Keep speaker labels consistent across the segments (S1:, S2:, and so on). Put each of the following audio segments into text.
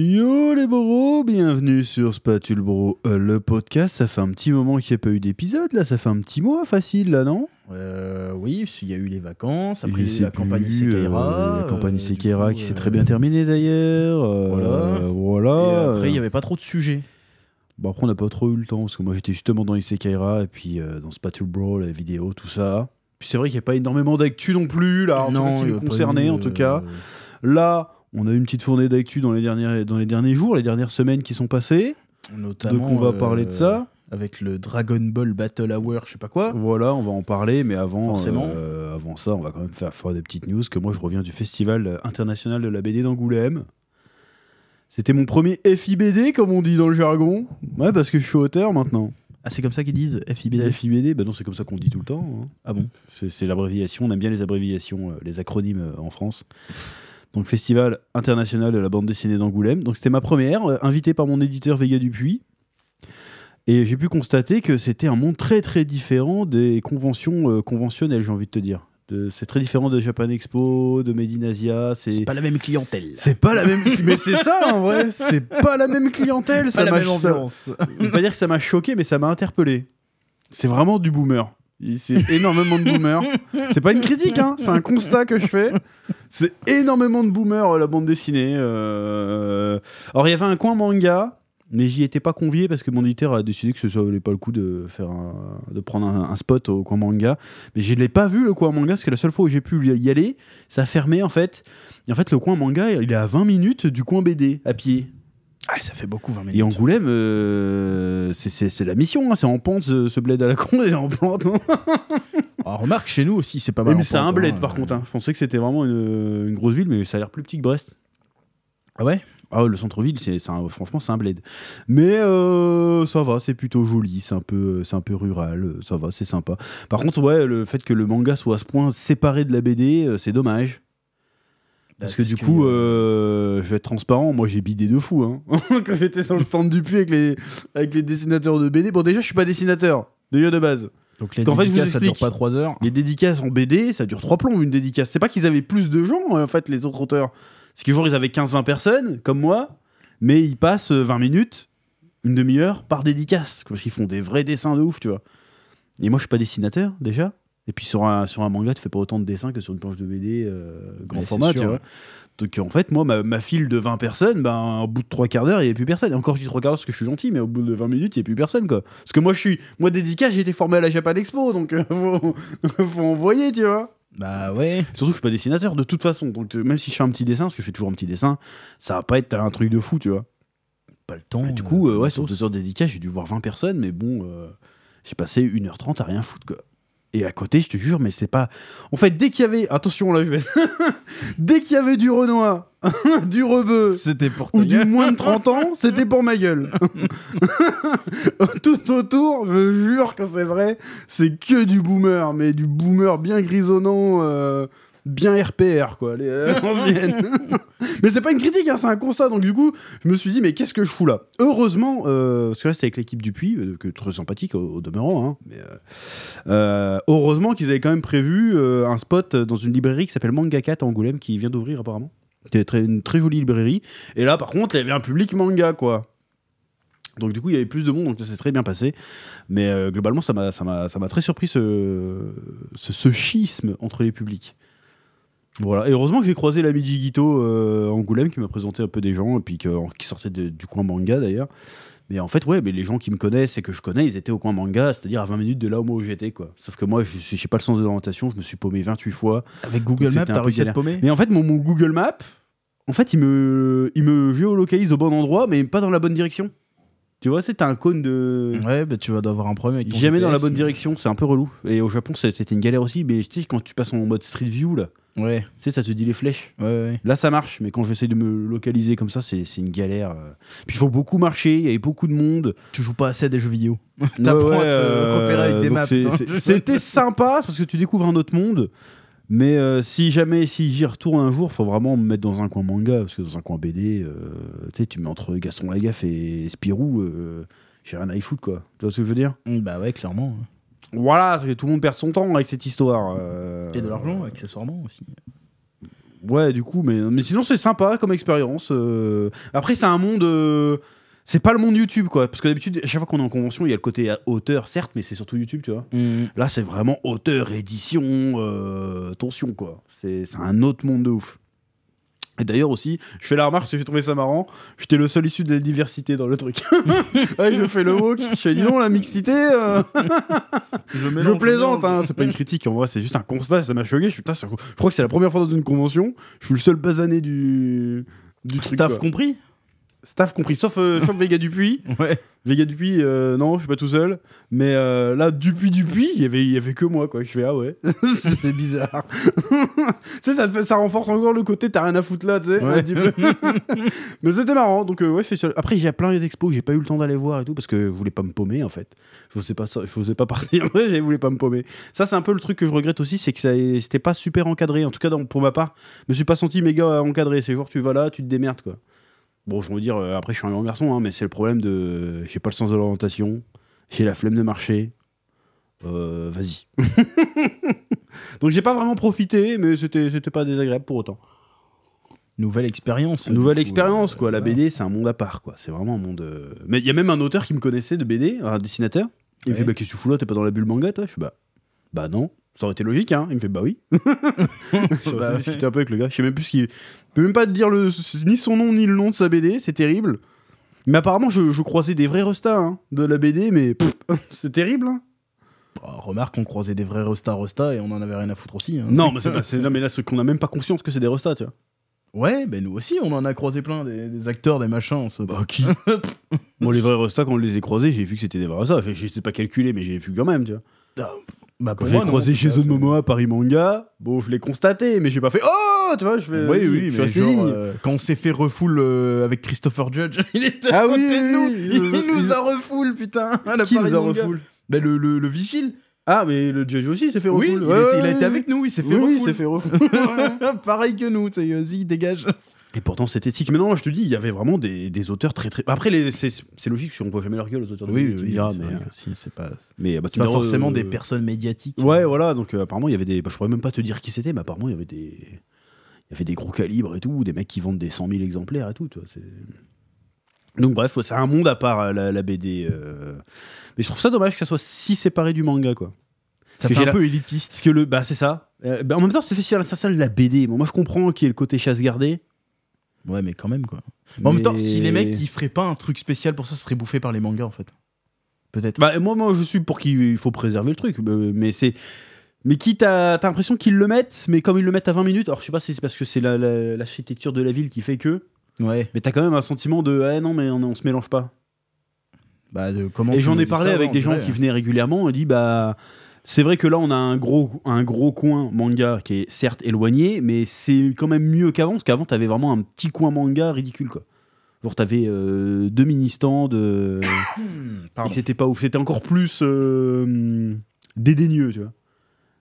S1: Yo les bros, bienvenue sur Spatule Bro, euh, le podcast. Ça fait un petit moment qu'il n'y a pas eu d'épisode, là, ça fait un petit mois facile, là, non
S2: Euh, oui, parce qu'il y a eu les vacances,
S1: Je
S2: après il y a eu
S1: sais
S2: la campagne
S1: plus,
S2: Sequeira.
S1: euh, la campagne
S2: euh, du
S1: Sequeira
S2: coup,
S1: qui
S2: euh,
S1: s'est très bien terminée d'ailleurs. euh,
S2: Voilà.
S1: voilà.
S2: Et après, il n'y avait pas trop de sujets.
S1: Bon, après, on n'a pas trop eu le temps, parce que moi, j'étais justement dans Isekai et puis euh, dans Spatule Bro, la vidéo, tout ça. Puis c'est vrai qu'il n'y a pas énormément d'actu non plus, là, en tout cas, qui
S2: il y
S1: nous
S2: a pas
S1: concernait,
S2: eu,
S1: en tout cas.
S2: euh,
S1: Là, on a eu une petite fournée d'actu dans, les dernières- dans les derniers jours, les dernières semaines qui sont passées. Donc,
S2: Notamment.
S1: on va
S2: euh,
S1: parler de ça.
S2: Avec le Dragon Ball Battle Hour, je sais pas quoi.
S1: Voilà, on va en parler, mais avant,
S2: Forcément.
S1: euh, avant ça, on va quand même faire, faire des petites news. Que moi, je reviens du Festival international de la BD d'Angoulême. C'était mon premier FIBD, comme on dit dans le jargon. Ouais, parce que je suis auteur maintenant.
S2: Ah, c'est comme ça qu'ils disent FIBD.
S1: FIBD, bah non, c'est comme ça qu'on dit tout le temps. hein.
S2: Ah bon
S1: C'est c'est l'abréviation, on aime bien les abréviations, euh, les acronymes euh, en France. Donc Festival international de la bande dessinée d'Angoulême. Donc c'était ma première, euh, invitée par mon éditeur Vega Dupuis. Et j'ai pu constater que c'était un monde très très différent des conventions euh, conventionnelles, j'ai envie de te dire. De- C'est très différent de Japan Expo, de Made in Asia.
S2: C'est
S1: C'est
S2: pas la même clientèle.
S1: c'est pas la même. Mais c'est ça en vrai. C'est pas la même clientèle.
S2: pas
S1: ça
S2: la
S1: m'a-
S2: même
S1: ça-
S2: ambiance.
S1: je veux pas dire que ça m'a choqué, mais ça m'a interpellé. C'est vraiment du boomer. C'est énormément de boomer. C'est pas une critique, hein, c'est un constat que je fais. C'est énormément de boomer la bande dessinée. euh. Alors il y avait un coin manga, mais j'y étais pas convié parce que mon éditeur a décidé que ce ne valait pas le coup de, faire un- de prendre un, un spot au coin manga. Mais je ne l'ai pas vu le coin manga parce que la seule fois où j'ai pu y aller, ça fermait en fait. Et en fait, le coin manga, il est à 20 minutes du coin BD à pied.
S2: Ah, ça fait beaucoup 20
S1: Et
S2: minutes.
S1: Angoulême, euh, c'est- c'est c'est la mission, hein, c'est en pente ce, ce bled à la con, il est en pente. hein.
S2: Ah, remarque, chez nous aussi, c'est pas mal.
S1: mais
S2: en
S1: c'est un
S2: pente,
S1: bled
S2: hein.
S1: par contre. hein. Je pensais que c'était vraiment une, une grosse ville, mais ça a l'air plus petit que Brest.
S2: Ah ouais
S1: Ah ouais, le centre-ville, c'est c'est un- franchement, c'est un bled. Mais euh, ça va, c'est plutôt joli, c'est un, peu- c'est un peu rural, euh, ça va, c'est sympa. Par contre, ouais, le fait que le manga soit à ce point séparé de la BD, euh, c'est dommage. Bah, Parce que du coup, euh, je vais être transparent, moi j'ai bidé de fou. Hein. Quand j'étais sur le stand du puits avec les, avec les dessinateurs de BD, bon déjà je suis pas dessinateur, déjà de base.
S2: Donc les
S1: qu'en fait, je vous
S2: dédicaces, ça dure
S1: explique.
S2: pas 3 heures.
S1: Les dédicaces en BD, ça dure trois plombs une dédicace. C'est pas qu'ils avaient plus de gens euh, en fait, les autres auteurs. C'est que genre ils avaient 15-20 personnes, comme moi, mais ils passent euh, 20 minutes, une demi-heure par dédicace. Parce qu'ils font des vrais dessins de ouf, tu vois. Et moi je suis pas dessinateur déjà. Et puis sur un, sur un manga, tu fais pas autant de dessins que sur une planche de BD euh, grand
S2: Ouais, c'est
S1: format,
S2: sûr,
S1: tu vois.
S2: ouais.
S1: Donc en fait, moi, ma, ma file de 20 personnes, ben, au bout de 3 quarts d'heure, il n'y avait plus personne. Et encore, je dis 3 quarts d'heure parce que je suis gentil, mais au bout de 20 minutes, il n'y a plus personne. quoi. Parce que moi, je suis. Moi, dédicace, j'ai été formé à la Japan Expo, donc euh, faut, faut envoyer, tu vois.
S2: Bah ouais.
S1: Surtout que je suis pas dessinateur de toute façon. Donc euh, même si je fais un petit dessin, parce que je fais toujours un petit dessin, ça va pas être un truc de fou, tu vois.
S2: Pas le temps.
S1: Et du coup,
S2: euh,
S1: euh, ouais, sur
S2: tous.
S1: 2 heures de dédicace, j'ai dû voir 20 personnes, mais bon, euh, j'ai passé 1h30 à rien foutre, quoi. Et à côté, je te jure, mais c'est pas. En fait, dès qu'il y avait. Attention, là, je vais. dès qu'il y avait du Renoir, du Rebeu,
S2: C'était pour ta
S1: ou du
S2: gueule.
S1: moins de 30 ans, c'était pour ma gueule. Tout autour, je jure que c'est vrai, c'est que du boomer, mais du boomer bien grisonnant, euh, bien RPR, quoi, les euh, anciennes. mais c'est pas une critique, hein, c'est un constat. Donc, du coup, je me suis dit, mais qu'est-ce que je fous là Heureusement, euh, parce que là, c'était avec l'équipe du Puy, euh, que très sympathique au, au demeurant, hein, mais, euh, euh, heureusement qu'ils avaient quand même prévu euh, un spot dans une librairie qui s'appelle Manga 4 à Angoulême, qui vient d'ouvrir apparemment. C'était très- une très jolie librairie. Et là, par contre, il y avait un public manga, quoi. Donc du coup, il y avait plus de monde, donc ça s'est très bien passé. Mais euh, globalement, ça m'a, ça m'a, ça m'a très surpris ce, ce, ce schisme entre les publics. Voilà. Et heureusement que j'ai croisé l'ami Jigito euh, à Angoulême qui m'a présenté un peu des gens, et puis que- qui sortait de- du coin manga d'ailleurs. Mais en fait, ouais, mais les gens qui me connaissent et que je connais, ils étaient au coin manga, c'est-à-dire à 20 minutes de là où moi j'étais, quoi. Sauf que moi, je suis- j'ai pas le sens de l'orientation, je me suis paumé 28 fois.
S2: Avec Google
S1: C'était
S2: Maps,
S1: un
S2: t'as
S1: peu
S2: réussi à te
S1: galère.
S2: paumer
S1: Mais en fait, mon, mon Google Maps, en fait, il me, il me géolocalise au bon endroit, mais pas dans la bonne direction. Tu vois, c'est un cône de.
S2: Ouais, bah tu vas devoir un problème avec ton
S1: Jamais dans la
S2: GPS,
S1: bonne
S2: mais-
S1: direction, c'est un peu relou. Et au Japon, c'est- c'était une galère aussi, mais tu sais, quand tu passes en mode Street View, là,
S2: Ouais,
S1: tu sais, ça te dit les flèches.
S2: ouais, ouais.
S1: Là, ça marche, mais quand j'essaie de me localiser comme ça, c'est c'est une galère. euh. Puis il faut beaucoup marcher, il y avait beaucoup de monde.
S2: Tu joues pas assez à des jeux vidéo.
S1: Ouais,
S2: T'apprends
S1: ouais,
S2: à te
S1: euh,
S2: repérer avec des
S1: donc
S2: maps.
S1: c'est-
S2: hein.
S1: c'est- C'était sympa parce que tu découvres un autre monde. Mais euh, si jamais, si j'y retourne un jour, faut vraiment me mettre dans un coin manga parce que dans un coin BD, euh, tu sais, tu me mets entre Gaston Lagaffe et Spirou, euh, j'ai rien à y foutre quoi. Tu vois ce que je veux dire
S2: Mm, Bah ouais, clairement.
S1: Voilà, c'est que tout le monde perd son temps avec cette histoire. euh.
S2: Et de l'argent, accessoirement aussi.
S1: ouais, du coup, mais, mais sinon, c'est sympa comme expérience. euh. Après, c'est un monde. euh, C'est pas le monde YouTube, quoi. Parce que d'habitude, à chaque fois qu'on est en convention, il y a le côté à- auteur, certes, mais c'est surtout YouTube, tu vois.
S2: Mm.
S1: Là, c'est vraiment auteur, édition, euh, tension, quoi. C'est c'est un autre monde de ouf. Et d'ailleurs aussi, je fais la remarque, parce que j'ai trouvé ça marrant, j'étais le seul issu de la diversité dans le truc. Ouais, je fais le woke, je fais dis donc, la mixité, euh, je
S2: mélange,
S1: plaisante,
S2: mélange.
S1: hein, c'est pas une critique, en vrai, c'est juste un constat, ça m'a choqué, je, suis, putain, c'est- je crois que c'est la première fois dans une convention, je suis le seul basané du... du truc,
S2: Staff
S1: quoi.
S2: compris
S1: Staff compris, sauf, euh, sauf Vega Dupuis,
S2: Ouais.
S1: Vega Dupuis, euh, non, je suis pas tout seul. Mais euh, là, Dupuis, Dupuis, il y avait, il y avait que moi, quoi. Je fais, ah ouais, c'est c'est bizarre. tu sais, ça, te fait- ça renforce encore le côté, t'as rien à foutre là, tu sais. un
S2: Ouais.
S1: petit peu. mais c'était marrant, donc euh, ouais, je suis seul. Après, il y a plein d'expos que j'ai pas eu le temps d'aller voir et tout, parce que je voulais pas me paumer, en fait. Je faisais pas, ça- je faisais pas partir, ouais, je voulais pas me paumer. Ça, c'est un peu le truc que je regrette aussi, c'est que ça- c'était pas super encadré. En tout cas, dans- pour ma part, je me suis pas senti méga euh, encadré. C'est genre, tu vas là, tu te démerdes, quoi. Bon, je veux dire, euh, après, je suis un grand garçon, hein, mais c'est le problème de. J'ai pas le sens de l'orientation, j'ai la flemme de marcher. Euh, vas-y. Donc, j'ai pas vraiment profité, mais c'était c'était pas désagréable pour autant.
S2: Nouvelle expérience.
S1: Nouvelle
S2: du coup,
S1: expérience,
S2: euh,
S1: quoi. La
S2: voilà.
S1: BD, c'est un monde à part, quoi. C'est vraiment un monde. euh, Mais il y a même un auteur qui me connaissait de BD, un dessinateur. Il me
S2: Ouais.
S1: fait, bah, qu'est-ce que tu fous là T'es pas dans la bulle manga, toi Je suis, bah, bah non. Ça aurait été logique, hein. Il me fait, bah oui. J'aurais
S2: Bah ouais.
S1: discuté un peu avec le gars. Je sais même plus ce qu'il. Je peux même pas te dire le... ni son nom ni le nom de sa BD, c'est terrible. Mais apparemment, je, je croisais des vrais restas hein, de la BD, mais pff, c'est terrible. hein.
S2: Bah, remarque, on croisait des vrais Rosta Rosta et on en avait rien à foutre aussi. hein.
S1: Non, mais, c'est pas- c'est- non, mais là, c'est qu'on a même pas conscience que c'est des restas, tu vois.
S2: Ouais, ben nous aussi, on en a croisé plein, des, des acteurs, des machins. On se...
S1: Bah qui Moi, les vrais restas, quand on les a croisés, j'ai vu que c'était des vrais restas. Je, je sais pas calculer, mais j'ai vu quand même, tu vois.
S2: Bah,
S1: Quand
S2: pour
S1: j'ai
S2: moi, non,
S1: croisé
S2: en tout
S1: chez
S2: cas,
S1: The
S2: c'est-
S1: Momoa Paris Manga, bon, je l'ai constaté, mais j'ai pas fait Oh Tu vois, je fais.
S2: Oui, oui,
S1: je suis
S2: mais
S1: assez
S2: genre,
S1: digne.
S2: euh, quand on s'est fait refoule euh, avec Christopher Judge, il était
S1: Ah
S2: à
S1: oui,
S2: côté
S1: oui,
S2: de nous,
S1: oui,
S2: il,
S1: ils-
S2: nous
S1: ils-
S2: a refoule, putain à la
S1: Qui
S2: Paris
S1: nous a
S2: Manga.
S1: refoule
S2: Ben, le, le, le vigile
S1: Ah, mais le Judge aussi s'est fait
S2: Oui,
S1: refoule.
S2: il,
S1: Ouais,
S2: était- il a
S1: ouais,
S2: été
S1: ouais.
S2: avec nous, il s'est fait
S1: Oui, oui, il
S2: refoule
S1: s'est fait refoule.
S2: Pareil que nous, c'est vas-y, dégage
S1: Et pourtant, c'est éthique. Mais non, je te dis, il y avait vraiment des, des auteurs très très. Après, les- c'est c'est logique, parce qu'on voit jamais leur gueule, les auteurs de BD, tu me diras,
S2: c'est
S1: mais. euh,
S2: vrai que si, c'est pas, c'est
S1: mais bah,
S2: pas
S1: Tinder,
S2: forcément
S1: euh,
S2: des personnes médiatiques.
S1: Ouais, voilà, donc euh, apparemment, il y avait des. bah, je pourrais même pas te dire qui c'était, mais apparemment, il y avait des. Il y avait des gros calibres et tout, des mecs qui vendent des 100 000 exemplaires et tout. tu vois, c'est- Donc bref, ouais, c'est un monde à part euh, la, la BD. euh. Mais je trouve ça dommage que ça soit si séparé du manga, quoi.
S2: Ça
S1: que
S2: fait
S1: j'ai
S2: un
S1: la-
S2: peu élitiste.
S1: Parce que le. Bah, c'est ça. Euh, bah, en même temps, c'est fait sur l'insertion de la BD. Bon, moi, je comprends qu'il y ait le côté chasse gardée.
S2: Ouais, mais quand même, quoi. En même temps,
S1: mais-
S2: si les mecs, ils feraient pas un truc spécial pour ça, ce serait bouffé par les mangas, en fait. Peut-être.
S1: Bah, moi, moi, je suis pour qu'il faut préserver le truc. euh, Mais c'est. Mais quitte à. T'as l'impression qu'ils le mettent, mais comme ils le mettent à 20 minutes, alors je sais pas si c'est parce que c'est la- la- l'architecture de la ville qui fait que.
S2: ouais.
S1: Mais t'as quand même un sentiment de ah non mais on, on se mélange pas.
S2: Bah, de- comment
S1: Et
S2: tu
S1: j'en
S2: nous
S1: ai
S2: dis
S1: parlé
S2: ça,
S1: avec
S2: on
S1: des gens
S2: dirait.
S1: qui venaient régulièrement. On dit bah c'est vrai que là on a un gros un gros coin manga qui est certes éloigné, mais c'est quand même mieux qu'avant parce qu'avant t'avais vraiment un petit coin manga ridicule quoi. Genre t'avais euh, deux mini stands. euh,
S2: Hmm,
S1: et
S2: pardon.
S1: c'était pas ouf. C'était encore plus euh, dédaigneux tu vois.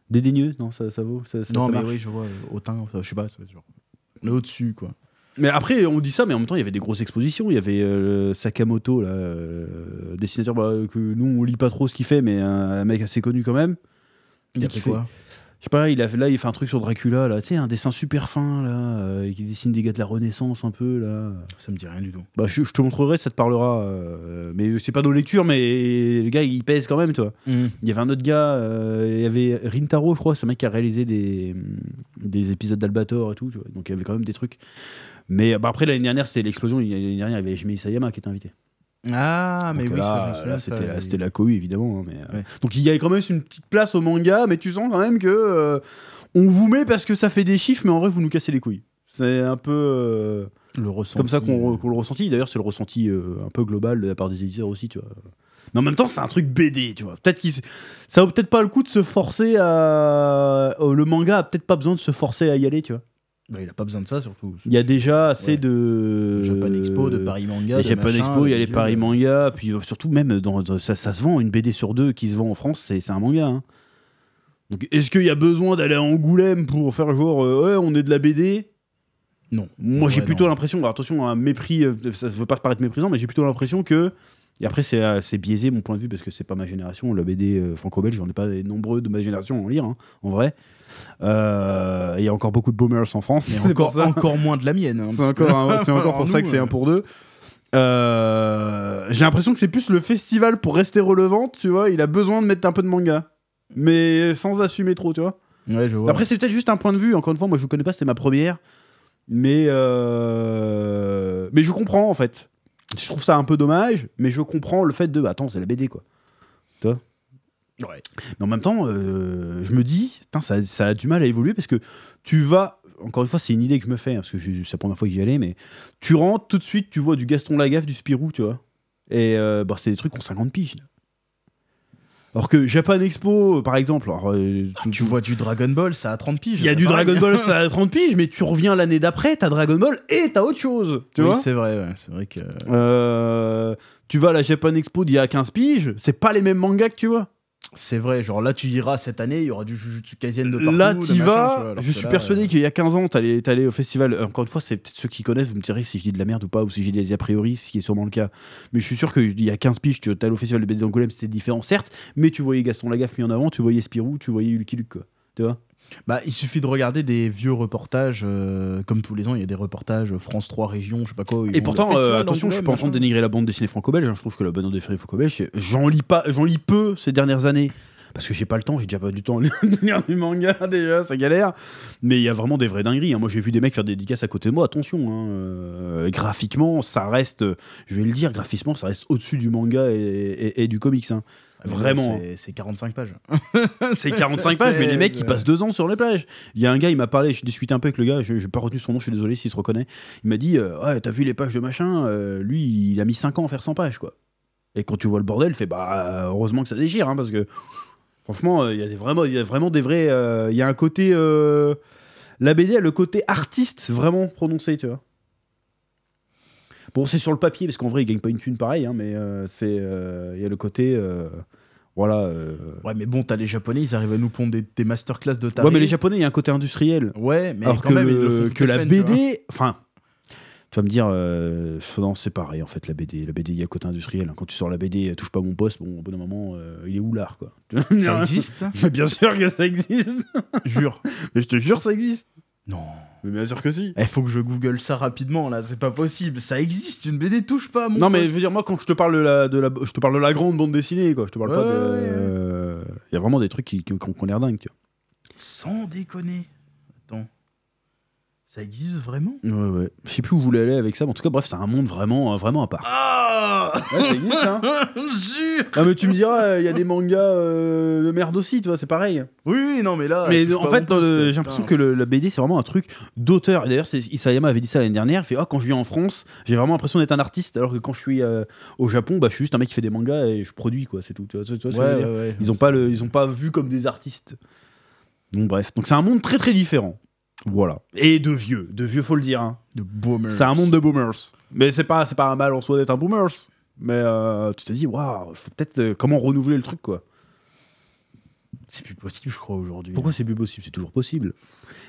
S1: Dédaigneux non ça ça vaut ça, ça-
S2: Non,
S1: ça
S2: mais
S1: marche.
S2: oui, je vois. euh, Autain, enfin, je sais pas, c'est genre. Mais au-dessus, quoi.
S1: Mais après, on dit ça, mais en même temps, il y avait des grosses expositions. Il y avait euh, le Sakamoto, là, euh, dessinateur bah, que nous, on lit pas trop ce qu'il fait, mais un, un mec assez connu quand même.
S2: Il
S1: Et
S2: a
S1: qui
S2: fait
S1: fait-
S2: quoi
S1: Je sais pas, il a, fait- là, il fait un truc sur Dracula, là, tu sais, un dessin super fin, là, euh, qui dessine des gars de la Renaissance un peu, là.
S2: Ça me dit rien du tout.
S1: Bah, je, je te montrerai, ça te parlera. euh, mais c'est pas nos lectures, mais le gars, il pèse quand même, toi. Il y avait un autre gars, euh, il y avait Rintaro, je crois, c'est un mec qui a réalisé des, mm, des épisodes d'Albator et tout, tu vois. donc il y avait quand même des trucs. Mais bah, après, l'année dernière, c'était l'explosion, l'année dernière, il y avait Jimmy Isayama qui était invité.
S2: Ah, mais
S1: Donc,
S2: oui,
S1: là,
S2: ça, j'en souviens.
S1: là,
S2: ça,
S1: c'était, la-
S2: oui.
S1: c'était la cohue, évidemment. hein, mais, euh,
S2: Ouais.
S1: Donc il y avait quand même une petite place au manga, mais tu sens quand même que euh, on vous met parce que ça fait des chiffres, mais en vrai, vous nous cassez les couilles. C'est un peu euh,
S2: le ressenti. euh,
S1: comme ça qu'on, re- qu'on le ressentit. D'ailleurs, c'est le ressenti euh, un peu global de la part des éditeurs aussi, tu vois. Mais en même temps, c'est un truc BD, tu vois. Peut-être qu'il, s- ça vaut peut-être pas le coup de se forcer à. euh, Le manga a peut-être pas besoin de se forcer à y aller, tu vois.
S2: Bah, il a pas besoin de ça, surtout.
S1: Il y a déjà assez
S2: Ouais.
S1: de.
S2: Le Japan Expo, de Paris Manga.
S1: Les
S2: de
S1: Euh, Japan
S2: machin,
S1: Expo, il y a
S2: de
S1: les
S2: vieux,
S1: Paris
S2: de-
S1: Manga, puis euh, surtout même dans, dans- ça, ça se vend, une BD sur deux qui se vend en France, c'est c'est un manga. hein. Donc est-ce qu'il y a besoin d'aller à Angoulême pour faire genre euh, ouais on est de la BD
S2: Non.
S1: Moi j'ai
S2: Ouais,
S1: plutôt hein,
S2: non.
S1: l'impression, alors attention un mépris, euh, ça ne veut pas paraître méprisant, mais j'ai plutôt l'impression que Et après, c'est euh, c'est biaisé, mon point de vue, parce que c'est pas ma génération. La BD euh, franco-belge, j'en ai pas des nombreux de ma génération à en lire, hein, en vrai. Euh, Il y a encore beaucoup de boomers en France.
S2: Et
S1: c'est pour
S2: encore,
S1: ça.
S2: encore moins de la mienne. hein,
S1: C'est
S2: parce que-
S1: encore, un- c'est encore pour
S2: Alors
S1: ça que
S2: nous,
S1: c'est un
S2: euh,
S1: pour deux. Euh, J'ai l'impression que c'est plus le festival pour rester relevant, tu vois. Il a besoin de mettre un peu de manga, mais sans assumer trop, tu vois.
S2: Ouais, je vois.
S1: Après, c'est peut-être juste un point de vue. Encore une fois, moi, je ne connais pas, c'était ma première. Mais, euh, mais je comprends, en fait. Je trouve ça un peu dommage, mais je comprends le fait de. bah, Attends, c'est la BD, quoi. Tu vois
S2: Ouais.
S1: Mais en même temps, euh, je me dis, putain, ça, ça a du mal à évoluer parce que tu vas. Encore une fois, c'est une idée que je me fais, hein, parce que je- c'est la première fois que j'y allais, mais tu rentres, tout de suite, tu vois du Gaston Lagaffe, du Spirou, tu vois. Et euh, bah, c'est des trucs qui ont 50 piges. là. Alors que Japan Expo, par exemple, alors, euh, tout-
S2: Ah, Tu vois du Dragon Ball, ça a 30 piges.
S1: il y a du Dragon Ball, ça a 30 piges, mais tu reviens l'année d'après, t'as Dragon Ball et t'as autre chose. Tu
S2: Tu oui,
S1: vois
S2: c'est vrai, ouais, c'est vrai que.
S1: Euh, Tu vas à la Japan Expo d'il y a 15 piges, c'est pas les mêmes mangas que tu vois.
S2: C'est vrai, genre là tu iras cette année, il y aura du Jujutsu Kaisen de partout.
S1: là,
S2: de
S1: t'y
S2: machin, tu
S1: vas.
S2: vois, alors
S1: je
S2: que
S1: suis
S2: là,
S1: persuadé
S2: euh,
S1: qu'il y a 15 ans, t'allais t'allais au festival. Euh, Encore une fois, c'est peut-être ceux qui connaissent, vous me direz si je dis de la merde ou pas, ou si j'ai des a priori, ce qui est sûrement le cas. Mais je suis sûr qu'il y a 15 piges, tu allais au festival de BD d'Angoulême, c'était différent, certes, mais tu voyais Gaston Lagaffe mis en avant, tu voyais Spirou, tu voyais Lucky Luke, quoi. Tu vois
S2: Bah, il suffit de regarder des vieux reportages, euh, comme tous les ans, il y a des reportages France 3 régions, je sais pas quoi. où ils
S1: Et
S2: vont-
S1: pourtant, euh,
S2: le festival
S1: attention, je suis
S2: d'Angoulême,
S1: pas en train de
S2: machin.
S1: dénigrer la bande dessinée franco-belge. hein. Je trouve que la bande dessinée franco-belge, c'est- j'en lis pas, j'en lis peu ces dernières années parce que j'ai pas le temps. J'ai déjà pas du temps à lire du manga déjà, ça galère. Mais il y a vraiment des vraies dingueries. hein. Moi, j'ai vu des mecs faire des dédicaces à côté de moi. Attention, hein, euh, graphiquement, ça reste, euh, je vais le dire, graphiquement, ça reste au-dessus du manga et, et- et du comics. hein.
S2: Ah, mais
S1: Vraiment.
S2: c'est- C'est 45 pages.
S1: C'est 45 pages, mais les mecs,
S2: c'est-
S1: ils passent deux ans sur les plages. Il y a un gars, il m'a parlé, je discutais un peu avec le gars, je j'ai pas retenu son nom, je suis désolé s'il se reconnaît. Il m'a dit euh, Ouais, t'as vu les pages de machin euh, Lui, il a mis 5 ans à faire 100 pages, quoi. Et quand tu vois le bordel, fait Bah, heureusement que ça déchire, hein, parce que franchement, euh, il y a des- vraiment, il y a vraiment des vrais. euh, Il y a un côté. euh, la BD a le côté artiste vraiment prononcé, tu vois. Bon, c'est sur le papier, parce qu'en vrai, il gagne pas une thune pareil, hein, mais euh, c'est. euh, Il y a le côté. euh, voilà. euh,
S2: Ouais, mais bon, t'as les Japonais, ils arrivent à nous pondre des, des masterclass de taré.
S1: Ouais, mais les Japonais, il y a un côté industriel.
S2: Ouais, mais
S1: alors
S2: quand
S1: que,
S2: même, ils le font
S1: le-
S2: toutes
S1: que
S2: les
S1: la
S2: semaines, tu vois.
S1: BD. Enfin, tu vas me dire, euh, non, c'est pareil en fait, la BD. La BD, il y a le côté industriel. Quand tu sors la BD, touche pas mon poste, bon, au bout d'un moment, euh, il est où l'art, quoi hein.
S2: Ça existe
S1: Mais bien sûr que ça existe
S2: Jure.
S1: Mais je te jure, ça existe
S2: Non.
S1: Mais bien sûr que si
S2: Il faut que je google ça rapidement, là, c'est pas possible. Ça existe, une BD touche pas à mon
S1: Non, mais je
S2: poste.
S1: veux dire, moi, quand je te parle de la, de la, je te parle de la grande bande dessinée, quoi, je te parle pas
S2: Ouais,
S1: de.
S2: ouais, ouais.
S1: euh, Il y a vraiment des trucs qui, qui, qui ont l'air dingues, tu
S2: Sans déconner. Attends. Ça existe vraiment
S1: vois. Ouais, ouais. Je sais plus où vous voulez aller avec ça, mais en tout cas, bref, c'est un monde vraiment, euh, vraiment à part.
S2: Ah
S1: Ouais, ça existe, hein
S2: Jure
S1: Ah mais tu me diras, il y a des mangas euh, de merde aussi, tu vois, c'est pareil.
S2: Oui, oui, non, mais là.
S1: mais
S2: touche
S1: en
S2: pas
S1: fait, dans
S2: mon poste,
S1: le-
S2: quoi,
S1: j'ai l'impression que
S2: putain.
S1: le- la BD, c'est vraiment un truc d'auteur. Et d'ailleurs, c'est- Isayama avait dit ça l'année dernière, il fait, ah quand je viens en France, j'ai vraiment l'impression d'être un artiste, alors que quand je suis euh, au Japon, bah, je suis juste un mec qui fait des mangas et je produis, quoi, c'est tout. Tu vois, tu vois ce que je veux
S2: Ouais,
S1: dire
S2: ouais, ouais.
S1: ils ont pas le, ils ont pas vu comme des artistes. Donc bref, donc c'est un monde très très différent. Voilà. Et de vieux, de vieux faut le dire. hein.
S2: De boomers.
S1: C'est un monde de boomers. Mais c'est pas, c'est pas un mal en soi d'être un boomers. Mais euh, tu te dis, waouh, faut peut-être euh, comment renouveler le truc quoi.
S2: C'est plus possible, je crois, aujourd'hui.
S1: Pourquoi c'est plus possible C'est toujours possible.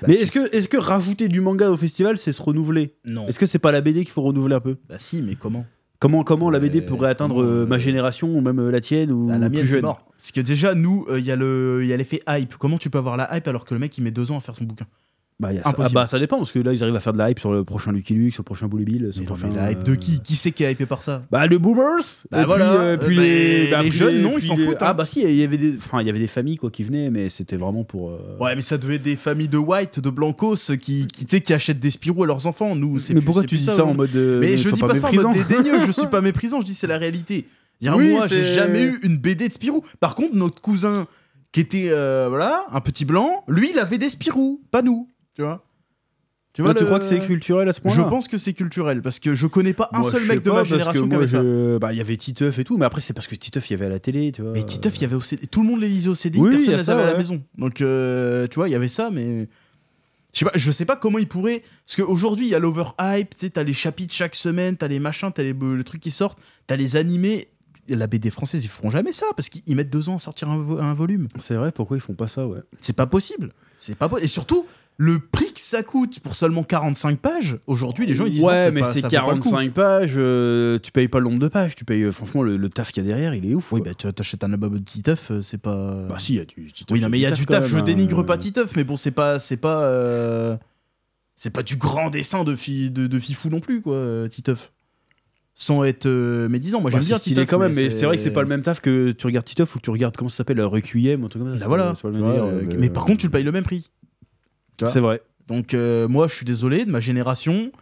S2: Bah,
S1: Mais est-ce que, est que rajouter du manga au festival, c'est se renouveler
S2: Non.
S1: Est-ce que c'est pas la BD qu'il faut renouveler un peu
S2: Bah, si, mais comment
S1: Comment, comment la BD
S2: Euh,
S1: pourrait atteindre
S2: comment,
S1: euh, ma
S2: euh,
S1: génération ou même euh, la tienne ou
S2: Bah, La
S1: plus
S2: mienne, c'est
S1: jeune
S2: mort. Parce que déjà, nous, euh, il y a le- y a l'effet hype. Comment tu peux avoir la hype alors que le mec, il met deux ans à faire son bouquin
S1: Bah, y a ça. Ah
S2: Impossible.
S1: bah, ça dépend parce que là ils arrivent à faire de la hype sur le prochain Lucky Luke, sur le prochain Bully Bill, sur
S2: Mais
S1: le
S2: non,
S1: prochain.
S2: mais la hype
S1: euh,
S2: de qui Qui c'est qui est hypé par ça
S1: Bah le boomers.
S2: Bah,
S1: et puis,
S2: voilà.
S1: euh, puis
S2: Euh,
S1: les,
S2: bah,
S1: bah,
S2: les
S1: puis
S2: jeunes, non, ils
S1: puis
S2: s'en
S1: les-
S2: foutent, hein.
S1: Ah bah si, il y avait des, enfin il y avait des familles quoi qui venaient, mais c'était vraiment pour. euh,
S2: Ouais, mais ça devait être des familles de white, de blancos euh, qui, qui, tu sais, qui achètent des Spirou à leurs enfants. Nous, c'est
S1: Mais
S2: plus-
S1: pourquoi
S2: c'est
S1: tu
S2: plus
S1: dis ça en
S2: ouais.
S1: mode euh,
S2: Mais
S1: ne
S2: je
S1: sois
S2: dis
S1: pas
S2: pas ça en
S1: méprisant
S2: mode dédaigneux, je suis pas méprisant, je dis c'est la réalité. Dire,
S1: Oui,
S2: moi, j'ai
S1: c'est-
S2: jamais eu une BD de Spirou. Par contre, notre cousin, qui était euh, voilà, un petit blanc, lui, il avait des Spirou, pas nous, tu vois. Tu
S1: Toi, tu
S2: le-
S1: crois que c'est culturel à ce point-là
S2: Je pense que c'est culturel, parce que je connais pas un
S1: Moi,
S2: seul
S1: je
S2: mec
S1: sais pas,
S2: de ma
S1: parce que
S2: génération qui
S1: moi,
S2: avait ça.
S1: je- Bah, il y avait Titeuf et tout, mais après, c'est parce que Titeuf, il y avait à la télé, tu vois.
S2: Mais Titeuf, il y avait au CD. Tout le monde les lisait au CD,
S1: Euh. Oui, il y
S2: personne
S1: a
S2: les
S1: ça,
S2: avait à la
S1: ouais.
S2: maison. Donc, euh, tu vois, il y avait ça, mais. Je sais pas, je sais pas comment ils pourraient. Parce qu'aujourd'hui, il y a l'overhype, tu sais, t'as les chapitres chaque semaine, t'as les machins, t'as les, le truc qui sortent, t'as les animés. la BD française, ils feront jamais ça parce qu'ils ils mettent deux ans à sortir un, vo- un volume.
S1: C'est vrai, pourquoi ils font pas ça, ouais.
S2: C'est pas possible. C'est pas po- Et surtout, le prix que ça coûte pour seulement 45 pages, aujourd'hui, les gens ils disent non,
S1: ouais, mais
S2: pas-
S1: c'est
S2: ça vaut pas le coup.
S1: 45 pages, euh, tu payes pas le nombre de pages, tu payes euh, franchement le, le taf qu'il y a derrière, il est ouf.
S2: Oui,
S1: quoi.
S2: bah tu t'achètes un album de Titeuf, euh, c'est pas.
S1: Bah si, il y a du, du taf,
S2: oui, non, mais il y a du taf,
S1: quand
S2: je
S1: même, hein,
S2: dénigre
S1: euh.
S2: pas Titeuf, mais bon, c'est pas. C'est pas. euh, C'est pas du grand dessin de, fi... de, de fifou non plus, quoi, euh, Titeuf. Sans être euh, médisant, moi
S1: Bah,
S2: j'aime bien
S1: c'est stylé
S2: Titeuf.
S1: quand même, mais c'est vrai que c'est pas le même taf que tu regardes Titeuf ou que tu regardes comment ça s'appelle euh, Requiem, un truc comme ça.
S2: Bah voilà.
S1: C'est pas le
S2: tu
S1: même
S2: vois,
S1: délire,
S2: euh,
S1: euh,
S2: Mais par contre, tu le payes le même prix. tu vois.
S1: c'est vrai.
S2: Donc euh, moi, je suis désolé de ma génération.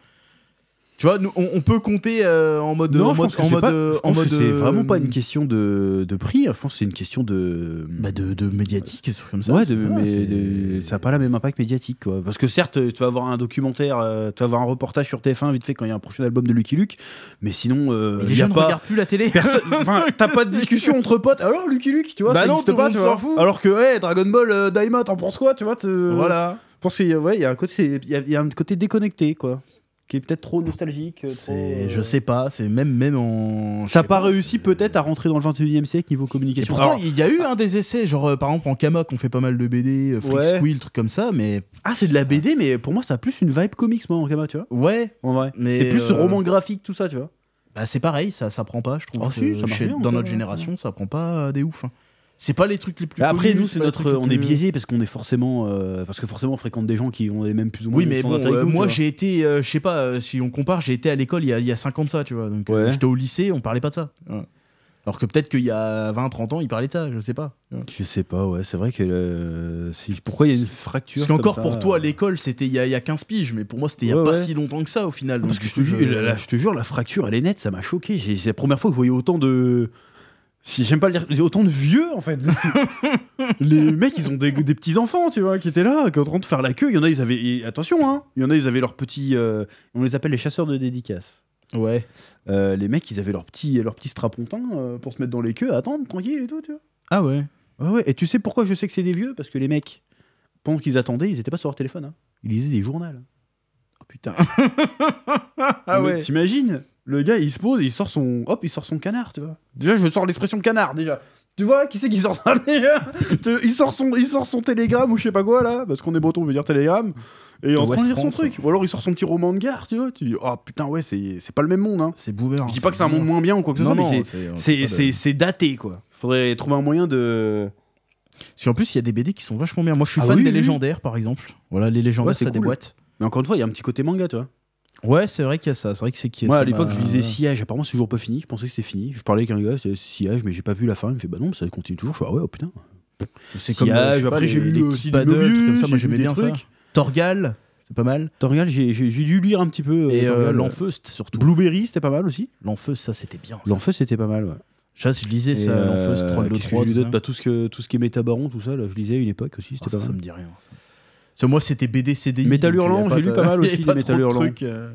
S2: Tu vois, nous, on, on peut compter euh, en mode, en
S1: je
S2: mode,
S1: pense que
S2: en
S1: c'est
S2: mode,
S1: pas-
S2: euh,
S1: je
S2: en
S1: pense
S2: mode.
S1: que c'est
S2: euh,
S1: vraiment pas une question de, de prix. Je pense que c'est une question de.
S2: bah, de, de médiatique, des trucs comme ça.
S1: ouais, de-
S2: Voilà,
S1: mais
S2: c'est-
S1: de- ça n'a pas le même impact médiatique. Quoi. Parce que certes, tu vas avoir un documentaire, euh, tu vas avoir un reportage sur TF1 vite fait quand il y a un prochain album de Lucky Luke, mais sinon, euh,
S2: Mais
S1: il
S2: les
S1: y
S2: gens
S1: a
S2: ne
S1: pas.
S2: regardent plus la télé.
S1: Personne, enfin, t'as pas de discussion entre potes. Alors Lucky Luke, tu vois,
S2: Bah
S1: ça
S2: non,
S1: existe
S2: tout le
S1: pas,
S2: monde
S1: tu
S2: s'en
S1: vois.
S2: fout.
S1: Alors que, hey, Dragon Ball, euh, Daima, t'en penses quoi, tu vois te-
S2: voilà.
S1: Je pense qu'il y a- ouais, il y a un côté, il y a- il y a un côté déconnecté, quoi, qui est peut-être trop nostalgique. euh,
S2: C'est,
S1: trop, euh,
S2: je sais pas, c'est même même en. je
S1: Ça
S2: sais
S1: n'a pas
S2: pas,
S1: réussi
S2: c'est-
S1: peut-être à rentrer dans le 21 e siècle niveau
S2: Et
S1: communication.
S2: pourtant,
S1: Alors,
S2: il y a eu un des essais, genre euh, par exemple en Kamak, on fait pas mal de BD, euh, Freak
S1: Ouais.
S2: Squill, trucs comme ça, mais
S1: ah, c'est de la BD, mais pour moi, ça a plus une vibe comics, moi, en gamma, tu vois.
S2: ouais,
S1: En vrai.
S2: Mais,
S1: c'est plus ce
S2: euh,
S1: roman graphique, tout ça, tu vois.
S2: Bah, c'est pareil, ça, ça prend pas, je trouve.
S1: Ah,
S2: que
S1: si, ça marche
S2: chez-
S1: bien,
S2: dans
S1: encore,
S2: notre
S1: ouais.
S2: génération, ça prend pas euh, des ouf. hein. C'est pas les trucs les plus.
S1: Bah, Après,
S2: connus,
S1: nous, c'est
S2: pas les
S1: notre,
S2: trucs les
S1: on est
S2: plus-
S1: biaisé parce qu'on est forcément, euh, parce que forcément, on fréquente des gens qui ont les mêmes plus ou moins.
S2: Oui,
S1: les mêmes
S2: mais bon,
S1: standards
S2: euh,
S1: avec nous,
S2: moi
S1: tu vois.
S2: j'ai été, euh, je sais pas, euh, si on compare, j'ai été à l'école il y a, il y a 5 ans de ça, tu vois. Donc euh,
S1: Ouais.
S2: j'étais au lycée, on parlait pas de ça. Alors que peut-être qu'il y a 20, 30 ans, ils parlaient de ça, je sais pas.
S1: Je sais pas, ouais, c'est vrai que. euh, si- pourquoi il y a une fracture
S2: Parce qu'encore
S1: comme ça,
S2: pour toi,
S1: euh,
S2: l'école, c'était il y, a- il y a 15 piges, mais pour moi, c'était il y a
S1: Ouais,
S2: pas
S1: ouais.
S2: si longtemps que ça au final.
S1: Ah, Parce
S2: Donc,
S1: que
S2: euh,
S1: je te,
S2: du coup,
S1: jure, la, la- je te jure, la fracture, elle est nette, ça m'a choqué. J'ai- C'est la première fois que je voyais autant de. Si j'aime pas le dire, j'ai autant de vieux en fait. les mecs, ils ont des, des petits enfants, tu vois, qui étaient là, qui étaient en train de faire la queue. Il y en a, ils avaient. et attention, hein. Il y en a, ils avaient leurs petits. euh, on les appelle les chasseurs de dédicaces.
S2: Ouais.
S1: Euh, les mecs, ils avaient leurs petits, leurs petits strapontins euh, pour se mettre dans les queues, à attendre tranquille et tout, tu vois.
S2: Ah ouais.
S1: Ouais, ouais. Et tu sais pourquoi je sais que c'est des vieux Parce que les mecs, pendant qu'ils attendaient, ils étaient pas sur leur téléphone. hein. Ils lisaient des journaux.
S2: Oh putain.
S1: Ah
S2: ah ouais.
S1: T'imagines Le gars, il se pose, il sort son, hop, il sort son canard, tu vois. Déjà, je sors l'expression canard déjà. Tu vois, qui c'est qui sort ça déjà Te- Il sort son, il sort son télégramme ou je sais pas quoi là, parce qu'on est breton, on veut dire télégramme. Et en train
S2: West
S1: de lire son
S2: France.
S1: truc. Ou alors il sort son petit roman de gare, tu vois. Tu dis, oh putain, ouais, c'est c'est pas le même monde. Hein.
S2: C'est boomer.
S1: Je dis pas que c'est un monde moins bien ou quoi que ce
S2: Non,
S1: soit,
S2: non,
S1: mais c'est-
S2: c'est-
S1: c'est-
S2: pas de-
S1: c'est c'est daté quoi. Faudrait trouver un moyen de.
S2: Si en plus, il y a des BD qui sont vachement bien. Moi, je suis
S1: Ah
S2: fan
S1: oui,
S2: des
S1: oui.
S2: légendaires, par exemple. Voilà, les légendaires,
S1: Ouais,
S2: ça
S1: c'est cool.
S2: déboîte.
S1: Mais encore une fois, il y a un petit côté manga, tu vois.
S2: Ouais, c'est vrai qu'il y a ça. C'est vrai que c'est qui
S1: Moi,
S2: ça bah,
S1: à l'époque,
S2: m'a-
S1: je lisais Sillage. Apparemment, c'est toujours pas fini. Je pensais que c'était fini. Je parlais avec un gars, c'était Sillage, mais j'ai pas vu la fin. Il me fait, bah non, ça continue toujours. Je fais, ah ouais, oh putain.
S2: C'est
S1: Sillage,
S2: euh, je sais
S1: après,
S2: pas,
S1: j'ai
S2: les-
S1: lu
S2: les
S1: aussi
S2: petits
S1: du
S2: paddles, trucs
S1: Mobius,
S2: comme ça. Moi,
S1: j'ai lu
S2: j'aimais
S1: des
S2: bien ça.
S1: trucs.
S2: Torgal, c'est pas mal.
S1: T'en regardes, j'ai j'ai- j'ai dû lire un petit peu. euh,
S2: Et
S1: t'en
S2: euh,
S1: regardes,
S2: l'Enfeust, surtout.
S1: Blueberry, c'était pas mal aussi.
S2: L'Enfeust, ça, c'était bien. ça.
S1: L'enfeu, c'était pas mal. Ouais.
S2: Ça, je lisais ça,
S1: euh,
S2: l'Enfeust, Troll de
S1: qu'est-ce que
S2: 3.
S1: j'ai lu
S2: tout
S1: d'autre
S2: ça.
S1: Bah, tout, Oh, ce que, tout ce qui est Métabaron, tout ça, là, je lisais à une époque aussi. C'était
S2: Ah, ça,
S1: pas
S2: ça
S1: mal.
S2: me dit rien. ça. Parce que moi, c'était BD, CDI.
S1: Métal
S2: donc il y
S1: Hurlant,
S2: avait
S1: j'ai
S2: de-
S1: lu pas mal
S2: il y avait
S1: aussi,
S2: pas
S1: les
S2: trop
S1: Métal
S2: de
S1: Hurlant.
S2: trucs, euh.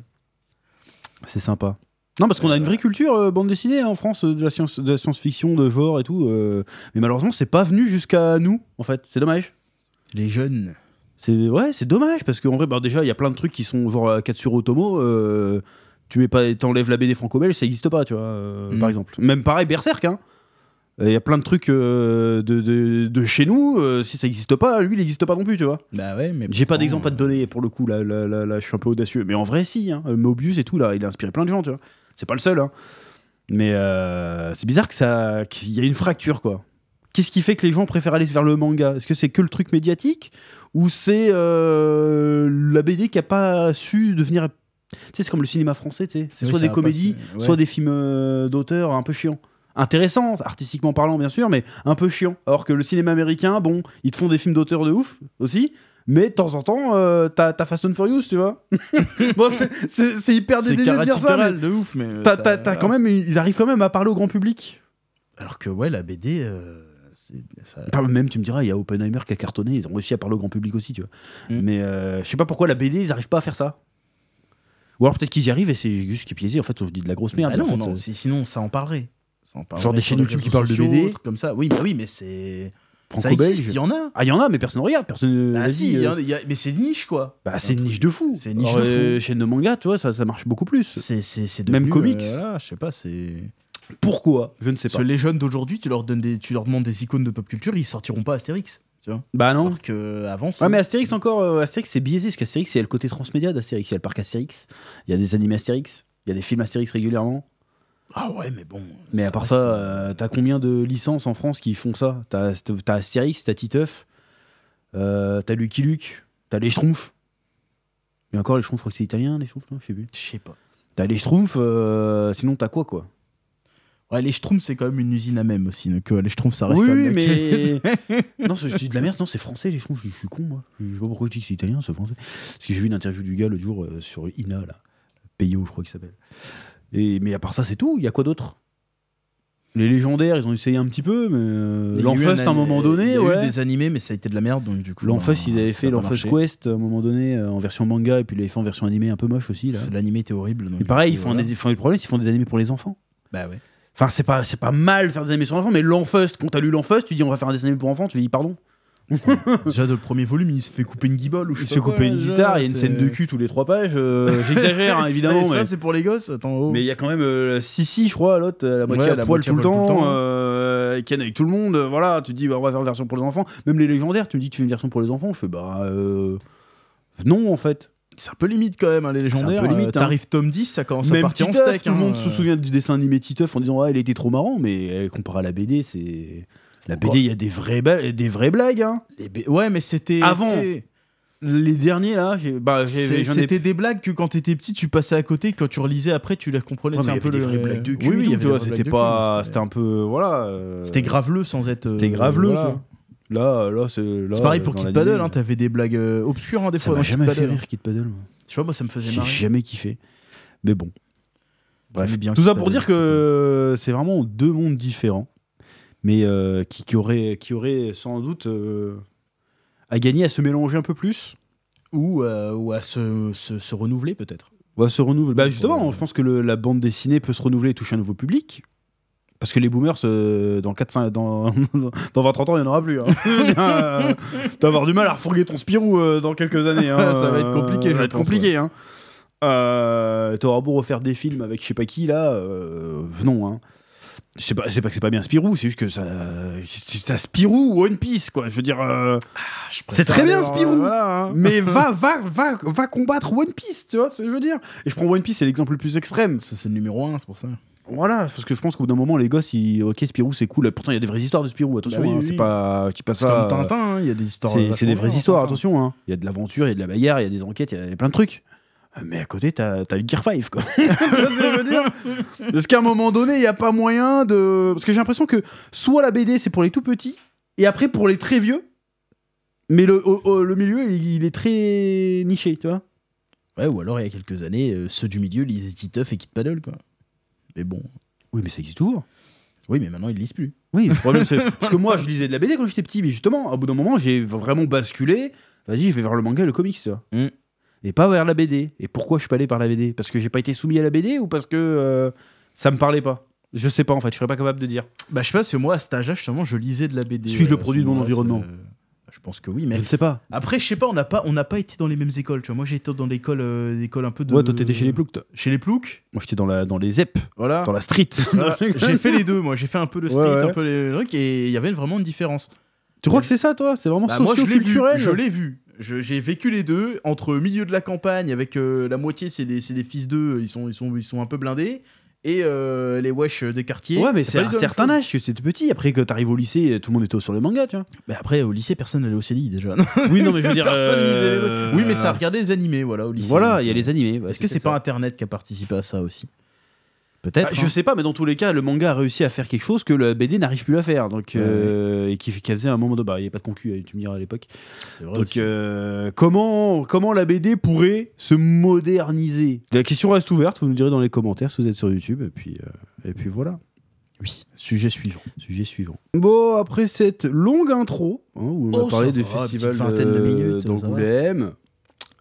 S1: C'est sympa. Non, parce qu'on a une vraie culture euh, bande dessinée hein, en France, euh, de la science- de la science-fiction, de genre et tout. euh, mais malheureusement, c'est pas venu jusqu'à nous, en fait. C'est dommage.
S2: Les jeunes.
S1: C'est ouais, c'est dommage parce qu'en vrai, bah, déjà, il y a plein de trucs qui sont genre à 4 sur Otomo. euh, tu mets pas, t'enlèves la BD franco-belge, ça existe pas, tu vois, euh,
S2: Mm.
S1: par exemple. Même pareil, Berserk, hein. Il y a plein de trucs euh, de, de- de chez nous. euh, si ça existe pas, lui, il n'existe pas non plus, tu vois.
S2: Bah ouais, mais.
S1: J'ai pas
S2: pourtant,
S1: d'exemple à te
S2: euh,
S1: donner pour le coup. Là, là, là, là, je suis un peu audacieux. Mais en vrai, si. Hein. Euh, Mobius et tout, là, il a inspiré plein de gens, tu vois. C'est pas le seul. Hein. Mais euh, c'est bizarre que ça, qu'il y a une fracture, quoi. Qu'est-ce qui fait que les gens préfèrent aller vers le manga Est-ce que c'est que le truc médiatique ou c'est euh, la BD qui a pas su devenir. Tu sais, c'est comme le cinéma français, tu sais. C'est
S2: oui,
S1: soit
S2: ça
S1: des
S2: va pas
S1: comédies,
S2: se- ouais.
S1: soit des films euh, d'auteur un peu chiants. Intéressants, artistiquement parlant, bien sûr, mais un peu chiants. Alors que le cinéma américain, bon, ils te font des films d'auteur de ouf aussi, mais de temps en temps, euh, t'as t'as Fast and Furious, tu vois. bon, c'est- c'est c'est hyper
S2: C'est
S1: dédaigneux de dire ça, mais
S2: caricatural de ouf, mais.
S1: t'as-
S2: ça-
S1: t'as- t'as quand même, ils arrivent quand même à parler au grand public.
S2: Alors que, ouais, la BD. euh, c'est- ça-
S1: Enfin, Même, tu me diras, il y a Oppenheimer qui a cartonné, ils ont réussi à parler au grand public aussi, tu vois.
S2: Mm.
S1: Mais euh, je sais pas pourquoi la BD, ils arrivent pas à faire ça. Ou alors peut-être qu'ils y arrivent et c'est juste qui piésaient, en fait, je dis de la grosse merde.
S2: Bah
S1: en
S2: non,
S1: fait,
S2: non,
S1: euh,
S2: si- sinon ça en parlerait. Ça en parlerait
S1: Genre des
S2: sur
S1: chaînes
S2: les
S1: YouTube
S2: réseaux
S1: qui parlent de
S2: sociaux,
S1: BD.
S2: trucs comme ça. Oui, bah oui, mais c'est ça
S1: euh, franco-belge.
S2: existe, il y en a.
S1: Ah, il y en a, mais personne ne regarde, personne.
S2: Ah
S1: vas-y,
S2: si, il y
S1: euh,
S2: en a- il y a- mais c'est niche quoi.
S1: Bah, c'est une niche de fou.
S2: C'est une niche
S1: Alors,
S2: de fou.
S1: euh, chaîne de manga, tu vois, ça, ça marche beaucoup plus.
S2: C'est c'est c'est
S1: Même
S2: devenu,
S1: comics.
S2: euh, voilà, je sais pas, c'est
S1: Pourquoi Je ne sais
S2: Parce
S1: pas.
S2: que les jeunes d'aujourd'hui, tu leur donnes des, tu leur demandes des icônes de pop culture, ils sortiront pas Astérix. Tu vois.
S1: Bah non.
S2: Alors que euh, avant, c'est-
S1: Ouais, mais Astérix encore, euh, Astérix c'est biaisé parce qu'Astérix il y a le côté transmédia d'Astérix, il y a le parc Astérix, il y a des animés Astérix, il y a des films Astérix régulièrement.
S2: ah ouais, mais bon.
S1: Mais à part
S2: reste,
S1: ça,
S2: euh,
S1: euh, t'as combien de licences en France qui font ça T'as t'as Astérix, t'as Titeuf, euh, t'as Lucky Luke, t'as les Schtroumpfs. Mais encore les Schtroumpfs, je crois que c'est italien, les Schtroumpfs, non je sais plus.
S2: je sais pas.
S1: T'as les Schtroumpfs, euh, sinon t'as quoi quoi
S2: Ouais, les Schtroumpfs, c'est quand même une usine à même aussi. Donc euh, les Schtroumpfs, ça reste quand même d'actualité.
S1: non, je dis de la merde, non, c'est français, les Schtroumpfs, je suis con, moi. Je sais pas pourquoi je dis que c'est italien, c'est français. Parce que j'ai vu une interview du gars l'autre jour euh, sur Ina, là. Peyo, je crois qu'il s'appelle. Et, mais à part ça, c'est tout. Il y a quoi d'autre Les légendaires, ils ont essayé un petit peu, mais. euh,
S2: Il y a eu
S1: L'Enfest, à un moment
S2: Il
S1: donné,
S2: y a eu
S1: ouais.
S2: des animés, mais ça a été de la merde. Donc du coup.
S1: L'Enfest,
S2: ben,
S1: ils avaient
S2: ça
S1: fait
S2: a pas
S1: l'Enfest
S2: marché.
S1: Quest à un moment donné euh, en version manga, et puis ils l'avaient fait en version animée un peu moche aussi, là.
S2: C'est- L'animé était horrible. donc
S1: Et
S2: du
S1: pareil,
S2: coup,
S1: ils font
S2: voilà.
S1: des, enfin, le problème, c'est qu'ils font des animés pour les enfants.
S2: Bah ouais.
S1: Enfin, c'est pas, c'est pas mal faire des animés sur enfants, mais l'Enfest, quand t'as lu l'Enfest, tu dis on va faire un dessin animé pour enfants, tu dis pardon.
S2: Déjà, dans le premier volume, il se fait couper une guibole ou je
S1: Il
S2: sais
S1: se fait
S2: pas
S1: couper
S2: quoi,
S1: une
S2: là,
S1: guitare, il y a une
S2: c'est-
S1: scène de cul tous les trois pages. euh, J'exagère hein, évidemment,
S2: Ça,
S1: mais
S2: c'est pour les gosses. Attends, oh.
S1: mais il y a quand même euh, Sissi, je crois, l'autre, euh, la moitié
S2: Ouais,
S1: à
S2: la
S1: poil
S2: moitié
S1: tout le
S2: à poil tout
S1: temps,
S2: le temps, ouais.
S1: euh, Ken avec tout le monde. euh, voilà, tu te dis bah, on va faire une version pour les enfants. Même les légendaires, tu me dis tu fais une version pour les enfants, je fais bah euh, non en fait.
S2: c'est un peu limite quand même, hein, les légendaires.
S1: peu limite,
S2: Euh,
S1: hein.
S2: T'arrives tome 10, Oh, ça commence à
S1: même
S2: partir en
S1: Titeuf,
S2: steak.
S1: tout le
S2: hein,
S1: monde
S2: euh.
S1: se souvient du dessin animé Titeuf en disant ah il était trop marrant, mais euh, comparé à la BD, c'est la
S2: Encore.
S1: BD il y a des vraies ba- des vraies blagues. hein.
S2: Les bé- Ouais, mais c'était.
S1: Avant.
S2: tu sais,
S1: Les derniers là, j'ai- bah, j'ai-
S2: c'est-
S1: j'en ai
S2: C'était des blagues que quand t'étais petit, tu passais à côté. Quand tu relisais après, tu les comprenais.
S1: Ouais,
S2: c'est
S1: mais
S2: un
S1: il y
S2: peu
S1: avait des
S2: le-
S1: vraies blagues de cul.
S2: Oui, oui, il y
S1: tu
S2: avait des
S1: vois,
S2: vraies
S1: c'était
S2: blagues de
S1: pas,
S2: cul,
S1: c'était un peu, voilà. euh,
S2: C'était graveleux sans être.
S1: C'était
S2: euh,
S1: graveleux.
S2: voilà.
S1: tu vois. Là, euh, là, c'est. là,
S2: C'est pareil pour
S1: dans
S2: Kid
S1: l'anime,
S2: Paddle, hein, t'avais des blagues euh, obscures hein, des
S1: Ça
S2: fois
S1: m'a
S2: dans Kid
S1: jamais fait
S2: Paddle.
S1: rire Kid Paddle. moi.
S2: Tu vois, moi ça me faisait
S1: J'ai
S2: marrer.
S1: jamais kiffé. Mais bon. Bref,
S2: J'aimais bien
S1: tout
S2: Kid
S1: ça pour
S2: Paddle,
S1: dire que c'est vraiment deux mondes différents, mais euh, qui, qui auraient, qui auraient sans doute euh, à gagner à se mélanger un peu plus.
S2: Ou, euh, ou à se, se, se renouveler peut-être.
S1: ou à se renouveler. Bah justement,
S2: Ouais.
S1: je pense que le- la bande dessinée peut se renouveler et toucher un nouveau public. Parce que les boomers, euh, dans, 4, 5, dans, dans 20-30 ans, il n'y en aura plus. Hein. Euh, T'as avoir du mal à refourguer ton Spirou euh, dans quelques années. hein.
S2: Ça va être compliqué,
S1: Ça
S2: je
S1: va être
S2: pense,
S1: compliqué. Hein. Euh, T'auras beau refaire des films avec je sais pas qui, là. euh, non, hein. Je sais pas, je sais pas que c'est pas bien Spirou, c'est juste que ça. ça Spirou ou One Piece, quoi. Je veux dire. euh,
S2: Ah,
S1: c'est très bien
S2: euh,
S1: Spirou!
S2: hein.
S1: Mais va, va, va, va combattre One Piece, tu vois ce que je veux dire Et je prends One Piece, c'est l'exemple le plus extrême.
S2: Ça, c'est le numéro 1, c'est pour ça.
S1: Voilà, parce que je pense qu'au bout d'un moment, les gosses, ils... ok, Spirou, c'est cool. Pourtant, il y a des vraies histoires de Spirou, attention,
S2: Bah oui,
S1: hein,
S2: oui,
S1: c'est
S2: oui.
S1: pas... Je dis pas
S2: C'est comme
S1: ça...
S2: Tintin, hein, il y a des histoires.
S1: C'est,
S2: vachement
S1: c'est des vraies
S2: bien,
S1: histoires,
S2: Tintin.
S1: attention. hein. Il y a de l'aventure, il y a de la bagarre, il y a des enquêtes, il y a- il y a plein de trucs. Euh, Mais à côté, t'as, t'as le Gear 5, quoi. Tu vois ce que je veux dire Parce qu'à un moment donné, il n'y a pas moyen de. Parce que j'ai l'impression que soit la BD, c'est pour les tout petits, et après pour les très vieux. Mais le, au- au- le milieu, il, il est très niché, tu vois.
S2: Ouais, ou alors il y a quelques années, euh, ceux du milieu lisaient Titeuf et Kid Paddle, quoi. Mais bon.
S1: Oui, mais ça existe toujours.
S2: Oui, mais maintenant ils lisent plus.
S1: Oui, le problème, c'est. Parce que moi, je lisais de la BD quand j'étais petit, mais justement, au bout d'un moment, j'ai vraiment basculé. Vas-y, je vais vers le manga et le comics, tu vois.
S2: Mm.
S1: Et pas vers la BD. Et pourquoi je suis pas allé par la BD Parce que j'ai pas été soumis à la BD ou parce que euh, ça me parlait pas Je sais pas, en fait, je serais pas capable de dire.
S2: Bah, je sais pas, parce que moi, à cet âge-là, justement, je lisais de la BD.
S1: Suis-je le
S2: euh, à ce
S1: produit de mon
S2: moment-là,
S1: environnement
S2: c'est, euh, Je pense que oui, mais.
S1: sais pas.
S2: Après, je sais pas, on n'a pas, on n'a pas été dans les mêmes écoles, tu vois. Moi, j'ai été dans l'école, euh, école un peu de.
S1: Ouais, toi, t'étais chez les ploucs, toi.
S2: Chez les ploucs, Ah.
S1: Moi, j'étais dans, la, dans les ZEP,
S2: voilà.
S1: dans la street.
S2: Voilà. j'ai fait les deux, moi. J'ai fait un peu le
S1: Ouais,
S2: street,
S1: ouais.
S2: un peu les trucs, et il y avait vraiment une différence.
S1: Tu crois que c'est ça, toi C'est vraiment
S2: Bah, moi, je l'ai vu.
S1: socio-culturel
S2: Je l'ai vu. Je- J'ai vécu les deux entre milieu de la campagne avec euh, la moitié, c'est des, c'est des fils d'eux, ils sont, ils, sont, ils sont un peu blindés, et euh, les wesh des quartiers.
S1: Ouais, mais
S2: c'était
S1: c'est
S2: pas hein.
S1: à un
S2: du tout la même
S1: certain
S2: chose.
S1: âge, que c'était petit. Après que t'arrives au lycée, tout le monde était sur les mangas, tu vois.
S2: Mais après, au lycée, personne n'allait au CDI déjà.
S1: Oui, non, mais je veux dire.
S2: personne lisait les
S1: euh,
S2: deux. Oui, mais ça regardait les animés, voilà, au lycée.
S1: Voilà,
S2: Donc,
S1: il y a les animés. ouais,
S2: Est-ce que c'est
S1: ça.
S2: pas Internet qui a participé à ça aussi Peut-être.
S1: Ah, Bah, Je
S2: hein.
S1: sais pas, mais dans tous les cas, le manga a réussi à faire quelque chose que le BD n'arrive plus à faire. Donc,
S2: Ouais,
S1: euh, Et qui, qui faisait un moment de. Bah, il n'y avait pas de concu, euh, tu me diras à l'époque.
S2: C'est vrai.
S1: Donc,
S2: aussi.
S1: euh, comment, comment la BD pourrait se moderniser La question reste ouverte, vous nous direz dans les commentaires si vous êtes sur YouTube. Et puis, euh, et puis voilà,
S2: Oui, sujet suivant.
S1: sujet suivant. Bon, après cette longue intro, hein, où on
S2: Oh,
S1: va parler
S2: ça
S1: du
S2: va, petite
S1: festival
S2: vingtaine de
S1: de-
S2: minutes, ça va.
S1: d'Angoulême,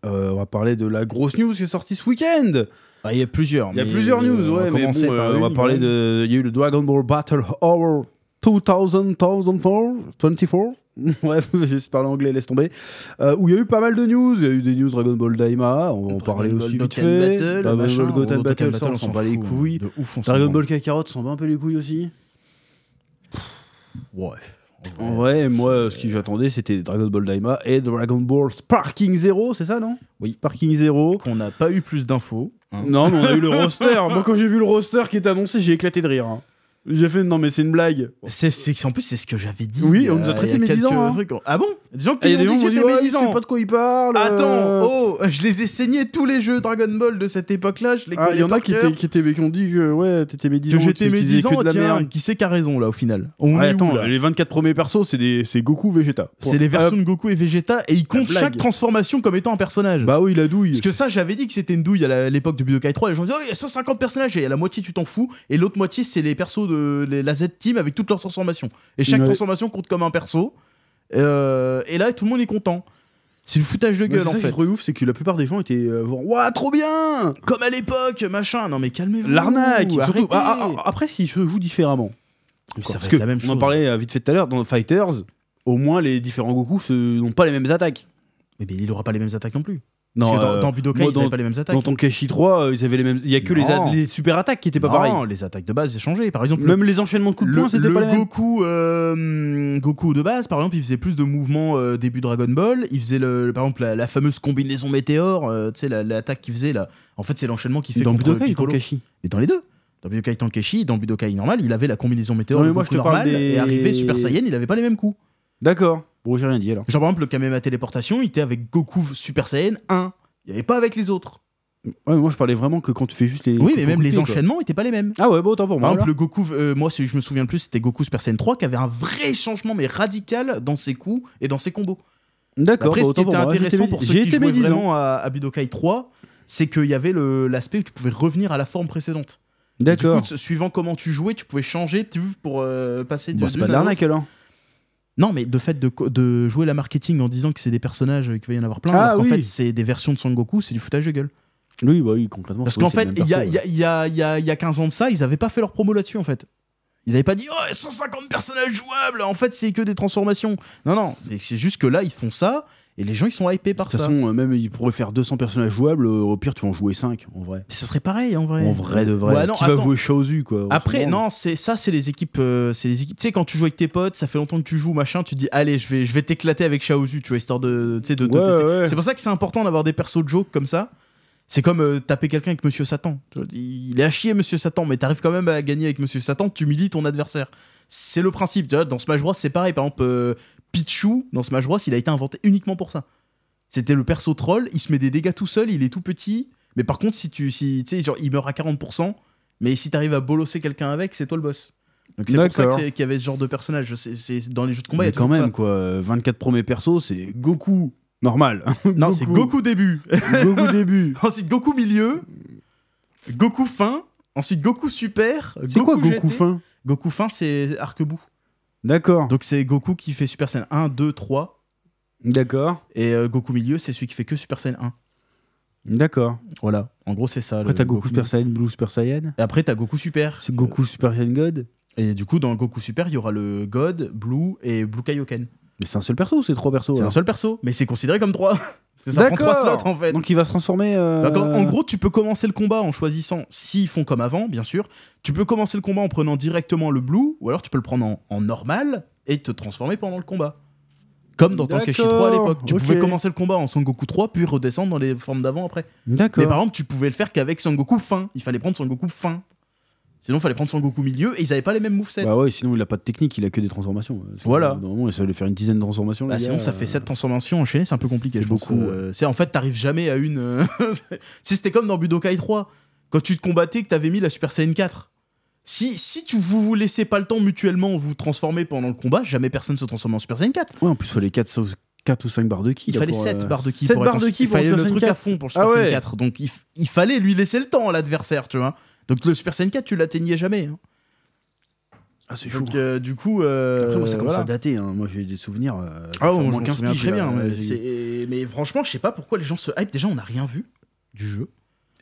S1: euh, on va parler de la grosse news qui est sortie ce week-end.
S2: Ah, il y a plusieurs.
S1: Il y a
S2: mais,
S1: plusieurs
S2: euh,
S1: news,
S2: on va
S1: ouais, mais
S2: commencer
S1: bon,
S2: par
S1: euh, on va
S2: une,
S1: parler
S2: ouais.
S1: de. Il y a eu le Dragon Ball Battle Hour 2000, 2004, 24, Bref, je parle anglais, laisse tomber. Euh, où il y a eu pas mal de news. Il y a eu des news Dragon Ball Daima, on va en
S2: Dragon
S1: parlait
S2: Ball
S1: aussi vite
S2: Dokkan
S1: fait.
S2: Battle,
S1: Dragon
S2: machin,
S1: Ball Goten
S2: Dokkan
S1: Battle, ça,
S2: Battle,
S1: on s'en bat les
S2: fout, hein,
S1: couilles.
S2: De ouf, on s'en
S1: Dragon
S2: bat.
S1: Ball Kakarot s'en bat un peu les couilles aussi.
S2: Ouais.
S1: En vrai, moi,
S2: c'est-
S1: ce que j'attendais, c'était Dragon Ball Daima et Dragon Ball Sparking Zero, c'est ça, non
S2: Oui.
S1: Sparking Zero.
S2: Qu'on n'a pas eu plus d'infos. hein.
S1: Non, mais on a eu le roster. Moi, quand j'ai vu le roster qui était annoncé, j'ai éclaté de rire. hein. J'ai fait, non, mais c'est une blague.
S2: C'est, c'est- en plus, c'est ce que j'avais dit.
S1: Oui, on
S2: euh,
S1: nous a traité
S2: il y
S1: médisants,
S2: quelques
S1: hein.
S2: trucs. Ah bon Des gens
S1: Et
S2: qui
S1: Il y a des gens
S2: m'ont
S1: qui
S2: dit que
S1: ont dit,
S2: j'étais
S1: ouais, je
S2: médisant.
S1: sais pas de quoi il parle.
S2: Attends,
S1: euh.
S2: oh, je les ai saignés tous les jeux Dragon Ball de cette époque-là, je les
S1: Ah,
S2: connais
S1: Il y en
S2: par
S1: a qui,
S2: cœur.
S1: étaient- qui, étaient- qui ont dit que ouais, t'étais médisant.
S2: que j'étais
S1: tu- tu disais
S2: médisant,
S1: que de la
S2: tiens,
S1: merde.
S2: qui sait qui a raison là au final On
S1: Ouais,
S2: est
S1: attends,
S2: où, là
S1: les 24 premiers persos, c'est des- c'est Goku, Vegeta.
S2: C'est les versions de Goku et Vegeta et ils comptent
S1: blague.
S2: chaque transformation comme étant un personnage.
S1: Ah, Bah oui, la douille.
S2: Parce que ça, j'avais dit que c'était une douille à la- à l'époque de Budokai 3. Les gens disaient, oh, il y a 150 personnages et à la moitié, tu t'en fous. Et l'autre moitié, c'est les persos de les- la Z-Team avec toutes leurs transformations. Et chaque
S1: Ouais.
S2: transformation compte comme un perso. Euh, et là, tout le monde est content. C'est le foutage de
S1: Mais
S2: gueule
S1: c'est
S2: en
S1: ça qui est
S2: fait.
S1: trop ouf, c'est que la plupart des gens étaient euh, genre, Ouah, trop bien
S2: Comme à l'époque, machin. Non, mais calmez-vous.
S1: L'arnaque
S2: Arrêtez.
S1: surtout. Ah, ah, ah, Après, si je joue différemment.
S2: Mais ça
S1: Parce
S2: va
S1: que
S2: être la même
S1: on
S2: chose.
S1: en parlait euh, vite fait tout à l'heure, dans Fighters, au moins les différents Goku se- n'ont pas les mêmes attaques.
S2: Mais, mais il aura pas les mêmes attaques non plus.
S1: Non,
S2: Parce que dans,
S1: euh,
S2: dans Budokai,
S1: moi,
S2: ils avaient
S1: dans-
S2: pas les mêmes attaques.
S1: dans Tankashi 3, euh, ils avaient les mêmes. Il y a que les, a-
S2: Non.
S1: les super attaques qui étaient pas pareilles.
S2: Non, les attaques de base, j'ai changé. Par exemple, le-
S1: Même les enchaînements de coups de poing, c'était
S2: le
S1: pas les mêmes.
S2: Goku, euh, Goku de base, par exemple, il faisait plus de mouvements euh, début Dragon Ball. Il faisait, le, le- par exemple, la, la fameuse combinaison météore, euh, tu sais, la- l'attaque qu'il faisait là. En fait, c'est l'enchaînement qu'il fait
S1: Dans
S2: contre
S1: Budokai,
S2: Piccolo.
S1: Tankashi.
S2: Mais dans les deux. Dans Budokai Tankeshi, dans Budokai normal, il avait la combinaison météore
S1: Non, mais
S2: de
S1: moi,
S2: Goku
S1: je te parle
S2: normal.
S1: des-
S2: Et arrivé Super Saiyan, il avait pas les mêmes coups.
S1: D'accord. Bon, j'ai rien dit alors.
S2: Genre, par exemple, le Kamema Téléportation, il était avec Goku Super Saiyan 1. Il n'y avait pas avec les autres.
S1: Ouais, mais moi je parlais vraiment que quand tu fais juste les.
S2: Oui,
S1: coups
S2: mais
S1: de
S2: même
S1: coups de
S2: les
S1: pied, quoi.
S2: enchaînements n'étaient pas les mêmes.
S1: Ah ouais, bon, autant pour
S2: Par
S1: moi.
S2: exemple, le Goku, euh, moi, si je me souviens plus, c'était Goku Super Saiyan 3 qui avait un vrai changement, mais radical, dans ses coups et dans ses combos.
S1: voilà. D'accord.
S2: Après,
S1: bah,
S2: ce qui
S1: autant
S2: était
S1: pour moi.
S2: intéressant
S1: J'étais-
S2: pour ceux
S1: j'ai
S2: qui
S1: été
S2: jouaient
S1: médisant.
S2: vraiment à, à Budokai 3, c'est qu'il y avait le- l'aspect où tu pouvais revenir à la forme précédente. Et Du
S1: D'accord.
S2: coup, suivant comment tu jouais, tu pouvais changer tu vois, pour euh, passer de.
S1: Bon, c'est
S2: d'une
S1: pas de
S2: à l'autre.
S1: l'arnaque alors.
S2: Non, mais de fait de, co- de jouer la marketing en disant que c'est des personnages euh, qu'il va y en avoir plein,
S1: Ah,
S2: alors qu'en
S1: oui.
S2: fait c'est des versions de Son Goku, c'est du foutage de gueule.
S1: Oui, bah oui, concrètement.
S2: Parce
S1: oui,
S2: qu'en
S1: c'est le
S2: fait,
S1: même
S2: il y a,
S1: perso,
S2: il y a- il y a- il y a- il y a 15 ans de ça, ils n'avaient pas fait leur promo là-dessus, en fait. Ils n'avaient pas dit Oh, 150 personnages jouables En fait, c'est que des transformations. Non, non, c'est- c'est juste que là, ils font ça et les gens, ils sont hypés par
S1: De toute
S2: ça.
S1: façon, euh, même ils pourraient faire 200 personnages jouables, euh, au pire tu vas en jouer 5 en vrai.
S2: Mais ce serait pareil, en vrai.
S1: En vrai de vrai.
S2: Ouais, non,
S1: qui va
S2: attends.
S1: jouer Chaozu quoi on se
S2: Après,
S1: demande.
S2: non, c'est ça, c'est les équipes. euh, c'est les équipes. Tu sais, quand tu joues avec tes potes, ça fait longtemps que tu joues, machin, tu te dis Allez, je vais, je vais t'éclater avec Shaozu, tu vois, histoire de, tu sais, de, de
S1: Ouais,
S2: tester.
S1: ouais.
S2: C'est pour ça que c'est important d'avoir des persos de joke comme ça. C'est comme euh, taper quelqu'un avec Monsieur Satan. Tu vois, Il est à chier Monsieur Satan, mais t'arrives quand même à gagner avec Monsieur Satan, tu humilies ton adversaire. C'est le principe. Tu vois, dans Smash Bros, c'est pareil. Par exemple, euh, Pichu, dans Smash Bros, il a été inventé uniquement pour ça. C'était le perso troll, il se met des dégâts tout seul, il est tout petit. Mais par contre, si tu si, tu sais, genre, il meurt à 40%, mais si t'arrives à bolosser quelqu'un avec, c'est toi le boss. Donc c'est pour ça que
S1: D'accord.
S2: c'est- qu'il y avait ce genre de personnage. Je sais- c'est- dans les jeux de combat, il y
S1: Mais
S2: a
S1: quand
S2: toujours
S1: même quoi, euh, 24 premiers persos, c'est Goku normal.
S2: ça. Non, c'est Goku début.
S1: Goku début.
S2: Ensuite Goku milieu, Goku fin, ensuite Goku super,
S1: C'est quoi Goku
S2: GT.
S1: fin
S2: Goku fin c'est Arc-Bout.
S1: D'accord.
S2: Donc c'est Goku qui fait Super Saiyan 1 2 3
S1: D'accord.
S2: et euh, Goku milieu c'est celui qui fait que Super Saiyan 1.
S1: D'accord.
S2: Voilà, en gros c'est ça
S1: Après
S2: Ah, le Euh.
S1: t'as Goku Super
S2: milieu.
S1: Saiyan, Blue Super Saiyan.
S2: Et après t'as Goku super. Euh,
S1: C'est Goku Super Saiyan God.
S2: Et du coup dans Goku super, il y aura le God, Blue et Blue Kaioken.
S1: Mais c'est un seul perso ou c'est trois persos
S2: C'est un
S1: alors
S2: seul perso, mais c'est considéré comme 3. ça prend 3
S1: D'accord.
S2: slots en fait.
S1: Donc il va se transformer. euh,
S2: Donc, en- en gros, tu peux commencer le combat en choisissant, s'ils font comme avant, bien sûr, tu peux commencer le combat en prenant directement le blue, ou alors tu peux le prendre en, en normal et te transformer pendant le combat. Comme dans Tankashi 3 à
S1: D'accord,
S2: l'époque. Tu
S1: ok.
S2: pouvais commencer le combat en Sangoku 3, puis redescendre dans les formes d'avant après. Mais par
S1: D'accord.
S2: exemple, tu pouvais le faire qu'avec Sangoku fin. Il fallait prendre Sangoku fin. Sinon, il fallait prendre Sangoku milieu, et ils n'avaient pas les mêmes movesets.
S1: Bah ouais, sinon il a pas de technique, il a que des transformations.
S2: Voilà.
S1: Normalement, il fallait faire une dizaine de transformations.
S2: Bah,
S1: les
S2: sinon,
S1: gars,
S2: ça
S1: euh.
S2: fait 7 transformations enchaînées, c'est un peu compliqué,
S1: c'est
S2: je pense.
S1: beaucoup,
S2: Euh, c'est, en fait, t'arrives jamais à une. euh, si c'était comme dans Budokai 3, quand tu te combattais, que t'avais mis la Super Saiyan 4. Si, si tu, vous vous laissez pas le temps mutuellement vous transformer pendant le combat, jamais personne se transforme en Super Saiyan 4.
S1: Ouais, en plus, il fallait 4, sau- 4 ou 5 barres de ki.
S2: Il
S1: là,
S2: fallait
S1: pour,
S2: 7
S1: euh,
S2: barres de ki
S1: sept
S2: pour
S1: barres
S2: être en-
S1: de ki
S2: Il
S1: pour
S2: fallait
S1: le
S2: le
S1: Super
S2: truc
S1: Saiyan
S2: à fond pour le
S1: Ah
S2: Super Saiyan
S1: ouais.
S2: 4. Donc il, f- il fallait lui laisser le temps à l'adversaire, tu vois. Donc le Super Saiyan 4, tu l'atteignais jamais. hein.
S1: Ah, c'est chaud.
S2: Donc euh, du coup. euh,
S1: Après, moi, ça commence
S2: voilà.
S1: à dater. hein. Moi, j'ai des souvenirs. euh, enfin,
S2: Ah ouais,
S1: au moins
S2: moi, je m'en
S1: 15
S2: souviens
S1: piges,
S2: très
S1: là,
S2: bien.
S1: euh,
S2: Mais,
S1: j'ai-
S2: c'est- mais franchement, je sais pas pourquoi les gens se hype. Déjà, on n'a rien vu du jeu.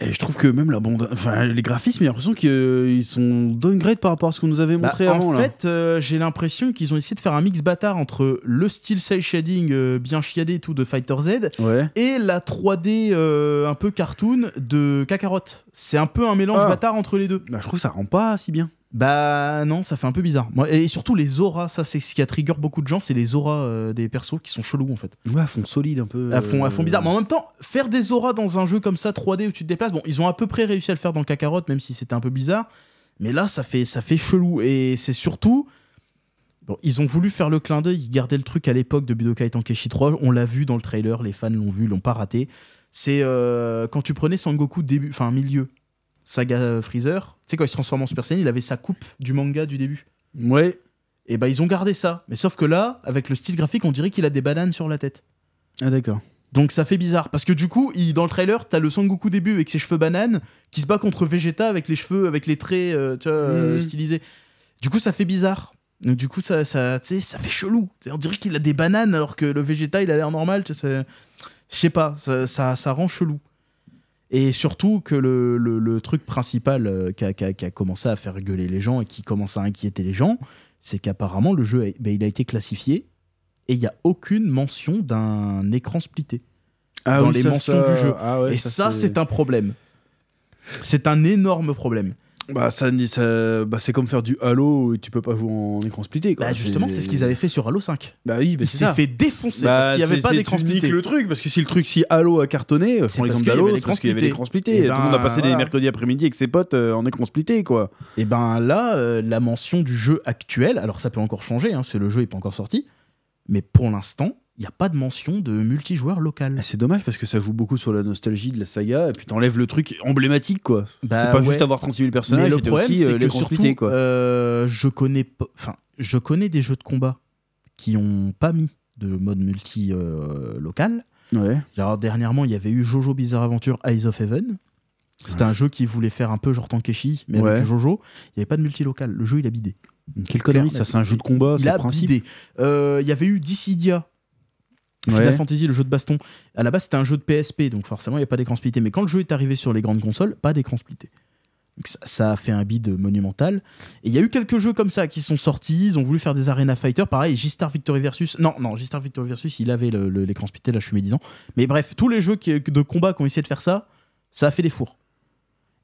S1: Et je trouve que même la bande, enfin les graphismes, j'ai l'impression qu'ils sont downgrade par rapport à ce qu'on nous avait
S2: Bah,
S1: montré avant.
S2: en
S1: là.
S2: fait, euh, j'ai l'impression qu'ils ont essayé de faire un mix bâtard entre le style cel shading euh, bien chiadé et tout de Fighter Z
S1: ouais.
S2: et la 3D euh, un peu cartoon de Kakarot. C'est un peu un mélange
S1: Ah.
S2: bâtard entre les deux.
S1: Bah, je trouve que ça rend pas si bien.
S2: Bah non, ça fait un peu bizarre. Moi, Et surtout les auras, ça c'est ce qui a trigger beaucoup de gens, c'est les auras euh, des persos qui sont chelous en fait.
S1: Ouais, à fond solide un peu.
S2: À fond, à
S1: euh,
S2: fond bizarre. Mais en même temps, faire des auras dans un jeu comme ça 3D où tu te déplaces, bon, ils ont à peu près réussi à le faire dans Kakarot, même si c'était un peu bizarre. Mais là, ça fait, ça fait chelou. Et c'est surtout. Bon, ils ont voulu faire le clin d'œil, ils gardaient le truc à l'époque de Budokai Tenkaichi 3. On l'a vu dans le trailer, les fans l'ont vu, l'ont pas raté. C'est euh, quand tu prenais Sangoku début, enfin milieu, saga euh, Freezer, tu sais, quand il se transforme en Super Saiyan, il avait sa coupe du manga du début.
S1: euh, Ouais.
S2: Et bah, ils ont gardé ça. Mais sauf que là, avec le style graphique, on dirait qu'il a des bananes sur la tête.
S1: Ah d'accord.
S2: Donc ça fait bizarre parce que du coup, il- dans le trailer, t'as le Sangoku début avec ses cheveux bananes qui se bat contre Vegeta avec les cheveux, avec les traits, euh, tu vois, euh,
S1: Mhm.
S2: stylisés. Du coup, ça fait bizarre. Donc du coup, ça, ça, tu sais, ça fait chelou. C'est- On dirait qu'il a des bananes alors que le Vegeta, il a l'air normal. Tu sais, ça- je sais pas, ça, ça, ça rend chelou. Et surtout que le, le- le truc principal euh, qui a, qui a- qui a commencé à faire gueuler les gens et qui commence à inquiéter les gens, c'est qu'apparemment le jeu, a- ben, il a été classifié et il n'y a aucune mention d'un écran splitté.
S1: Ah,
S2: Dans
S1: oui,
S2: les
S1: ça,
S2: mentions
S1: ça-
S2: du jeu.
S1: Ah ouais,
S2: et ça, c'est un problème. C'est un énorme problème.
S1: Bah, ça, ça- bah, c'est comme faire du Halo où tu peux pas jouer en écran splitté. Quoi.
S2: Bah, justement, c'est ce qu'ils avaient fait sur Halo 5.
S1: Bah oui, mais
S2: Il
S1: c'est
S2: s'est
S1: ça.
S2: fait défoncer
S1: Bah,
S2: parce qu'il n'y avait
S1: c'est-
S2: pas
S1: c'est-
S2: d'écran
S1: tu niques
S2: splitté.
S1: le truc, parce que si le truc, si Halo a cartonné, euh,
S2: C'est
S1: prends l'exemple
S2: parce qu'il y avait
S1: d'Halo, c'est
S2: l'écran
S1: parce qu'il y avait
S2: splitté.
S1: l'écran splitté. Eh
S2: Et
S1: Tout le monde a
S2: ben,
S1: passé des
S2: voilà.
S1: mercredis après-midi avec ses potes euh, en écran splitté, quoi.
S2: Et ben là, euh, la mention du jeu actuel, alors ça peut encore changer, hein, parce que le jeu n'est pas encore sorti, mais pour l'instant, il n'y a pas de mention de multijoueur
S1: Ah,
S2: local.
S1: C'est dommage parce que ça joue beaucoup sur la nostalgie de la saga et puis t'enlèves le truc emblématique quoi.
S2: Bah
S1: c'est pas
S2: ouais.
S1: juste avoir 36 000 personnages,
S2: mais le
S1: c'était
S2: problème,
S1: aussi euh,
S2: c'est
S1: les
S2: que
S1: grands
S2: surtout,
S1: splittés, quoi.
S2: euh, je connais, pas- enfin, je connais des jeux de combat qui n'ont pas mis de mode multi euh, local.
S1: Ouais.
S2: Alors dernièrement, il y avait eu Jojo Bizarre Adventure Eyes of Heaven. C'était un jeu qui voulait faire un peu genre Tankeshi, mais
S1: Ouais.
S2: avec Jojo, il n'y avait pas de multilocal. Le jeu, il a bidé.
S1: Quelle connerie,
S2: Claire,
S1: ça c'est un jeu de combat,
S2: il
S1: c'est
S2: a
S1: le principe.
S2: bidé. Euh, Il y avait eu Dissidia.
S1: Ouais.
S2: Final Fantasy, le jeu de baston. À la base, c'était un jeu de PSP, donc forcément, il n'y a pas d'écran splitté. Mais quand le jeu est arrivé sur les grandes consoles, pas d'écran splitté. Donc ça, ça a fait un bid monumental. Et il y a eu quelques jeux comme ça qui sont sortis. Ils ont voulu faire des Arena Fighter. Pareil, G-Star Victory Versus. Non, non, G-Star Victory Versus, il avait le- le- l'écran splitté, là, je suis médisant. Mais bref, tous les jeux qui- de combat qui ont essayé de faire ça, ça a fait des fours.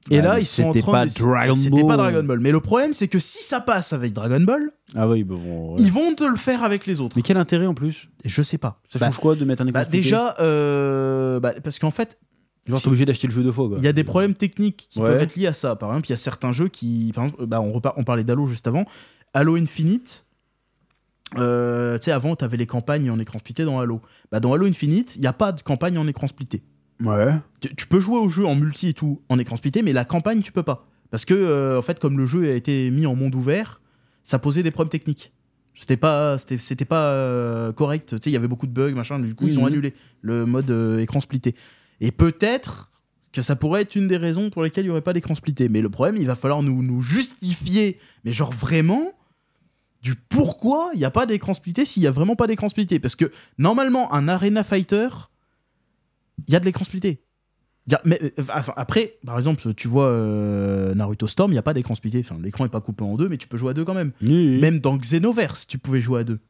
S2: Et
S1: Ouais,
S2: là,
S1: Bah, mais
S2: ils sont en
S1: c'était
S2: train
S1: pas
S2: d'essayer-
S1: Dragon
S2: C'était pas
S1: Ball.
S2: Dragon Ball. Mais le problème, c'est que si ça passe avec Dragon Ball,
S1: Ah oui, bah bon. ouais.
S2: ils vont te le faire avec les autres.
S1: Mais quel intérêt en plus
S2: Et Je sais pas.
S1: Ça
S2: Bah,
S1: change quoi de mettre un écran
S2: bah,
S1: splitté
S2: déjà, euh, bah, parce qu'en fait,
S1: Genre,
S2: si-
S1: t'es obligé d'acheter le jeu deux fois quoi.
S2: il y a des problèmes techniques qui
S1: Ouais.
S2: peuvent être liés à ça. Par exemple, il y a certains jeux qui. Par exemple, bah, on, repart, on parlait d'Halo juste avant. Halo Infinite. euh, tu sais, avant, t'avais les campagnes en écran splitté dans Halo. Bah, dans Halo Infinite, il n'y a pas de campagne en écran splitté.
S1: Ouais.
S2: Tu, tu peux jouer au jeu en multi et tout en écran splitté, mais la campagne, tu peux pas. Parce que, euh, en fait, comme le jeu a été mis en monde ouvert, ça posait des problèmes techniques. C'était pas, c'était, c'était pas euh, correct. Tu sais, il y avait beaucoup de bugs, machin. Du coup, ils ont
S1: Mhm.
S2: annulé le mode euh, écran splitté. Et peut-être que ça pourrait être une des raisons pour lesquelles il y aurait pas d'écran splitté. Mais le problème, il va falloir nous, nous justifier, mais genre vraiment, du pourquoi il n'y a pas d'écran splitté s'il n'y a vraiment pas d'écran splitté. Parce que normalement, un Arena Fighter, il y a de l'écran splitté. Dire- Mais, euh, enfin, après, par exemple, tu vois euh, Naruto Storm, il n'y a pas d'écran splitté. Enfin, l'écran n'est pas coupé en deux, mais tu peux jouer à deux quand même. Même dans Xenoverse, tu pouvais jouer à deux.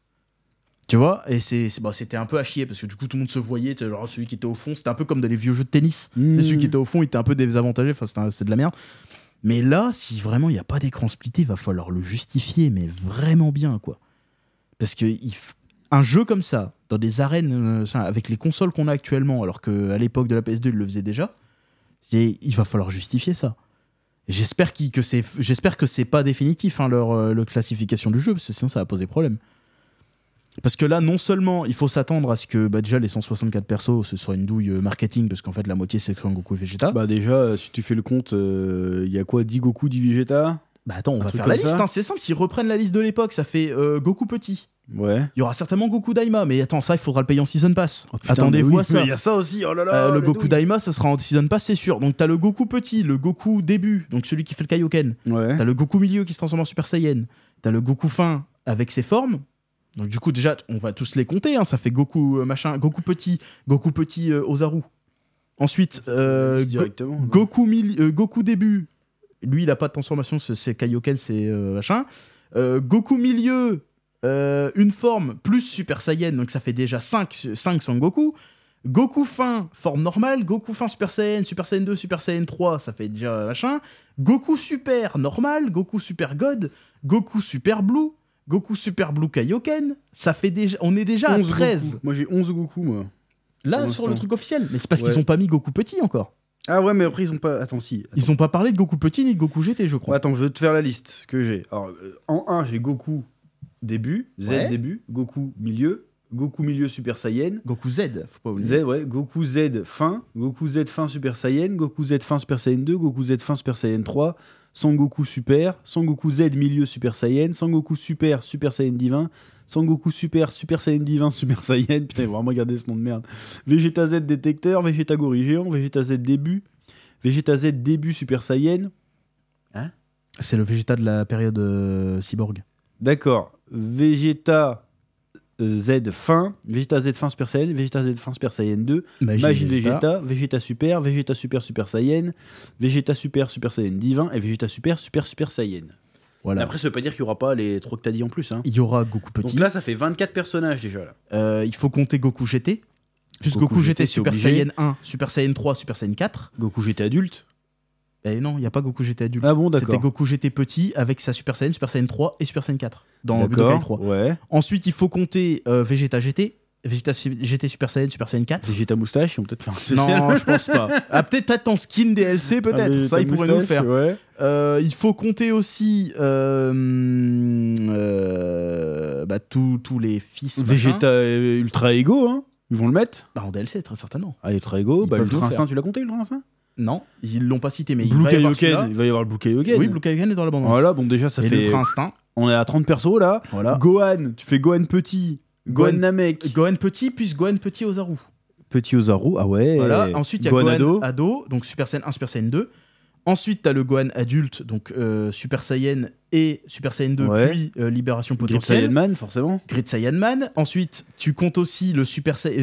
S2: Tu vois Et c'est, c'est- bah, c'était un peu à chier parce que du coup, tout le monde se voyait. tu sais, Genre, celui qui était au fond, c'était un peu comme dans les vieux jeux de tennis.
S1: Mmh.
S2: Celui qui était au fond, il était un peu désavantagé. Enfin, c'était, un- c'était de la merde. Mais là, si vraiment il n'y a pas d'écran splitté, il va falloir le justifier, mais vraiment bien, quoi. Parce que il f- un jeu comme ça, dans des arènes, euh, ça, avec les consoles qu'on a actuellement, alors qu'à l'époque de la PS2, ils le faisaient déjà, c'est- il va falloir justifier ça. J'espère qu'ils- que c'est, j'espère que c'est pas définitif hein, leur, euh, leur classification du jeu, parce que sinon ça va poser problème. Parce que là, non seulement il faut s'attendre à ce que bah, déjà les 164 persos ce soit une douille euh, marketing, parce qu'en fait la moitié c'est Goku et Vegeta. Bah,
S1: Bah déjà, euh, si tu fais le compte, il y a quoi 10 Goku, 10 Vegeta
S2: bah, attends, on
S1: un
S2: va
S1: truc
S2: faire la
S1: comme ça.
S2: liste, hein, c'est simple. S'ils reprennent la liste de l'époque, ça fait euh, Goku petit.
S1: Ouais.
S2: Il y aura certainement Goku Daima, mais attends, ça il faudra le payer en season pass.
S1: Oh, putain, mais
S2: Attendez-vous
S1: oui,
S2: à ça.
S1: mais Il y a ça aussi, oh là là
S2: Euh, le
S1: les
S2: Goku
S1: douilles.
S2: Daima, ce sera en season pass, c'est sûr. Donc t'as le Goku petit, le Goku début, donc celui qui fait le Kaioken.
S1: Ouais.
S2: T'as le Goku milieu qui se transforme en Super Saiyan. T'as le Goku fin avec ses formes. Donc du coup déjà, t- on va tous les compter. hein. Ça fait Goku euh, machin, Goku petit, Goku petit euh, Ozaru, Ensuite, euh, Go-
S1: directement. non
S2: Goku, mili- euh, Goku début, lui il a pas de transformation, c'est- c'est Kaioken, c'est euh, machin. Euh, Goku milieu, euh, une forme plus Super Saiyan, donc ça fait déjà 5, 5 sans Goku. Goku fin, forme normale. Goku fin Super Saiyan, Super Saiyan 2, Super Saiyan 3, ça fait déjà euh, machin. Goku super normal, Goku super god, Goku super blue, Goku super blue Kaioken, ça fait déjà, on est déjà à
S1: 11
S2: 13.
S1: Goku. Moi j'ai 11 Goku moi.
S2: Là
S1: Pour
S2: sur le
S1: l'instant.
S2: truc officiel, mais c'est parce
S1: Ouais.
S2: qu'ils ont pas mis Goku petit encore.
S1: Ah ouais mais après ils ont pas... Attends si. Attends.
S2: Ils ont pas parlé de Goku petit ni de Goku GT, je crois.
S1: Attends, je vais te faire la liste que j'ai. Alors, euh, en 1 j'ai Goku début, Z
S2: Ouais.
S1: début, Goku milieu, Goku milieu Super Saiyan.
S2: Goku Z, faut pas oublier.
S1: Z, ouais, Goku Z fin, Goku Z fin Super Saiyan, Goku Z fin Super Saiyan 2, Goku Z fin Super Saiyan 3, Son Goku Super, Son Goku Z milieu Super Saiyan, Son Goku Super Super Saiyan divin, Son Goku Super Super Saiyan divin Super Saiyan, putain, il faut vraiment garder ce nom de merde. Vegeta Z détecteur, Vegeta Gorille géant, Vegeta Z début, Vegeta Z début Super Saiyan,
S2: C'est le Vegeta de la période euh, cyborg.
S1: d'accord, Vegeta euh, Z fin, Vegeta Z fin Super Saiyan, Vegeta Z fin Super Saiyan 2,
S2: Magie,
S1: Magie Vegeta, Vegeta Super, Vegeta Super Super Saiyan, Vegeta Super Super Saiyan Divin et Vegeta Super Super Super Saiyan.
S2: Voilà.
S1: Après, ça veut pas dire qu'il y aura pas les trois que t'as dit en plus. Hein.
S2: Il y aura Goku
S1: Donc
S2: petit.
S1: là, ça fait 24 personnages déjà. Là.
S2: Euh, il faut compter Goku GT. Juste
S1: Goku
S2: Goku,
S1: GT,
S2: GT,
S1: c'est
S2: Super
S1: obligé.
S2: Saiyan 1, Super Saiyan 3, Super Saiyan 4.
S1: Goku j'étais adulte.
S2: Et non, il n'y a pas Goku GT adulte.
S1: Ah bon, d'accord.
S2: C'était Goku GT petit avec sa Super Saiyan, Super Saiyan 3 et Super Saiyan 4 dans Budokai
S1: D'accord.
S2: 3.
S1: Ouais.
S2: Ensuite, il faut compter euh, Vegeta GT, Vegeta Su- GT Super Saiyan, Super Saiyan 4.
S1: Vegeta moustache, ils vont peut-être faire un spécial.
S2: Non, je pense pas. Ah, peut-être attends skin DLC,
S1: Ah,
S2: peut-être.
S1: Vegeta
S2: Ça, ils pourraient nous le
S1: moustache,
S2: faire.
S1: ouais.
S2: Euh, il faut compter aussi euh, euh, bah, tous tous les fils. machin.
S1: Vegeta euh, Ultra Ego, hein. Ils vont le mettre.
S2: Bah, en DLC, très certainement.
S1: Ah, Ultra Ego,
S2: Ils
S1: bah,
S2: peuvent
S1: Ultra
S2: nous le
S1: Instinct, tu l'as compté, Ultra Instinct
S2: Non, ils l'ont pas cité, mais il
S1: Blue
S2: va y avoir celui-là.
S1: Kaioken, il va y avoir le Blue Kaioken.
S2: Oui, Blue Kaioken est dans l'abondance.
S1: Voilà, bon, déjà, ça
S2: Et
S1: fait.
S2: l'Ultra Instinct.
S1: On est à 30 persos là.
S2: Voilà.
S1: Gohan, tu fais Gohan petit, Gohan,
S2: Ah. Gohan-
S1: Namek,
S2: Gohan petit, puis Gohan petit Ozaru.
S1: petit Ozaru, ah ouais.
S2: Voilà. Ensuite, il y a
S1: Gohan,
S2: Gohan,
S1: ado.
S2: ado. donc Super Saiyan 1, Super Saiyan 2. Ensuite, t'as le Gohan adulte, donc euh, Super Saiyan et Super Saiyan 2,
S1: Ouais.
S2: puis euh, Libération
S1: Grid
S2: Potentielle.
S1: Saiyan Man, forcément.
S2: Grid Saiyan Man. Ensuite, tu comptes aussi le Super Saiyan.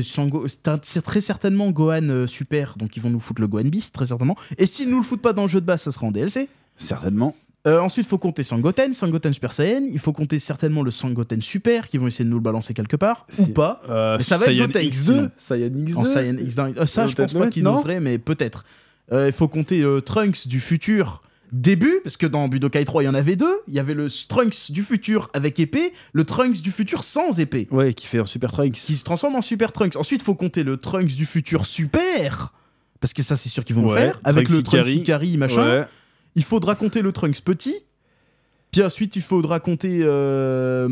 S2: C'est très certainement Gohan euh, Super, donc ils vont nous foutre le Gohan Beast, très certainement. Et s'ils nous le foutent pas dans le jeu de base, ça sera en DLC.
S1: Certainement.
S2: Euh, ensuite, il faut compter Sangoten, Sangoten Super Saiyan. Il faut compter certainement le Sangoten Super, qui vont essayer de nous le balancer quelque part, ou
S1: Si.
S2: pas. Mais ça va être Goten X2.
S1: Saiyan X2.
S2: En Saiyan X1. Euh, ça,
S1: Ils vont
S2: je pense
S1: peut-être
S2: pas
S1: le
S2: qu'ils
S1: mettre, non
S2: oseraient, mais peut-être. Euh, Il faut compter euh, Trunks du futur début, parce que dans Budokai 3, il y en avait deux. Il y avait le Trunks du futur avec épée, le Trunks du futur sans épée.
S1: Ouais, qui fait un Super Trunks.
S2: qui se transforme en Super Trunks. Ensuite, faut compter le Trunks du futur super, parce que ça, c'est sûr qu'ils vont
S1: Ouais,
S2: le faire, avec
S1: Trunks
S2: le Trunks
S1: Ikari.
S2: Ikari, machin.
S1: Ouais.
S2: Il faudra compter le Trunks petit. Puis ensuite, il faudra compter. euh,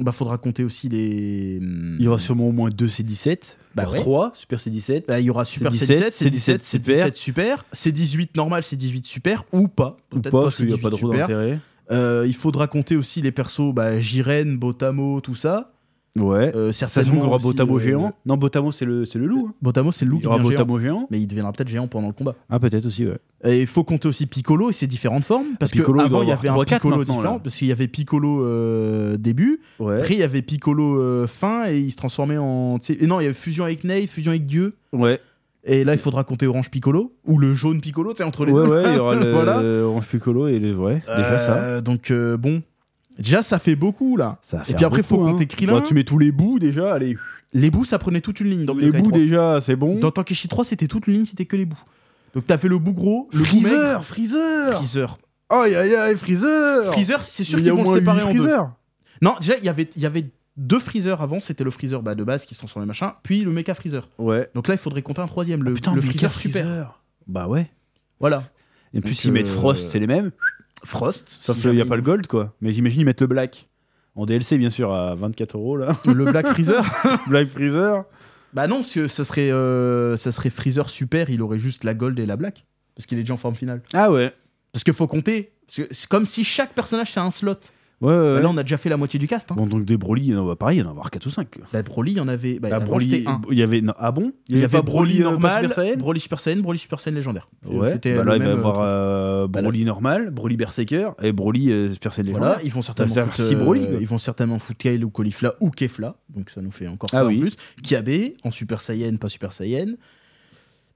S2: Bah, faudra compter aussi les.
S1: Il y aura sûrement au moins 2 C17.
S2: Bah
S1: voire
S2: ouais.
S1: 3, Super C17.
S2: Bah, il y aura Super
S1: C'est 17,
S2: C17, C17,
S1: c'est 17,
S2: C17 super, C18 normal, C18 super, ou pas.
S1: Ou
S2: Peut-être
S1: pas, parce qu'il n'y a
S2: C18
S1: pas trop
S2: super.
S1: d'intérêt.
S2: Euh, il faudra compter aussi les persos, bah, Jiren, Botamo, tout ça.
S1: Ouais.
S2: Euh,
S1: Ça se trouve, il y
S2: certainement.
S1: aura
S2: aussi,
S1: Botamo
S2: euh,
S1: géant. Non, Botamo, c'est le, c'est le loup. hein.
S2: Botamo, c'est le loup
S1: il y
S2: qui
S1: aura
S2: devient géant.
S1: Botamo géant.
S2: Mais il deviendra peut-être géant pendant le combat.
S1: Ah, peut-être aussi, ouais.
S2: Et il faut compter aussi Piccolo et ses différentes formes. Parce
S1: Piccolo, il
S2: que avant,
S1: doit
S2: il y
S1: avoir
S2: avait un
S1: trois, quatre
S2: Piccolo
S1: maintenant,
S2: différent.
S1: là.
S2: Parce qu'il y avait Piccolo euh, début.
S1: Ouais.
S2: Après, il y avait Piccolo euh, fin et il se transformait en. tu sais- Et non, il y avait fusion avec Ney, fusion avec Dieu.
S1: Ouais,
S2: Et là, il faudra compter Orange Piccolo. Ou le jaune Piccolo, tu sais, entre les
S1: ouais,
S2: deux.
S1: ouais, il y aura le
S2: voilà.
S1: Orange Piccolo et les. Ouais, déjà
S2: Euh,
S1: ça.
S2: Donc, euh, bon. Déjà, ça fait beaucoup, là.
S1: Ça va
S2: Et
S1: faire
S2: puis après, faut
S1: beaucoup,
S2: compter
S1: hein.
S2: Krillin.
S1: Bah, tu mets tous les bouts déjà, allez.
S2: Les bouts, ça prenait toute une ligne dans
S1: les
S2: Budokai
S1: bouts
S2: 3.
S1: déjà, c'est bon.
S2: Dans Tankeshi 3, c'était toute une ligne, c'était que les bouts. Donc, t'as fait le bout gros, le bout maigre.
S1: Freezer
S2: Freezer.
S1: Aïe aïe aïe, Freezer
S2: Freezer, c'est sûr
S1: Il y
S2: qu'ils
S1: a au
S2: vont le
S1: moins
S2: séparer
S1: huit
S2: en deux.
S1: Freezer.
S2: Non, déjà, il y avait- il y avait deux Freezer avant. C'était le Freezer bah, de base qui se transformait machin, puis le Mecha Freezer.
S1: Ouais.
S2: Donc là, il faudrait compter un troisième, le,
S1: Putain,
S2: Oh le
S1: mais
S2: Freezer
S1: quel
S2: super.
S1: Bah ouais.
S2: Voilà.
S1: Et puis
S2: Donc,
S1: s'ils mettent
S2: euh,
S1: Frost, c'est les mêmes.
S2: Frost.
S1: Sauf
S2: si
S1: qu'il n'y a
S2: jamais
S1: pas le gold quoi. Mais j'imagine ils mettent le black. En DLC bien sûr à 24 euros là.
S2: il- Le Black Freezer
S1: black Freezer.
S2: Bah non, parce que ce serait, euh, ça serait Freezer super, il aurait juste la Gold et la Black. Parce qu'il est déjà en forme finale.
S1: Ah ouais.
S2: Parce qu'il faut compter. parce que C'est comme si chaque personnage c'est un slot. Bah
S1: Ouais, ouais, ouais.
S2: Là, on a déjà fait la moitié du cast. Hein.
S1: Bon donc des Broly, il y en a pareil, il y en a avoir 4 ou 5.
S2: Bah, Broly, il y en avait. Bah,
S1: Ah,
S2: avant,
S1: Broly,
S2: c'était un.
S1: il y avait non, ah bon
S2: Il y avait
S1: pas
S2: Broly
S1: euh,
S2: normal,
S1: Super Saiyan
S2: Broly Super Saiyan, Broly Super Saiyan légendaire.
S1: Ouais.
S2: C'était
S1: Bah
S2: le
S1: là il va y
S2: même,
S1: avoir
S2: euh,
S1: euh,
S2: Bah,
S1: Broly normal, Broly berserker et Broly euh, Super Saiyan
S2: Voilà,
S1: légendaire.
S2: ils vont certainement
S1: Ça veut dire
S2: foutre,
S1: six Broly,
S2: euh,
S1: quoi.
S2: ils vont certainement foutre Kyle ou Caulifla ou Kefla, donc ça nous fait encore
S1: Ah
S2: ça
S1: oui.
S2: en plus. Kiabe en Super Saiyan, pas Super Saiyan.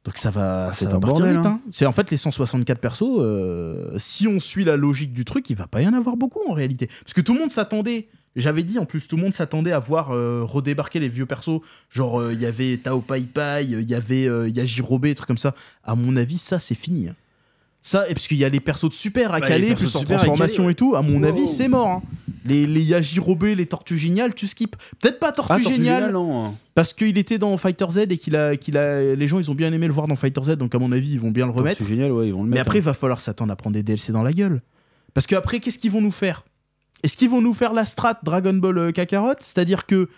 S2: Donc ça va,
S1: Ah,
S2: ça
S1: c'est
S2: va
S1: un
S2: partir
S1: bordel,
S2: vite.
S1: hein.
S2: hein. C'est en fait les 164 persos. euh, si on suit la logique du truc, il va pas y en avoir beaucoup en réalité, parce que tout le monde s'attendait. J'avais dit en plus, tout le monde s'attendait à voir euh, redébarquer les vieux persos. Genre euh, il y avait Tao Pai Pai, il y avait euh, il y a Jirobe, des trucs comme ça. À mon avis, ça c'est fini. hein. Ça et parce qu'il y a les persos de super à
S1: Bah, les
S2: caler,
S1: persos
S2: plus
S1: de
S2: en
S1: super à
S2: transformation
S1: caler,
S2: et tout. À mon
S1: Wow.
S2: avis, c'est mort. hein. Les, les Yajirobe, les Tortues Géniales, tu skips. Peut-être pas Tortue,
S1: Ah, Tortue
S2: Géniale,
S1: Géniale, non, hein.
S2: parce qu'il était dans Fighter Z et qu'il a, qu'il a, les gens ils ont bien aimé le voir dans Fighter Z, donc à mon avis ils vont bien le remettre.
S1: Tortue Géniale, ouais, ils vont le
S2: Mais
S1: mettre.
S2: après
S1: hein.
S2: il va falloir s'attendre à prendre des DLC dans la gueule. Parce que après qu'est-ce qu'ils vont nous faire Est-ce qu'ils vont nous faire la strat Dragon Ball euh, Kakarot C'est-à-dire que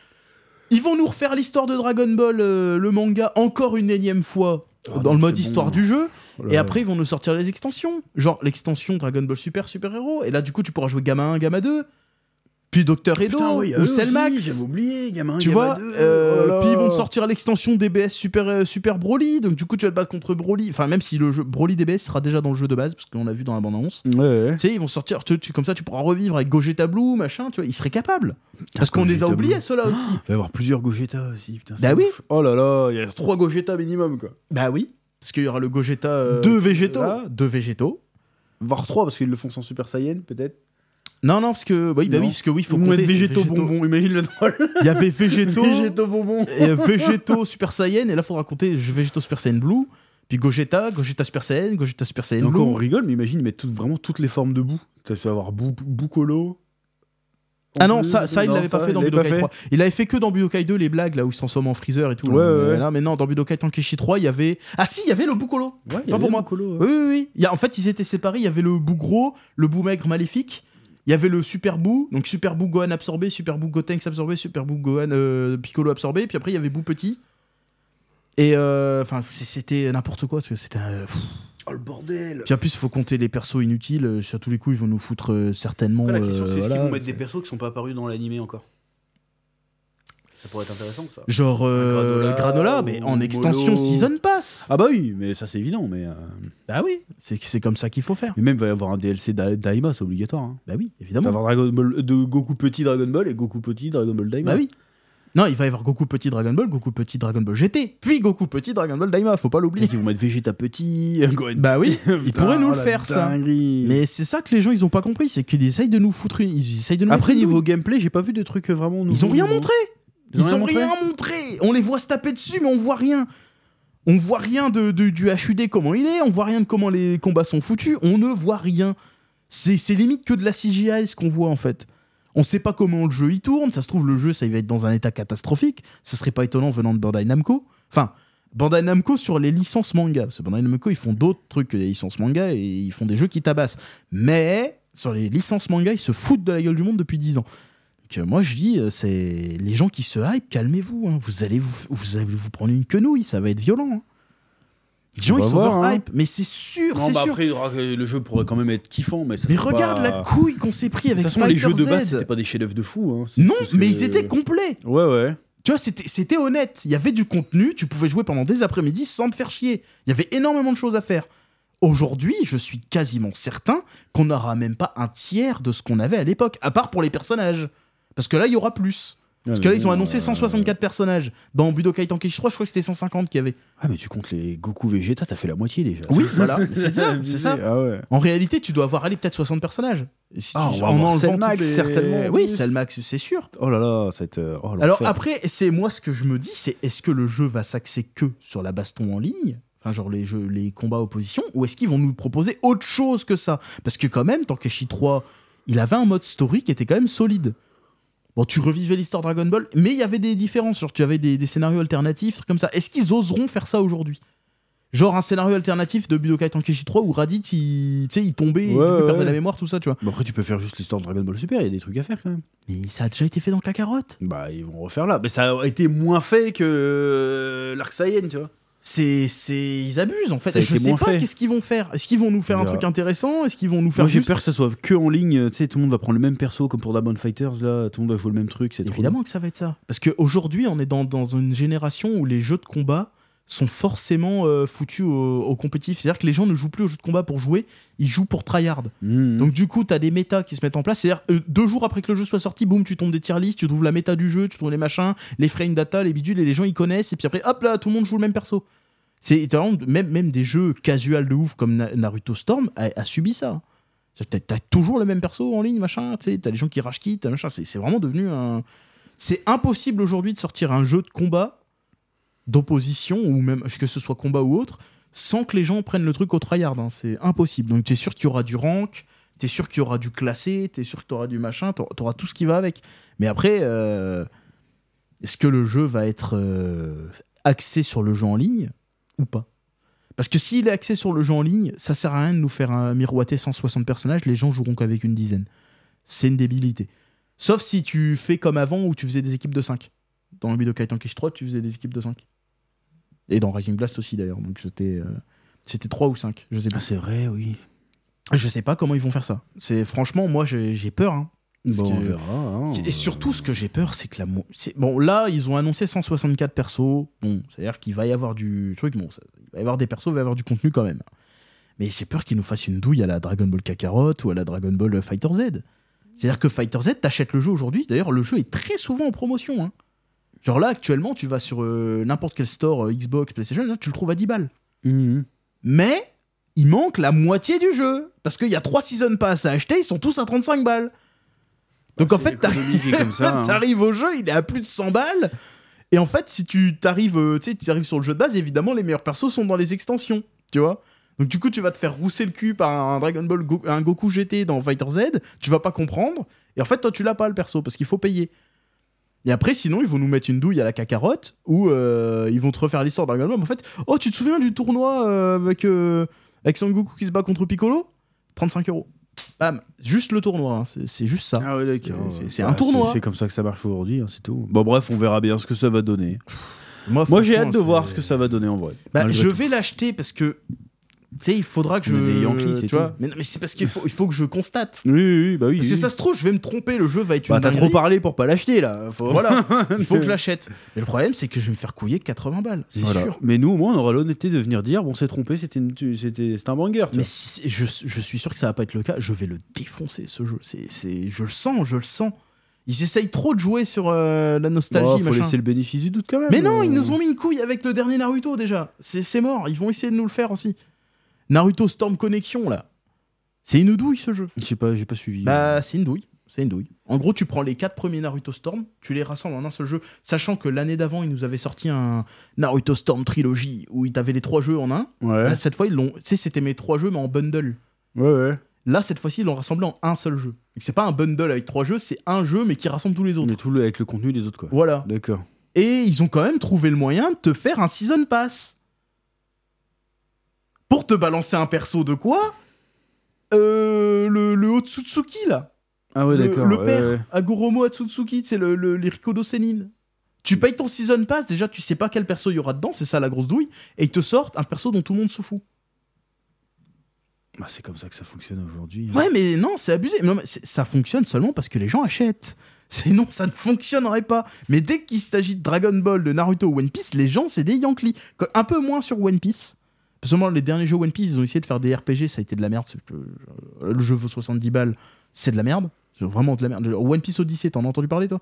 S2: ils vont nous refaire l'histoire de Dragon Ball euh, le manga encore une énième fois
S1: Ah,
S2: dans
S1: non,
S2: le mode
S1: c'est
S2: histoire
S1: bon.
S2: du jeu.
S1: Oh là
S2: Et
S1: là.
S2: après, ils vont nous sortir les extensions. Genre l'extension Dragon Ball Super, Super Héros. Et là, du coup, tu pourras jouer Gamma 1, Gamma 2. Puis Docteur Edo.
S1: Putain, ouais, il y a
S2: ou
S1: eux
S2: Cellmax.
S1: aussi, J'avais oublié, gamin.
S2: Tu
S1: gamin
S2: vois,
S1: deux,
S2: euh,
S1: oh là là.
S2: puis ils vont te sortir l'extension DBS Super, euh, Super Broly, donc du coup tu vas te battre contre Broly, enfin même si le jeu Broly DBS sera déjà dans le jeu de base, parce qu'on l'a vu dans la bande-annonce.
S1: Ouais, ouais.
S2: Tu sais, ils vont sortir, tu, tu- comme ça tu pourras revivre avec Gogeta Blue, machin, tu vois, ils seraient capables. Parce qu'on les a
S1: Ah, Gogeta
S2: oubliés
S1: Blue.
S2: ceux-là aussi.
S1: Il va y avoir plusieurs Gogeta aussi, putain.
S2: Bah
S1: c'est
S2: oui.
S1: ouf. Oh là là, il y a trois Gogeta minimum, quoi.
S2: bah oui, parce qu'il y aura le Gogeta. euh,
S1: Deux végétaux.
S2: là, deux végétaux.
S1: Voire trois, parce qu'ils le font sans Super Saiyan, peut-être.
S2: Non, non, parce que, oui, bah
S1: Non.
S2: oui, parce que oui, il faut
S1: Ou
S2: compter.
S1: mettre végétaux bonbons, imagine le drôle.
S2: Il y avait végétaux.
S1: Végétaux bonbons.
S2: et Végétaux Super Saiyan, et là faudra compter Végétaux Super Saiyan Blue, puis Gogeta, Gogeta Super Saiyan, Gogeta Super
S1: Et
S2: Saiyan Blue.
S1: encore, on rigole, mais imagine, ils mettent toutes- vraiment toutes les formes de boue. Tu vas avoir boue, boue colo.
S2: Ah non, ça, ça il
S1: Non,
S2: l'avait pas
S1: ça,
S2: fait dans
S1: il l'avait
S2: Budokai
S1: pas
S2: 3. Il avait fait que dans Budokai 2 les blagues là où ils se transforment en freezer et tout. là.
S1: Ouais,
S2: Mais
S1: ouais.
S2: là, mais non, dans Budokai Tankeshi 3, il y avait. Ah si, il y avait le Bukolo.
S1: Ouais, il y
S2: Pas
S1: avait
S2: pour
S1: boue
S2: moi.
S1: colo, ouais.
S2: Oui, oui, oui. Il y a- en fait, ils étaient séparés. Il y avait le bout gros, le bout maigre maléfique. Il y avait le super bout, donc super bout Gohan absorbé, super bout Gotenks absorbé, super bout Gohan euh, Piccolo absorbé. Puis après, il y avait bout petit. Et euh, enfin, c- c'était n'importe quoi. parce que C'était. un- pff.
S1: Oh le bordel.
S2: Puis en plus, il faut compter les persos inutiles. euh, Sur tous les coups, ils vont nous foutre euh, certainement.
S3: Après, la question,
S2: euh,
S3: c'est est-ce qu'ils
S2: voilà,
S3: vont mettre
S2: c'est-
S3: des persos qui sont pas apparus dans l'animé encore Ça pourrait être intéressant, ça.
S2: Genre
S3: granola
S2: euh, granola,
S3: ou
S2: mais en
S3: Molo.
S2: extension season pass.
S1: Ah bah oui, mais ça c'est évident, mais, euh,
S2: Bah oui, c'est c'est comme ça qu'il faut faire.
S1: mais même il va y avoir un DLC Da- Daima, c'est obligatoire. Hein.
S2: Bah oui,
S1: Il va y
S2: évidemment.
S1: avoir Dragon Ball, de Goku petit Dragon Ball et Goku petit Dragon Ball Daima.
S2: Bah oui. Non, il va y avoir Goku petit Dragon Ball, Goku petit Dragon Ball GT, puis Goku petit Dragon Ball Daima, faut pas l'oublier.
S1: Ils vont mettre Vegeta petit. Gohan
S2: Bah oui,
S1: petit.
S2: ils pourraient nous
S1: oh
S2: le
S1: la
S2: faire ça.
S1: dinguerie.
S2: Mais c'est ça que les gens ils ont pas compris, c'est qu'ils essayent de nous foutre, une- ils essayent de nous
S1: après
S2: mettre une
S1: niveau
S2: douille.
S1: gameplay, j'ai pas vu de trucs vraiment nouveaux.
S2: ils ont rien montré. Ils, ont
S1: montré
S2: rien montré. On les voit se taper dessus, mais on voit rien. On voit rien de, de- du HUD comment il est, on voit rien de comment les combats sont foutus, on ne voit rien. C'est c'est limite que de la CGI ce qu'on voit en fait. On sait pas comment le jeu y tourne, ça se trouve le jeu ça il va être dans un état catastrophique, ce serait pas étonnant venant de Bandai Namco. Enfin, Bandai Namco sur les licences manga, parce que Bandai Namco ils font d'autres trucs que les licences manga et ils font des jeux qui tabassent. Mais sur les licences manga ils se foutent de la gueule du monde depuis 10 ans. Donc, euh, moi je dis, euh, c'est les gens qui se hype, calmez-vous. hein. Vous allez vous, vous allez vous prendre une quenouille, ça va être violent. hein. Les gens
S1: On
S2: ils
S1: va
S2: sont
S1: voir, hein.
S2: hype, mais c'est sûr,
S1: Non,
S2: c'est
S1: bah
S2: sûr.
S1: après, il y aura- le jeu pourrait quand même être kiffant, mais ça
S2: Mais
S1: sera
S2: regarde
S1: pas-
S2: la couille qu'on s'est pris
S1: De
S2: avec
S1: toute façon,
S2: Fighter
S1: les jeux de
S2: Z.
S1: base, c'était pas des chefs-d'œuvre de fou. Hein. C'est
S2: Non,
S1: juste
S2: mais
S1: que-
S2: ils étaient complets.
S1: Ouais, ouais.
S2: Tu vois, c'était c'était honnête. Il y avait du contenu, tu pouvais jouer pendant des après-midi sans te faire chier. Il y avait énormément de choses à faire. Aujourd'hui, je suis quasiment certain qu'on n'aura même pas un tiers de ce qu'on avait à l'époque, à part pour les personnages. Parce que là, il y aura plus. Parce que là, ils ont
S1: euh,
S2: annoncé 164 personnages. Dans Budokai Tenkaichi 3, je crois que c'était 150 qu'il y avait.
S1: Ah, mais tu comptes les Goku Vegeta, t'as fait la moitié déjà.
S2: Oui, voilà. C'est ça, c'est ça.
S1: Ah ouais.
S2: En réalité, tu dois avoir allé peut-être 60 personnages. Et si
S1: Ah,
S2: tu-
S1: on va avoir
S2: enlevant
S1: Cellmax,
S2: tous les-
S1: certainement, en
S2: Oui,
S1: plus.
S2: Cellmax, c'est sûr.
S1: Oh là là, cette. euh, Oh, l'enfer.
S2: Alors après, c'est moi ce que je me dis, c'est est-ce que le jeu va s'axer que sur la baston en ligne Enfin, genre les jeux, les combats opposition, ou est-ce qu'ils vont nous proposer autre chose que ça Parce que quand même, Tankeshi 3, il avait un mode story qui était quand même solide. Bon, tu revivais l'histoire Dragon Ball, mais il y avait des différences. Genre, tu avais des, des scénarios alternatifs, trucs comme ça. Est-ce qu'ils oseront faire ça aujourd'hui Genre un scénario alternatif de Budokai Tankeshi 3 où Raditz, il, tu sais, il tombait, et du
S1: Ouais,
S2: coup, il
S1: ouais.
S2: perdait la mémoire, tout ça, tu vois.
S1: Bah, après, tu peux faire juste l'histoire de Dragon Ball Super, il y a des trucs à faire quand même.
S2: Mais ça a déjà été fait dans Kakarot.
S1: Bah, ils vont refaire là. Mais ça a été moins fait que euh, l'arc Saiyan, tu vois.
S2: C'est, c'est, ils abusent en fait.
S1: Ça a
S2: je
S1: été
S2: sais
S1: moins
S2: pas
S1: fait.
S2: qu'est-ce qu'ils vont faire. Est-ce qu'ils vont nous faire
S1: On
S2: un
S1: verra.
S2: truc intéressant Est-ce qu'ils vont nous faire
S1: Moi, j'ai
S2: juste
S1: peur que ça soit que en ligne. euh, Tu sais, tout le monde va prendre le même perso comme pour Dragon Fighters là. Tout le monde va jouer le même truc. C'est trop
S2: Évidemment que ça va être ça. Parce qu'aujourd'hui, on est dans, dans une génération où les jeux de combat sont forcément euh, foutus au, au compétitif. C'est-à-dire que les gens ne jouent plus aux jeux de combat pour jouer, ils jouent pour tryhard.
S1: Mmh.
S2: Donc du coup, t'as des méta qui se mettent en place. C'est-à-dire, euh, deux jours après que le jeu soit sorti, boum, tu tombes des tier lists, tu trouves la méta du jeu, tu trouves les machins, les frame data, les bidules, et les gens ils connaissent. Et puis après, hop là, tout le monde joue le même perso. C'est t'as vraiment- même, même des jeux casual de ouf comme Na- Naruto Storm a, a subi ça. C'est- T'as t'as toujours le même perso en ligne, machin. tu sais, T'as des gens qui rage quittent, machin. C'est c'est vraiment devenu un. C'est impossible aujourd'hui de sortir un jeu de combat, d'opposition, ou même que ce soit combat ou autre, sans que les gens prennent le truc au tryhard. hein. C'est impossible. Donc t'es sûr qu'il y aura du rank, t'es sûr qu'il y aura du classé, t'es sûr que t'auras du machin, t'auras t'auras tout ce qui va avec. Mais après, euh, est-ce que le jeu va être euh, axé sur le jeu en ligne ou pas Parce que s'il est axé sur le jeu en ligne, ça sert à rien de nous faire euh, miroiter 160 personnages, les gens joueront qu'avec une dizaine. C'est une débilité. Sauf si tu fais comme avant où tu faisais des équipes de 5. Dans le Budokai Tenkaichi 3, tu faisais des équipes de 5. Et dans Rising Blast aussi d'ailleurs. Donc c'était euh, c'était 3 ou 5, je sais
S1: Ah,
S2: plus.
S3: c'est vrai, oui.
S2: Je sais pas comment ils vont faire ça. C'est franchement moi j'ai j'ai peur hein. Parce
S1: Bon,
S2: que-
S1: on verra, hein.
S2: et surtout, ce que j'ai peur, c'est que la. mo- c'est- Bon, là, ils ont annoncé 164 persos. Bon, c'est-à-dire qu'il va y avoir du truc. Bon, ça- il va y avoir des persos, il va y avoir du contenu quand même. Mais j'ai peur qu'ils nous fassent une douille à la Dragon Ball Kakarot ou à la Dragon Ball Fighter Z. C'est-à-dire que Fighter Z, t'achètes le jeu aujourd'hui. D'ailleurs, le jeu est très souvent en promotion. hein. Genre là, actuellement, tu vas sur euh, n'importe quel store euh, Xbox, PlayStation, là, tu le trouves à 10 balles.
S1: Mhm.
S2: Mais il manque la moitié du jeu. Parce qu'il y a 3 season pass à acheter, ils sont tous à 35 balles.
S1: Bah,
S2: Donc en
S3: C'est
S2: fait, t'as
S3: l'économie qui est comme ça. hein.
S2: t'arrives au jeu, il est à plus de 100 balles. Et en fait, si tu t'arrives, euh, tu sais, tu arrives sur le jeu de base, évidemment, les meilleurs persos sont dans les extensions, tu vois. Donc du coup, tu vas te faire rousser le cul par un Dragon Ball, Go- un Goku GT dans Fighter Z, tu vas pas comprendre. Et en fait, toi, tu l'as pas le perso parce qu'il faut payer. Et après, sinon, ils vont nous mettre une douille à la cacarotte où euh, ils vont te refaire l'histoire de Dragon Ball. Mais En fait, oh, tu te souviens du tournoi euh, avec euh, avec Son Goku qui se bat contre Piccolo 35 euros. Bam, juste le tournoi, hein. c'est c'est juste ça.
S1: Ah ouais, d'accord.
S2: C'est- c'est- c'est un
S1: Bah,
S2: tournoi.
S1: C'est comme ça que ça marche aujourd'hui, hein, c'est tout. Bon, bref, on verra bien ce que ça va donner. Moi,
S2: Bah, franchement,
S1: j'ai hâte de
S2: c'est-
S1: voir ce que ça va donner en vrai.
S2: Bah,
S1: malgré
S2: je
S1: tout.
S2: vais l'acheter parce que tu sais, il faudra que je.
S3: On est des Yankees, c'est
S2: tu
S3: tout.
S2: vois. Mais non, mais c'est parce qu'il faut, il faut que je constate.
S1: Oui, oui, oui, bah oui.
S2: Parce que
S1: oui.
S2: ça se trouve, je vais me tromper, le jeu va être une.
S1: Bah, t'as trop
S2: dinguerie.
S1: parlé pour pas l'acheter là. Faut-
S2: Voilà, il faut que je
S1: C'est-
S2: l'achète. Mais le problème, c'est que je vais me faire couiller 80 balles, c'est
S1: Voilà.
S2: sûr.
S1: Mais nous, au moins, on aura l'honnêteté de venir dire bon, c'est trompé, c'était une- tu- c'était c'était un banger. tu
S2: Mais si- je, je suis sûr que ça va pas être le cas. Je vais le défoncer, ce jeu. C'est, c'est, je le sens, je le sens. Ils essayent trop de jouer sur euh, la
S1: vois.
S2: nostalgie,
S1: Oh, faut
S2: machin.
S1: laisser le bénéfice du doute quand même.
S2: Mais non,
S1: Euh,
S2: ils nous ont mis une couille avec le dernier Naruto déjà. C'est c'est mort, ils vont essayer de nous le faire aussi. Naruto Storm Connection, là. C'est une douille, ce jeu.
S1: Je sais pas, j'ai pas suivi.
S2: Bah, c'est une douille. C'est une douille. En gros, tu prends les quatre premiers Naruto Storm, tu les rassembles en un seul jeu, sachant que l'année d'avant, ils nous avaient sorti un Naruto Storm trilogie où ils t'avaient les trois jeux en un.
S1: ouais.
S2: Là, cette fois, ils l'ont. Tu sais, c'était mes trois jeux, mais en bundle.
S1: Ouais, ouais.
S2: Là, cette fois-ci, ils l'ont rassemblé en un seul jeu. Et C'est pas un bundle avec trois jeux, c'est un jeu, mais qui rassemble tous les autres.
S1: Mais tout le- avec le contenu des autres, quoi.
S2: Voilà.
S1: D'accord.
S2: Et ils ont quand même trouvé le moyen de te faire un season pass. Pour te balancer un perso de quoi Euh, Le, le Otsutsuki, là.
S1: Ah ouais,
S2: le,
S1: d'accord.
S2: le
S1: ouais,
S2: père,
S1: ouais.
S2: Agoromo Atsutsuki, c'est le, le, les Rikudo Sennin. Tu payes ton season pass, déjà tu sais pas quel perso il y aura dedans, c'est ça la grosse douille, et ils te sortent un perso dont tout le monde se fout.
S1: Bah, c'est comme ça que ça fonctionne aujourd'hui. hein.
S2: Ouais, mais non, c'est abusé. Non, mais c'est- ça fonctionne seulement parce que les gens achètent. Sinon, ça ne fonctionnerait pas. Mais dès qu'il s'agit de Dragon Ball, de Naruto ou One Piece, les gens, c'est des Yankees. Qu- Un peu moins sur One Piece. Parce que moi, les derniers jeux One Piece, ils ont essayé de faire des RPG, ça a été de la merde. c'est que, euh, le jeu vaut 70 balles, c'est de la merde. C'est vraiment de la merde. One Piece Odyssey, t'en as entendu parler, toi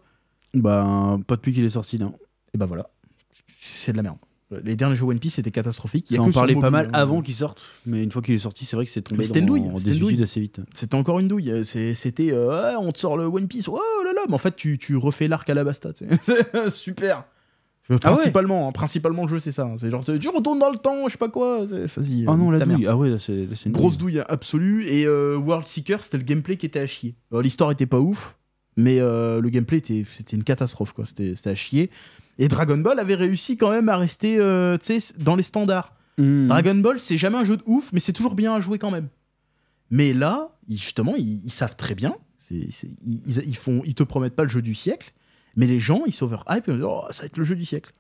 S1: Bah, pas depuis qu'il est sorti, non.
S2: Et bah voilà. C'est de la merde. Les derniers jeux One Piece, c'était catastrophique. Il y a
S1: Ça en
S2: que sur
S1: parlait pas
S2: mobile,
S1: mal
S2: hein.
S1: avant qu'il sorte, mais une fois qu'il est sorti, c'est vrai que c'est tombé
S2: Mais c'était une
S1: dans-
S2: douille,
S1: en
S2: c'était une douille.
S1: désuétude assez vite.
S2: C'était encore une douille. euh, c'est- C'était euh, Ah, on te sort le One Piece. Oh là là, mais en fait, tu, tu refais l'arc à la basta. tu sais. C'est Super. Euh,
S1: Ah ouais
S2: Principalement, hein, principalement le jeu, c'est ça. hein. C'est genre, tu retournes dans le temps, je sais pas quoi. c'est- Vas-y.
S1: Ah
S2: euh,
S1: non, la
S2: ta mère.
S1: douille. Ah ouais, là, c'est là, c'est une
S2: Grosse douille absolue. Et euh, World Seeker, c'était le gameplay qui était à chier. Euh, L'histoire était pas ouf, mais euh, le gameplay était, c'était une catastrophe. quoi. C'était c'était à chier. Et Dragon Ball avait réussi quand même à rester euh, tu sais, dans les standards.
S1: Mhm.
S2: Dragon Ball, c'est jamais un jeu de ouf, mais c'est toujours bien à jouer quand même. Mais là, ils- justement, ils, ils savent très bien. c'est- c'est- ils, ils- ils font, ils te promettent pas le jeu du siècle, mais les gens, ils s'overhype et ils disent Oh, ça va être le jeu du siècle.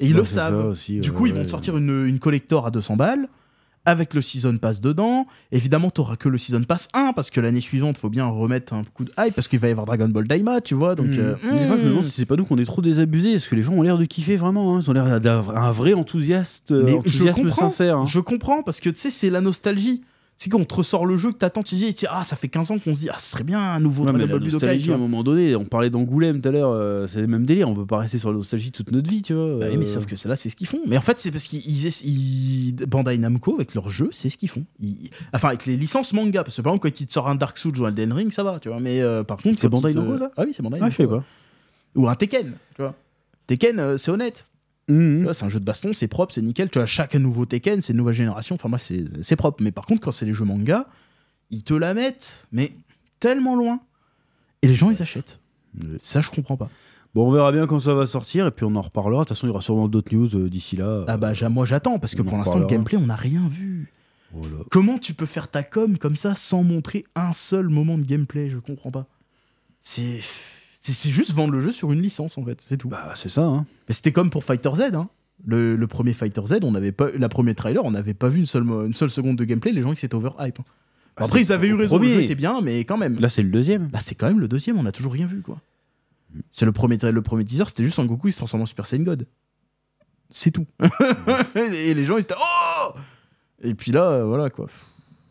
S2: Et ils
S1: Ouais,
S2: le
S1: c'est ça
S2: savent.
S1: aussi,
S2: Du
S1: ouais,
S2: coup, ils vont
S1: ouais.
S2: te sortir une, une collector à 200 balles, avec le Season Pass dedans. Évidemment, t'auras que le Season Pass 1, parce que l'année suivante, faut bien remettre un coup de hype, parce qu'il va y avoir Dragon Ball Daima, tu vois. Donc,
S1: Mmh.
S2: euh,
S1: Des fois, je me demande
S2: hmm.
S1: si c'est pas nous qu'on est trop désabusés, parce que les gens ont l'air de kiffer vraiment. hein. Ils ont l'air d'avoir un vrai enthousiaste, euh,
S2: Mais je
S1: enthousiasme
S2: comprends.
S1: sincère. hein.
S2: Je comprends parce que tu sais, c'est la nostalgie. C'est qu'on te ressort le jeu que t'attends, tu dis, ah, ça fait 15 ans qu'on se dit, ah, ce serait bien un nouveau
S1: Ouais, mais
S2: Dragon
S1: la
S2: Ball Budokai. tu
S1: nostalgie, à
S2: vois.
S1: un moment donné, on parlait d'Angoulême tout à l'heure, euh, c'est le même délire, on peut pas rester sur la nostalgie toute notre vie, tu vois. euh.
S2: Bah oui, mais sauf que là, c'est ce qu'ils font. Mais en fait, c'est parce qu'ils ils- ils- Bandai Namco avec leurs jeux, c'est ce qu'ils font. Ils- Enfin, avec les licences manga, parce que par exemple, quand ils te sortent un Dark Souls ou un Elden Ring, ça va, tu vois. Mais euh, par contre,
S1: C'est
S2: quand
S1: Bandai
S2: ils te-
S1: Namco, ça
S2: Ah oui, c'est Bandai.
S1: Ah, je sais
S2: Namco, ouais.
S1: pas.
S2: Ou un Tekken, tu vois. Tekken, euh, c'est honnête.
S1: Mmh,
S2: Tu vois, C'est un jeu de baston, c'est propre, c'est nickel. Tu vois, chaque nouveau Tekken, c'est une nouvelle génération. Enfin, moi, c'est c'est propre. Mais par contre, quand c'est les jeux manga, ils te la mettent, mais tellement loin. Et les gens, ils achètent.
S1: Ouais.
S2: Ça, je comprends pas.
S1: Bon, on verra bien quand ça va sortir et puis on en reparlera. De toute façon, il y aura sûrement d'autres news euh, d'ici là.
S2: Ah bah, j'a- moi, j'attends, parce que
S1: on en
S2: pour l'instant, le
S1: parlera.
S2: gameplay, on n'a rien vu.
S1: Voilà.
S2: Comment tu peux faire ta com comme ça sans montrer un seul moment de gameplay Je comprends pas. C'est c'est- c'est juste vendre le jeu sur une licence en fait, c'est tout.
S1: Bah, c'est ça, hein.
S2: Mais c'était comme pour Fighter Z. Hein. Le, le premier Fighter Z, on n'avait pas la première trailer, on n'avait pas vu une seule mo- une seule seconde de gameplay. Les gens ils s'étaient overhype. hein.
S1: Ah,
S2: Après
S1: c'est-
S2: ils avaient eu
S1: au
S2: raison, le jeu
S1: premier.
S2: était bien, mais quand même.
S1: Là, c'est le deuxième.
S2: Là, Bah, c'est quand même le deuxième, on a toujours rien vu, quoi. C'est le premier, le premier teaser, c'était juste un Goku, il se transforme en Super Saiyan God. C'est tout. et les gens, ils étaient Oh Et puis là, euh, voilà, quoi. Pff,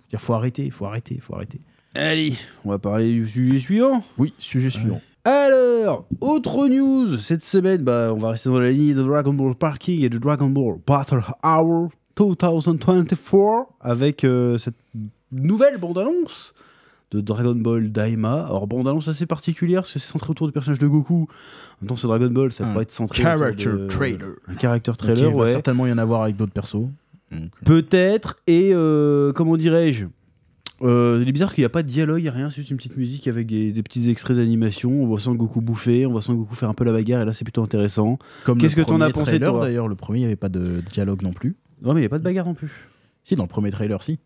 S2: dire, faut arrêter, faut arrêter, faut arrêter.
S1: Allez, on va parler du sujet suivant.
S2: Oui, sujet suivant.
S1: Alors, autre news cette semaine, bah, on va rester dans la ligne de Dragon Ball Parking et de Dragon Ball Battle Hour 2024 avec euh, cette nouvelle bande-annonce de Dragon Ball Daima. Alors, bande-annonce assez particulière parce que c'est centré autour du personnage de Goku. En même temps, c'est Dragon Ball, ça
S2: Un
S1: peut pas être centré. autour
S2: Character
S1: de-
S2: trailer. bah,
S1: Un character
S2: Trailer,
S1: Euh, trailer,
S2: il va
S1: ouais.
S2: certainement y en avoir avec d'autres persos. Donc,
S1: Peut-être, et euh, comment dirais-je Euh, Il est bizarre qu'il n'y a pas de dialogue, il n'y a rien, c'est juste une petite musique avec des, des petits extraits d'animation. On voit Son Goku bouffer, on voit Son Goku faire un peu la bagarre, et là c'est plutôt intéressant.
S2: Comme
S1: Qu'est-ce
S2: le
S1: que t'en as
S2: premier
S1: pensé,
S2: trailer,
S1: toi
S2: D'ailleurs, le premier, il n'y avait pas de dialogue non plus.
S1: Non, mais il n'y a pas de bagarre non plus.
S2: Si, dans le premier trailer, si.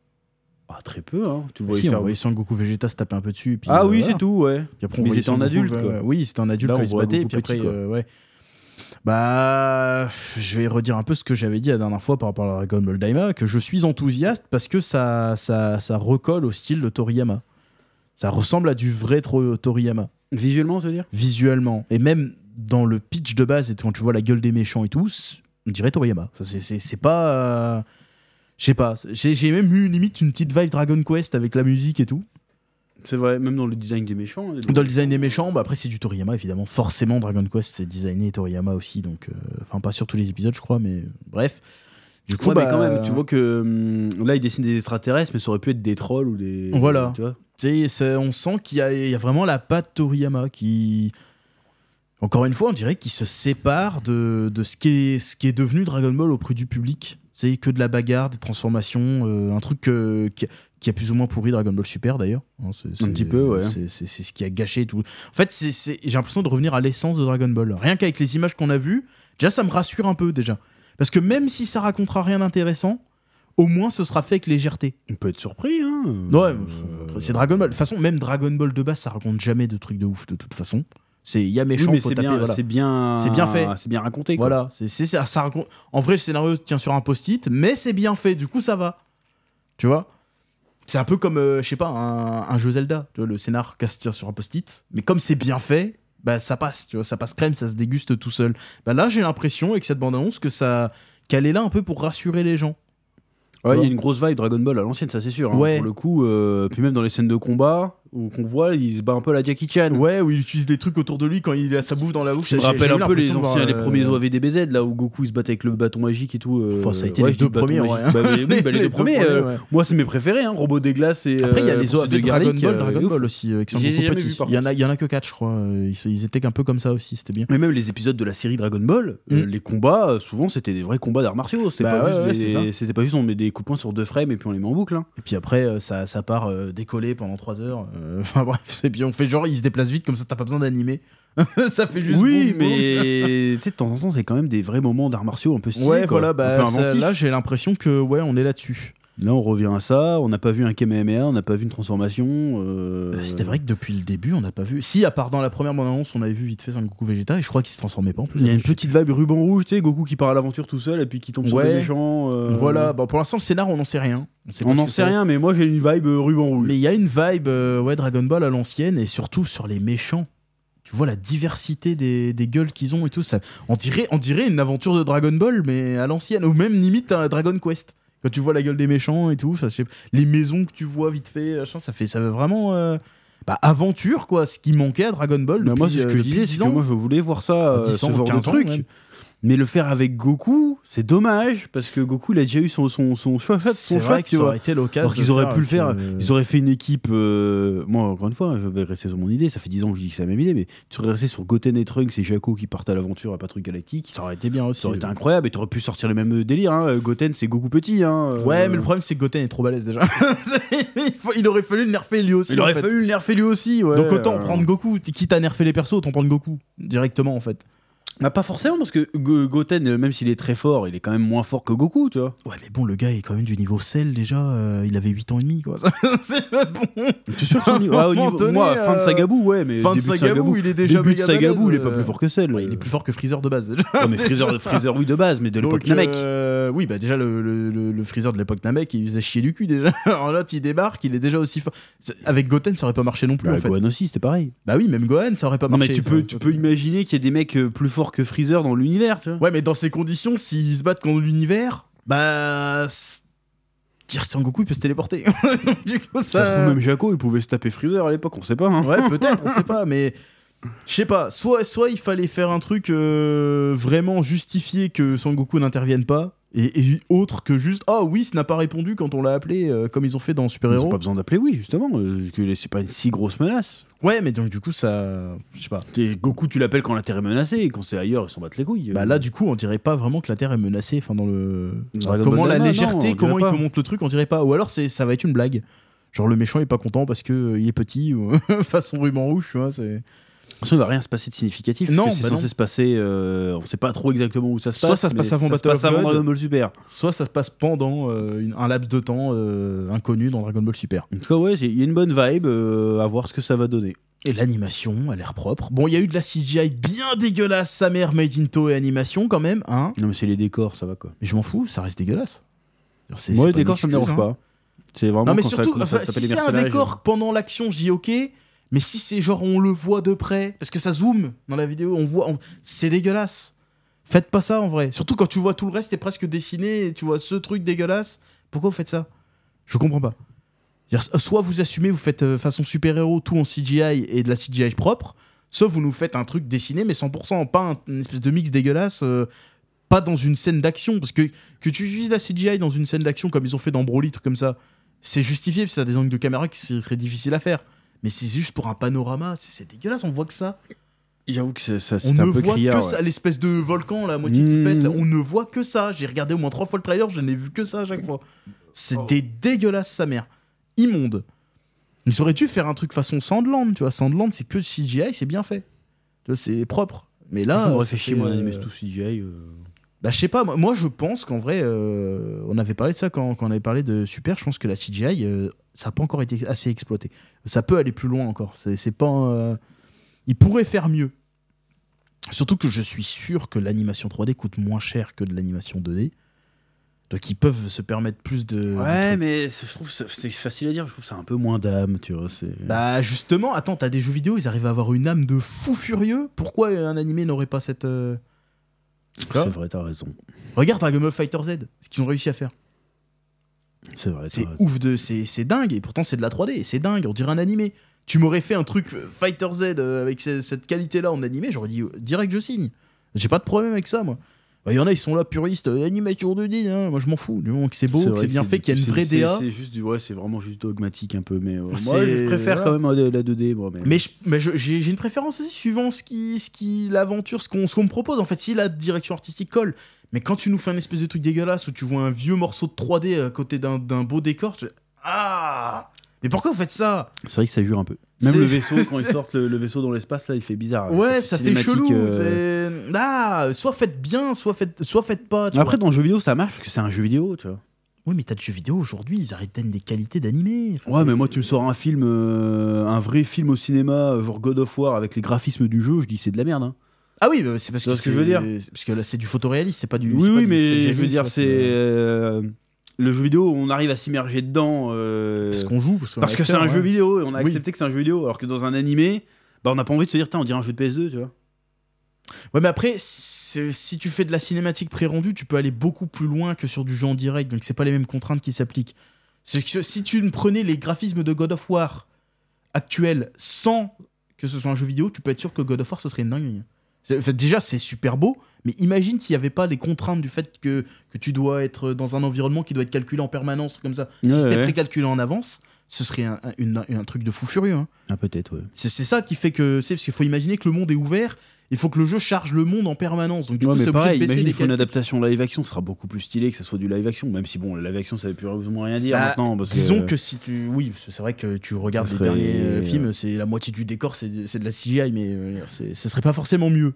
S1: Ah, très peu, hein. Tu le vois
S2: si,
S1: il
S2: on
S1: faire-
S2: voyait Son Goku Vegeta se taper un peu dessus. et puis,
S1: Ah
S2: euh,
S1: oui,
S2: voilà.
S1: c'est tout, ouais.
S2: Puis après, on
S1: Mais
S2: voyait
S1: c'était en
S2: Son
S1: adulte,
S2: Goku,
S1: quoi.
S2: euh, oui, c'était en adulte
S1: Là,
S2: quand
S1: on
S2: il se
S1: voit
S2: battait. Et
S1: Goku
S2: puis après,
S1: petit, quoi.
S2: euh, ouais. Bah, je vais redire un peu ce que j'avais dit la dernière fois par rapport à Dragon Ball Daima, que je suis enthousiaste parce que ça, ça, ça recolle au style de Toriyama. Ça ressemble à du vrai Tro- Toriyama,
S1: Visuellement, tu veux dire
S2: visuellement. Et même dans le pitch de base, et quand tu vois la gueule des méchants et tout, c'est- on dirait Toriyama. Enfin, c'est- C'est c'est pas. euh, je sais pas. J'ai j'ai même eu limite une petite vibe Dragon Quest avec la musique et tout.
S1: C'est vrai, même dans le design des méchants. hein,
S2: Dans le design des méchants, bah après c'est du Toriyama évidemment. Forcément, Dragon Quest c'est designé Toriyama aussi, donc euh, enfin pas sur tous les épisodes je crois, mais euh, bref. Du coup,
S1: Ouais,
S2: bah,
S1: mais quand même, tu vois que hum, là il dessine des extraterrestres, mais ça aurait pu être des trolls ou des.
S2: Voilà.
S1: Tu vois
S2: tu sais, c'est- on sent qu'il y, a- il y a vraiment la patte Toriyama qui, encore une fois, on dirait qu'il se sépare de, de ce, qui est, ce qui est devenu Dragon Ball auprès du public. C'est que de la bagarre, des transformations, euh, un truc euh, qui, qui a plus ou moins pourri Dragon Ball Super d'ailleurs. Hein, c'est- c'est-
S1: petit peu, ouais.
S2: C'est c'est- c'est ce qui a gâché tout. En fait, c'est- c'est- j'ai l'impression de revenir à l'essence de Dragon Ball. Rien qu'avec les images qu'on a vues, déjà ça me rassure un peu déjà. Parce que même si ça racontera rien d'intéressant, au moins ce sera fait avec légèreté.
S1: On peut être surpris, hein.
S2: Ouais,
S1: Euh,
S2: pff, c'est Dragon Ball. De toute façon, même Dragon Ball de base, ça raconte jamais de trucs de ouf, de toute façon. C'est il y a
S1: Oui,
S2: méchant,
S1: mais
S2: faut
S1: c'est
S2: taper,
S1: bien,
S2: voilà.
S1: c'est bien,
S2: C'est bien fait.
S1: c'est bien raconté. quoi.
S2: Voilà, c'est c'est ça, ça raconte. En vrai, le scénario tient sur un post-it, mais c'est bien fait, du coup, ça va. Tu vois C'est un peu comme, euh, je sais pas, un, un jeu Zelda. Tu vois, le scénar casse tient sur un post-it, mais comme c'est bien fait, bah ça passe, tu vois, ça passe crème, ça se déguste tout seul. Bah là, j'ai l'impression, avec cette bande-annonce, que ça. qu'elle est là un peu pour rassurer les gens.
S1: Ouais, il y
S2: Voilà.
S1: a une grosse vibe Dragon Ball à l'ancienne, ça c'est sûr. hein,
S2: Ouais.
S1: Pour le coup, euh, puis même dans les scènes de combat où qu'on voit, il se bat un peu à la Jackie Chan.
S2: Ouais, où il utilise des trucs autour de lui quand il a sa bouffe dans la bouche.
S1: Je me
S2: j'ai-
S1: rappelle
S2: j'ai eu
S1: un peu les
S2: l'impression de voir,
S1: anciens, les
S2: euh,
S1: premiers OAVDBZ là où Goku il se battait avec le bâton magique et tout. euh,
S2: Enfin, ça a été
S1: ouais,
S2: les
S1: je dis
S2: deux
S1: bâton
S2: premiers,
S1: magique.
S2: ouais.
S1: Bah, mais oui, bah, les deux premiers. euh,
S2: ouais.
S1: Moi, c'est mes préférés, hein, Robot des Glaces et.
S2: Après, il y a
S1: euh,
S2: les
S1: Princesse
S2: OAV de Dragon
S1: Garlic,
S2: Ball,
S1: euh,
S2: Dragon
S1: ouf.
S2: Ball aussi, euh, qui sont
S1: J'ai
S2: beaucoup
S1: jamais vu,
S2: petits.
S1: par
S2: Il y, en a, il y en a que 4, je crois. euh, Ils, ils étaient qu'un peu comme ça aussi, c'était bien.
S1: Mais même les épisodes de la série Dragon Ball, euh,
S2: Mm.
S1: les combats, euh, souvent c'était des vrais combats d'arts martiaux. C'était
S2: Bah
S1: pas,
S2: ouais,
S1: juste
S2: ouais,
S1: des-
S2: c'est ça.
S1: c'était pas juste on met des coups de poing sur deux frames et puis on les met en boucle. hein.
S2: Et puis après, euh, ça, ça part euh, décoller pendant 3 heures. euh, Enfin bref, et puis on fait genre, ils se déplacent vite, comme ça t'as pas besoin d'animer. ça fait juste.
S1: oui,
S2: boum, boum.
S1: mais tu sais, de temps en temps, c'est quand même des vrais moments d'arts martiaux un peu stylés.
S2: Ouais,
S1: quoi,
S2: voilà,
S1: un
S2: bah,
S1: peu
S2: ça-
S1: inventifs.
S2: là j'ai l'impression que ouais, on est là-dessus.
S1: Là, on revient à ça. On n'a pas vu un Kamehameha, on n'a pas vu une transformation. euh,
S2: Euh, C'était vrai que depuis le début, on n'a pas vu. Si, à part dans la première bande-annonce, on avait vu vite fait Son Goku Vegeta, et je crois qu'il se transformait pas en plus.
S1: Il y a une
S2: Je sais
S1: petite vibe ruban rouge, tu sais, Goku qui part à l'aventure tout seul et puis qui tombe sur
S2: Ouais.
S1: des méchants. euh,
S2: Voilà, bah, pour l'instant, le scénar, on n'en sait rien. sait pas
S1: On
S2: ce
S1: n'en
S2: que
S1: sait
S2: c'est.
S1: rien, mais moi j'ai une vibe euh, ruban rouge.
S2: Mais il y a une vibe euh, ouais, Dragon Ball à l'ancienne et surtout sur les méchants. Tu vois la diversité des, des gueules qu'ils ont et tout. Ça, on, dirait, on dirait une aventure de Dragon Ball, mais à l'ancienne, ou même limite un Dragon Quest. Quand tu vois la gueule des méchants et tout, ça, je sais- les maisons que tu vois vite fait, machin, ça fait, ça fait vraiment euh, bah, aventure, quoi. Ce qui manquait à Dragon Ball.
S1: Mais
S2: Depuis,
S1: Bah, moi, ce que je disais, c'est
S2: dix
S1: que
S2: ans.
S1: moi, je voulais voir ça, euh,
S2: 10 ans,
S1: ce genre de
S2: 15 ans,
S1: truc.
S2: même.
S1: Mais le faire avec Goku, c'est dommage, parce que Goku, il a déjà eu son, son, son shot,
S2: c'est
S1: son
S2: vrai
S1: shot,
S2: que
S1: tu
S2: ça
S1: vois.
S2: aurait été l'occasion.
S1: Alors
S2: de
S1: qu'ils auraient pu le faire,
S2: avec, euh,
S1: ils auraient fait une équipe. euh, moi, encore une fois, je vais rester sur mon idée, ça fait 10 ans que je dis que c'est la même idée, mais tu aurais resté sur Goten et Trunks et Jaco qui partent à l'aventure à Patrouille Galactique.
S2: Ça aurait été bien aussi. hein.
S1: Ça aurait été incroyable et tu aurais pu sortir le même délire. hein. Goten, c'est Goku petit. Hein. euh,
S2: Ouais, mais le problème, c'est que Goten est trop balèze déjà. C'est- il, faut- il aurait fallu le nerfer lui aussi.
S1: Il
S2: en
S1: aurait
S2: fait.
S1: fallu le nerfer lui aussi. ouais.
S2: Donc autant
S1: Euh,
S2: prendre Goku. Quitte à nerfer les persos, autant prendre Goku directement en fait.
S1: bah, pas forcément, parce que Go- Goten, euh, même s'il est très fort, il est quand même moins fort que Goku, tu vois.
S2: Ouais, mais bon, le gars est quand même du niveau sel déjà. euh, il avait 8 ans et demi, quoi. c'est pas bon.
S1: C'est sûr que son niveau-
S2: À un
S1: ah, au niveau-
S2: moment donné,
S1: moi, fin de
S2: euh,
S1: Sagabou, ouais, mais.
S2: fin de
S1: début
S2: Sagabou, il est déjà
S1: Début de
S2: méga
S1: Sagabou, il
S2: balèze,
S1: est pas
S2: euh,
S1: plus fort que Cell.
S2: Ouais, il est plus fort que Freezer de base déjà.
S1: Non, mais Freezer, Freezer, oui, de base, mais de
S2: Donc,
S1: l'époque Namek.
S2: euh, oui, bah déjà, le, le, le- le Freezer de l'époque Namek, il faisait chier du cul déjà. Alors l'autre, il débarque, il est déjà aussi fort. C'est- Avec Goten, ça aurait pas marché non plus
S1: Bah,
S2: en fait.
S1: Gohan aussi, c'était pareil.
S2: Bah oui, même Gohan, ça aurait pas
S1: Non, mais
S2: marché.
S1: tu
S2: ça.
S1: peux, tu peux imaginer qu'il y a des mecs euh, plus forts que Freezer dans l'univers, tu vois.
S2: Ouais, mais dans ces conditions, s'ils se battent contre l'univers, bah. s- Tire sur Goku, il peut se téléporter. Donc, du
S1: Ça
S2: coup,
S1: euh, se
S2: ça.
S1: trouve, même Jaco, il pouvait se taper Freezer à l'époque, on sait pas. Hein.
S2: Ouais, peut-être, on sait pas, mais. Je sais pas, soit, soit il fallait faire un truc euh, vraiment justifié que Son Goku n'intervienne pas, et, et autre que juste Ah oui, ça n'a pas répondu quand on l'a appelé, euh, comme ils ont fait dans Super
S1: Ils ont
S2: Hero.
S1: pas besoin d'appeler, oui, justement, euh, que c'est pas une si grosse menace.
S2: Ouais, mais donc du coup, ça. Je sais pas.
S1: T'es- Goku, tu l'appelles quand la Terre est menacée, et quand c'est ailleurs, ils s'en battent les couilles. euh.
S2: Bah là, du coup, on dirait pas vraiment que la Terre est menacée. Enfin, dans le.
S1: Dragon
S2: comment
S1: Ball
S2: la
S1: Daima,
S2: légèreté,
S1: non, on
S2: comment
S1: dirait
S2: ils te
S1: pas.
S2: montrent le truc, on dirait pas. Ou alors, c'est ça va être une blague. Genre, le méchant est pas content parce que euh, il est petit, ou façon ruban rouge, tu vois. C'est...
S1: De toute façon, il va rien se passer de significatif.
S2: Non,
S1: parce que c'est
S2: bah non.
S1: censé se passer. euh, on sait pas trop exactement où ça se
S2: Soit
S1: passe.
S2: ça se
S1: mais
S2: passe avant
S1: ça
S2: Battle of
S1: avant
S2: God.
S1: Dragon Ball Super.
S2: Soit ça se passe pendant euh, une- un laps de temps euh, inconnu dans Dragon Ball Super.
S1: En tout cas, ouais, c'est- il y a une bonne vibe euh, à voir ce que ça va donner.
S2: Et l'animation a l'air propre. Bon, il y a eu de la CGI bien dégueulasse, sa mère Made in Toei animation quand même, hein.
S1: Non, mais c'est les décors, ça va quoi.
S2: Mais je m'en fous, ça reste dégueulasse. C'est-
S1: Moi,
S2: c'est
S1: les
S2: pas une
S1: décors, ça me
S2: excuse,
S1: dérange
S2: hein.
S1: pas. C'est vraiment.
S2: Non, mais
S1: quand ça
S2: surtout,
S1: commence à
S2: enfin,
S1: taper hein.
S2: si
S1: les
S2: c'est un
S1: mercenaires,
S2: décor pendant l'action, je dis ok. Mais si c'est genre on le voit de près, parce que ça zoome dans la vidéo, on voit, on- c'est dégueulasse. Faites pas ça en vrai. Surtout quand tu vois tout le reste est presque dessiné et tu vois ce truc dégueulasse. Pourquoi vous faites ça Je comprends pas. C'est-à-dire, euh, soit vous assumez, vous faites euh, façon super-héros tout en CGI et de la CGI propre, soit vous nous faites un truc dessiné mais 100%, pas un- une espèce de mix dégueulasse, euh, pas dans une scène d'action. Parce que que tu utilises la CGI dans une scène d'action comme ils ont fait dans Broly, truc comme ça, c'est justifié parce que t'as des angles de caméra qui seraient difficiles à faire. Mais c'est juste pour un panorama, c'est- c'est dégueulasse, on voit que ça.
S1: J'avoue que ça, ça, c'est
S2: On
S1: un
S2: ne
S1: peu
S2: voit
S1: criard.
S2: que
S1: ouais.
S2: ça, l'espèce de volcan, la moitié qui
S1: Mmh.
S2: pète, là, on ne voit que ça. J'ai regardé au moins trois fois le trailer, je n'ai vu que ça à chaque fois. C'était dégueulasse, sa mère. Immonde. Ils auraient dû faire un truc façon Sandland, tu vois. Sandland, c'est que CGI, c'est bien fait. Tu vois, C'est propre. Mais là.
S1: Ça m'aurait
S2: ça
S1: fait chier, moi,
S2: euh,
S1: d'animer tout CGI. euh.
S2: bah, je sais pas, moi, moi, je pense qu'en vrai, euh, on avait parlé de ça quand, quand on avait parlé de Super, je pense que la CGI, euh, ça n'a pas encore été assez exploité. Ça peut aller plus loin encore. C'est c'est pas. euh, il pourrait faire mieux. Surtout que je suis sûr que l'animation 3D coûte moins cher que de l'animation 2D. Donc ils peuvent se permettre plus de. de
S1: Ouais,
S2: trucs.
S1: mais c'est- je trouve ça- c'est facile à dire. Je trouve ça un peu moins d'âme, tu vois. c'est-
S2: Bah justement, attends, t'as des jeux vidéo, ils arrivent à avoir une âme de fou furieux. Pourquoi un animé n'aurait pas cette. euh,
S1: c'est vrai, t'as raison.
S2: Regarde Dragon Ball Fighter Z, ce qu'ils ont réussi à faire.
S1: C'est vrai. t'as
S2: C'est
S1: raison.
S2: ouf de, c'est c'est dingue et pourtant c'est de la 3D, c'est dingue, on dirait un animé. Tu m'aurais fait un truc euh, Fighter Z euh, avec ce- cette qualité-là en animé, j'aurais dit euh, direct je signe. J'ai pas de problème avec ça moi. Il y en a ils sont là puristes, euh, animation 2D, hein, moi je m'en fous. Du moment que c'est beau, que
S1: vrai
S2: c'est
S1: que
S2: bien fait,
S1: du-
S2: qu'il y a une
S1: c'est-
S2: vraie
S1: c'est-
S2: DA.
S1: C'est juste du ouais, c'est vraiment juste dogmatique un peu, mais euh, moi
S2: C'est-
S1: je préfère
S2: voilà.
S1: quand même euh, la 2D. Moi, mais...
S2: Mais je- mais je- j'ai j'ai une préférence aussi suivant ce qui, ce qui l'aventure, ce qu'on ce qu'on me propose. En fait, si la direction artistique colle, mais quand tu nous fais un espèce de truc dégueulasse où tu vois un vieux morceau de 3D à côté d'un d'un beau décor, tu fais, ah Mais pourquoi vous faites ça
S1: c'est vrai que ça jure un peu.
S2: C'est-
S1: Même le vaisseau quand ils
S2: c'est-
S1: sortent le, le vaisseau dans l'espace là, il fait bizarre. hein,
S2: Ouais,
S1: Cette
S2: ça fait
S1: cinématique,
S2: chelou.
S1: euh,
S2: c'est- Ah, soit faites bien, soit faites, soit faites pas. tu
S1: Après
S2: vois.
S1: dans le jeu vidéo ça marche parce que c'est un jeu vidéo, tu vois.
S2: Oui, mais t'as de jeux vidéo aujourd'hui, ils arrêtent d'être des qualités d'animé. Enfin,
S1: Ouais,
S2: c'est-
S1: mais moi tu me sors un film, euh, un vrai film au cinéma, euh, genre God of War avec les graphismes du jeu, je dis c'est de la merde. hein.
S2: Ah oui, mais c'est parce
S1: Tu
S2: que,
S1: vois ce que je veux dire
S2: c'est- Parce que là, c'est du photoréaliste, c'est pas du.
S1: Oui,
S2: c'est pas
S1: oui,
S2: du
S1: mais
S2: CGI,
S1: je veux dire
S2: ça,
S1: c'est euh, le jeu vidéo, on arrive à s'immerger dedans. euh,
S2: Parce qu'on joue. Parce, qu'on
S1: Parce
S2: est
S1: que c'est un
S2: acteur,
S1: jeu
S2: ouais.
S1: vidéo et on a
S2: Oui.
S1: accepté que c'est un jeu vidéo, alors que dans un animé, bah on n'a pas envie de se dire, tiens, on dirait un jeu de PS2, tu vois.
S2: Ouais, mais après, c'est- si tu fais de la cinématique pré-rendue, tu peux aller beaucoup plus loin que sur du jeu en direct, donc c'est pas les mêmes contraintes qui s'appliquent. C'est que si tu ne prenais les graphismes de God of War actuels sans que ce soit un jeu vidéo, tu peux être sûr que God of War, ce serait une dinguerie. C'est- en fait, déjà, c'est super beau, mais imagine s'il n'y avait pas les contraintes du fait que, que tu dois être dans un environnement qui doit être calculé en permanence, comme ça.
S1: Ouais,
S2: si c'était
S1: ouais.
S2: précalculé en avance, ce serait un, un- une- un truc de fou furieux. hein.
S1: Ah, peut-être, ouais.
S2: C'est c'est ça qui fait que, tu sais, parce qu'il faut imaginer que le monde est ouvert, il faut que le jeu charge le monde en permanence. Donc du
S1: Ouais,
S2: coup,
S1: mais
S2: c'est obligé
S1: pareil,
S2: de baisser
S1: imagine,
S2: les
S1: il faut une
S2: calculs.
S1: adaptation live action, ce sera beaucoup plus stylé que ça soit du live action, même si bon, le live action ça veut plus vraiment rien dire
S2: Bah,
S1: maintenant. Parce
S2: Disons que si tu. Oui, parce que c'est vrai que tu regardes
S1: Ça
S2: les
S1: euh, serait-
S2: derniers euh, films, c'est la moitié du décor, c'est c'est de la CGI, mais euh, c'est- ce serait pas forcément mieux.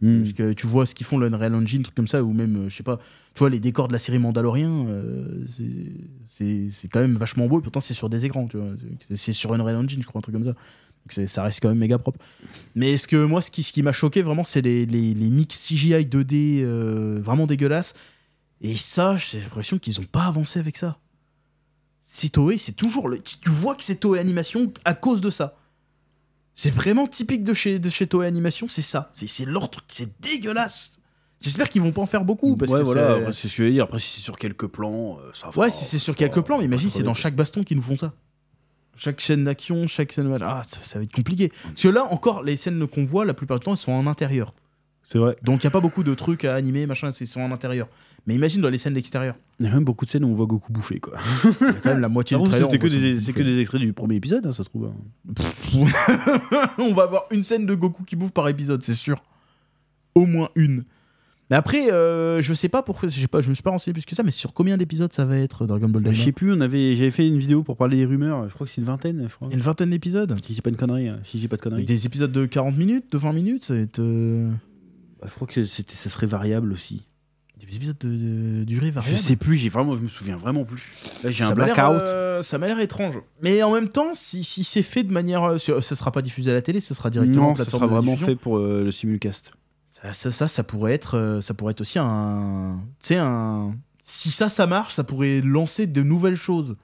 S1: Hmm.
S2: Parce que tu vois ce qu'ils font, l'Unreal Engine, truc comme ça, ou même, euh, je sais pas, tu vois, les décors de la série Mandalorian, euh, c'est- c'est c'est quand même vachement beau, et pourtant c'est sur des écrans, tu vois. C'est- C'est sur Unreal Engine, je crois, un truc comme ça. Donc c'est- ça reste quand même méga propre. Mais ce que moi, ce qui, ce qui m'a choqué vraiment, c'est les, les, les mix CGI 2D euh, vraiment dégueulasses. Et ça, j'ai l'impression qu'ils ont pas avancé avec ça. C'est Toei, c'est toujours le. Tu tu vois que c'est Toei Animation à cause de ça. C'est vraiment typique de chez, de chez Toei Animation, c'est ça. C'est- C'est leur truc, c'est dégueulasse. J'espère qu'ils vont pas en faire beaucoup. Parce
S1: ouais,
S2: que
S1: voilà,
S2: c'est-
S1: après, c'est ce que je veux dire. Après, si c'est sur quelques plans, euh, ça va.
S2: Ouais, si c'est sur quelques
S1: Oh,
S2: plans, mais imagine, c'est dans chaque baston qu'ils nous font ça. Chaque scène d'action, chaque scène. Ah, ça, ça va être compliqué. Parce que là, encore, les scènes qu'on voit, la plupart du temps, elles sont en intérieur.
S1: C'est vrai.
S2: Donc, il n'y a pas beaucoup de trucs à animer, machin, c'est- ils sont en intérieur. Mais imagine dans les scènes d'extérieur.
S1: Il y a même beaucoup de scènes où on voit Goku bouffer, quoi.
S2: Il y a quand même la moitié du trailer.
S1: Ah, C'était
S2: on
S1: que,
S2: voit ça.
S1: des- c'est que des extraits du premier épisode, hein, ça se trouve. hein.
S2: on va avoir une scène de Goku qui bouffe par épisode, c'est sûr. Au moins une. Mais après, euh, je sais pas pourquoi, j'ai pas, je me suis pas renseigné plus que ça, mais sur combien d'épisodes ça va être euh, Dragon Ball
S1: Bah, Je
S2: Daima
S1: sais plus, on avait, j'avais fait une vidéo pour parler des rumeurs, je crois que c'est une vingtaine, je crois.
S2: Une vingtaine d'épisodes
S1: Si j'ai pas de conneries, hein, si j'ai pas de conneries.
S2: Avec des épisodes de 40 minutes, de 20 minutes, ça va être. euh,
S1: Bah, je crois que c'était, ça serait variable aussi.
S2: Des épisodes de, de durée
S1: Je
S2: variable.
S1: sais plus, j'ai vraiment, je me souviens vraiment plus. Là, j'ai
S2: Ça
S1: un
S2: m'a l'air,
S1: blackout.
S2: euh, ça m'a l'air étrange. Mais en même temps, si, si c'est fait de manière. euh, sur- ça sera pas diffusé à la télé, ce sera directement en
S1: Non, ça
S2: plateforme
S1: sera
S2: de
S1: vraiment
S2: diffusion.
S1: fait pour euh, le simulcast.
S2: Ça, ça, ça, ça pourrait être, euh, ça pourrait être aussi un, tu sais un. Si ça, ça marche, ça pourrait lancer de nouvelles choses.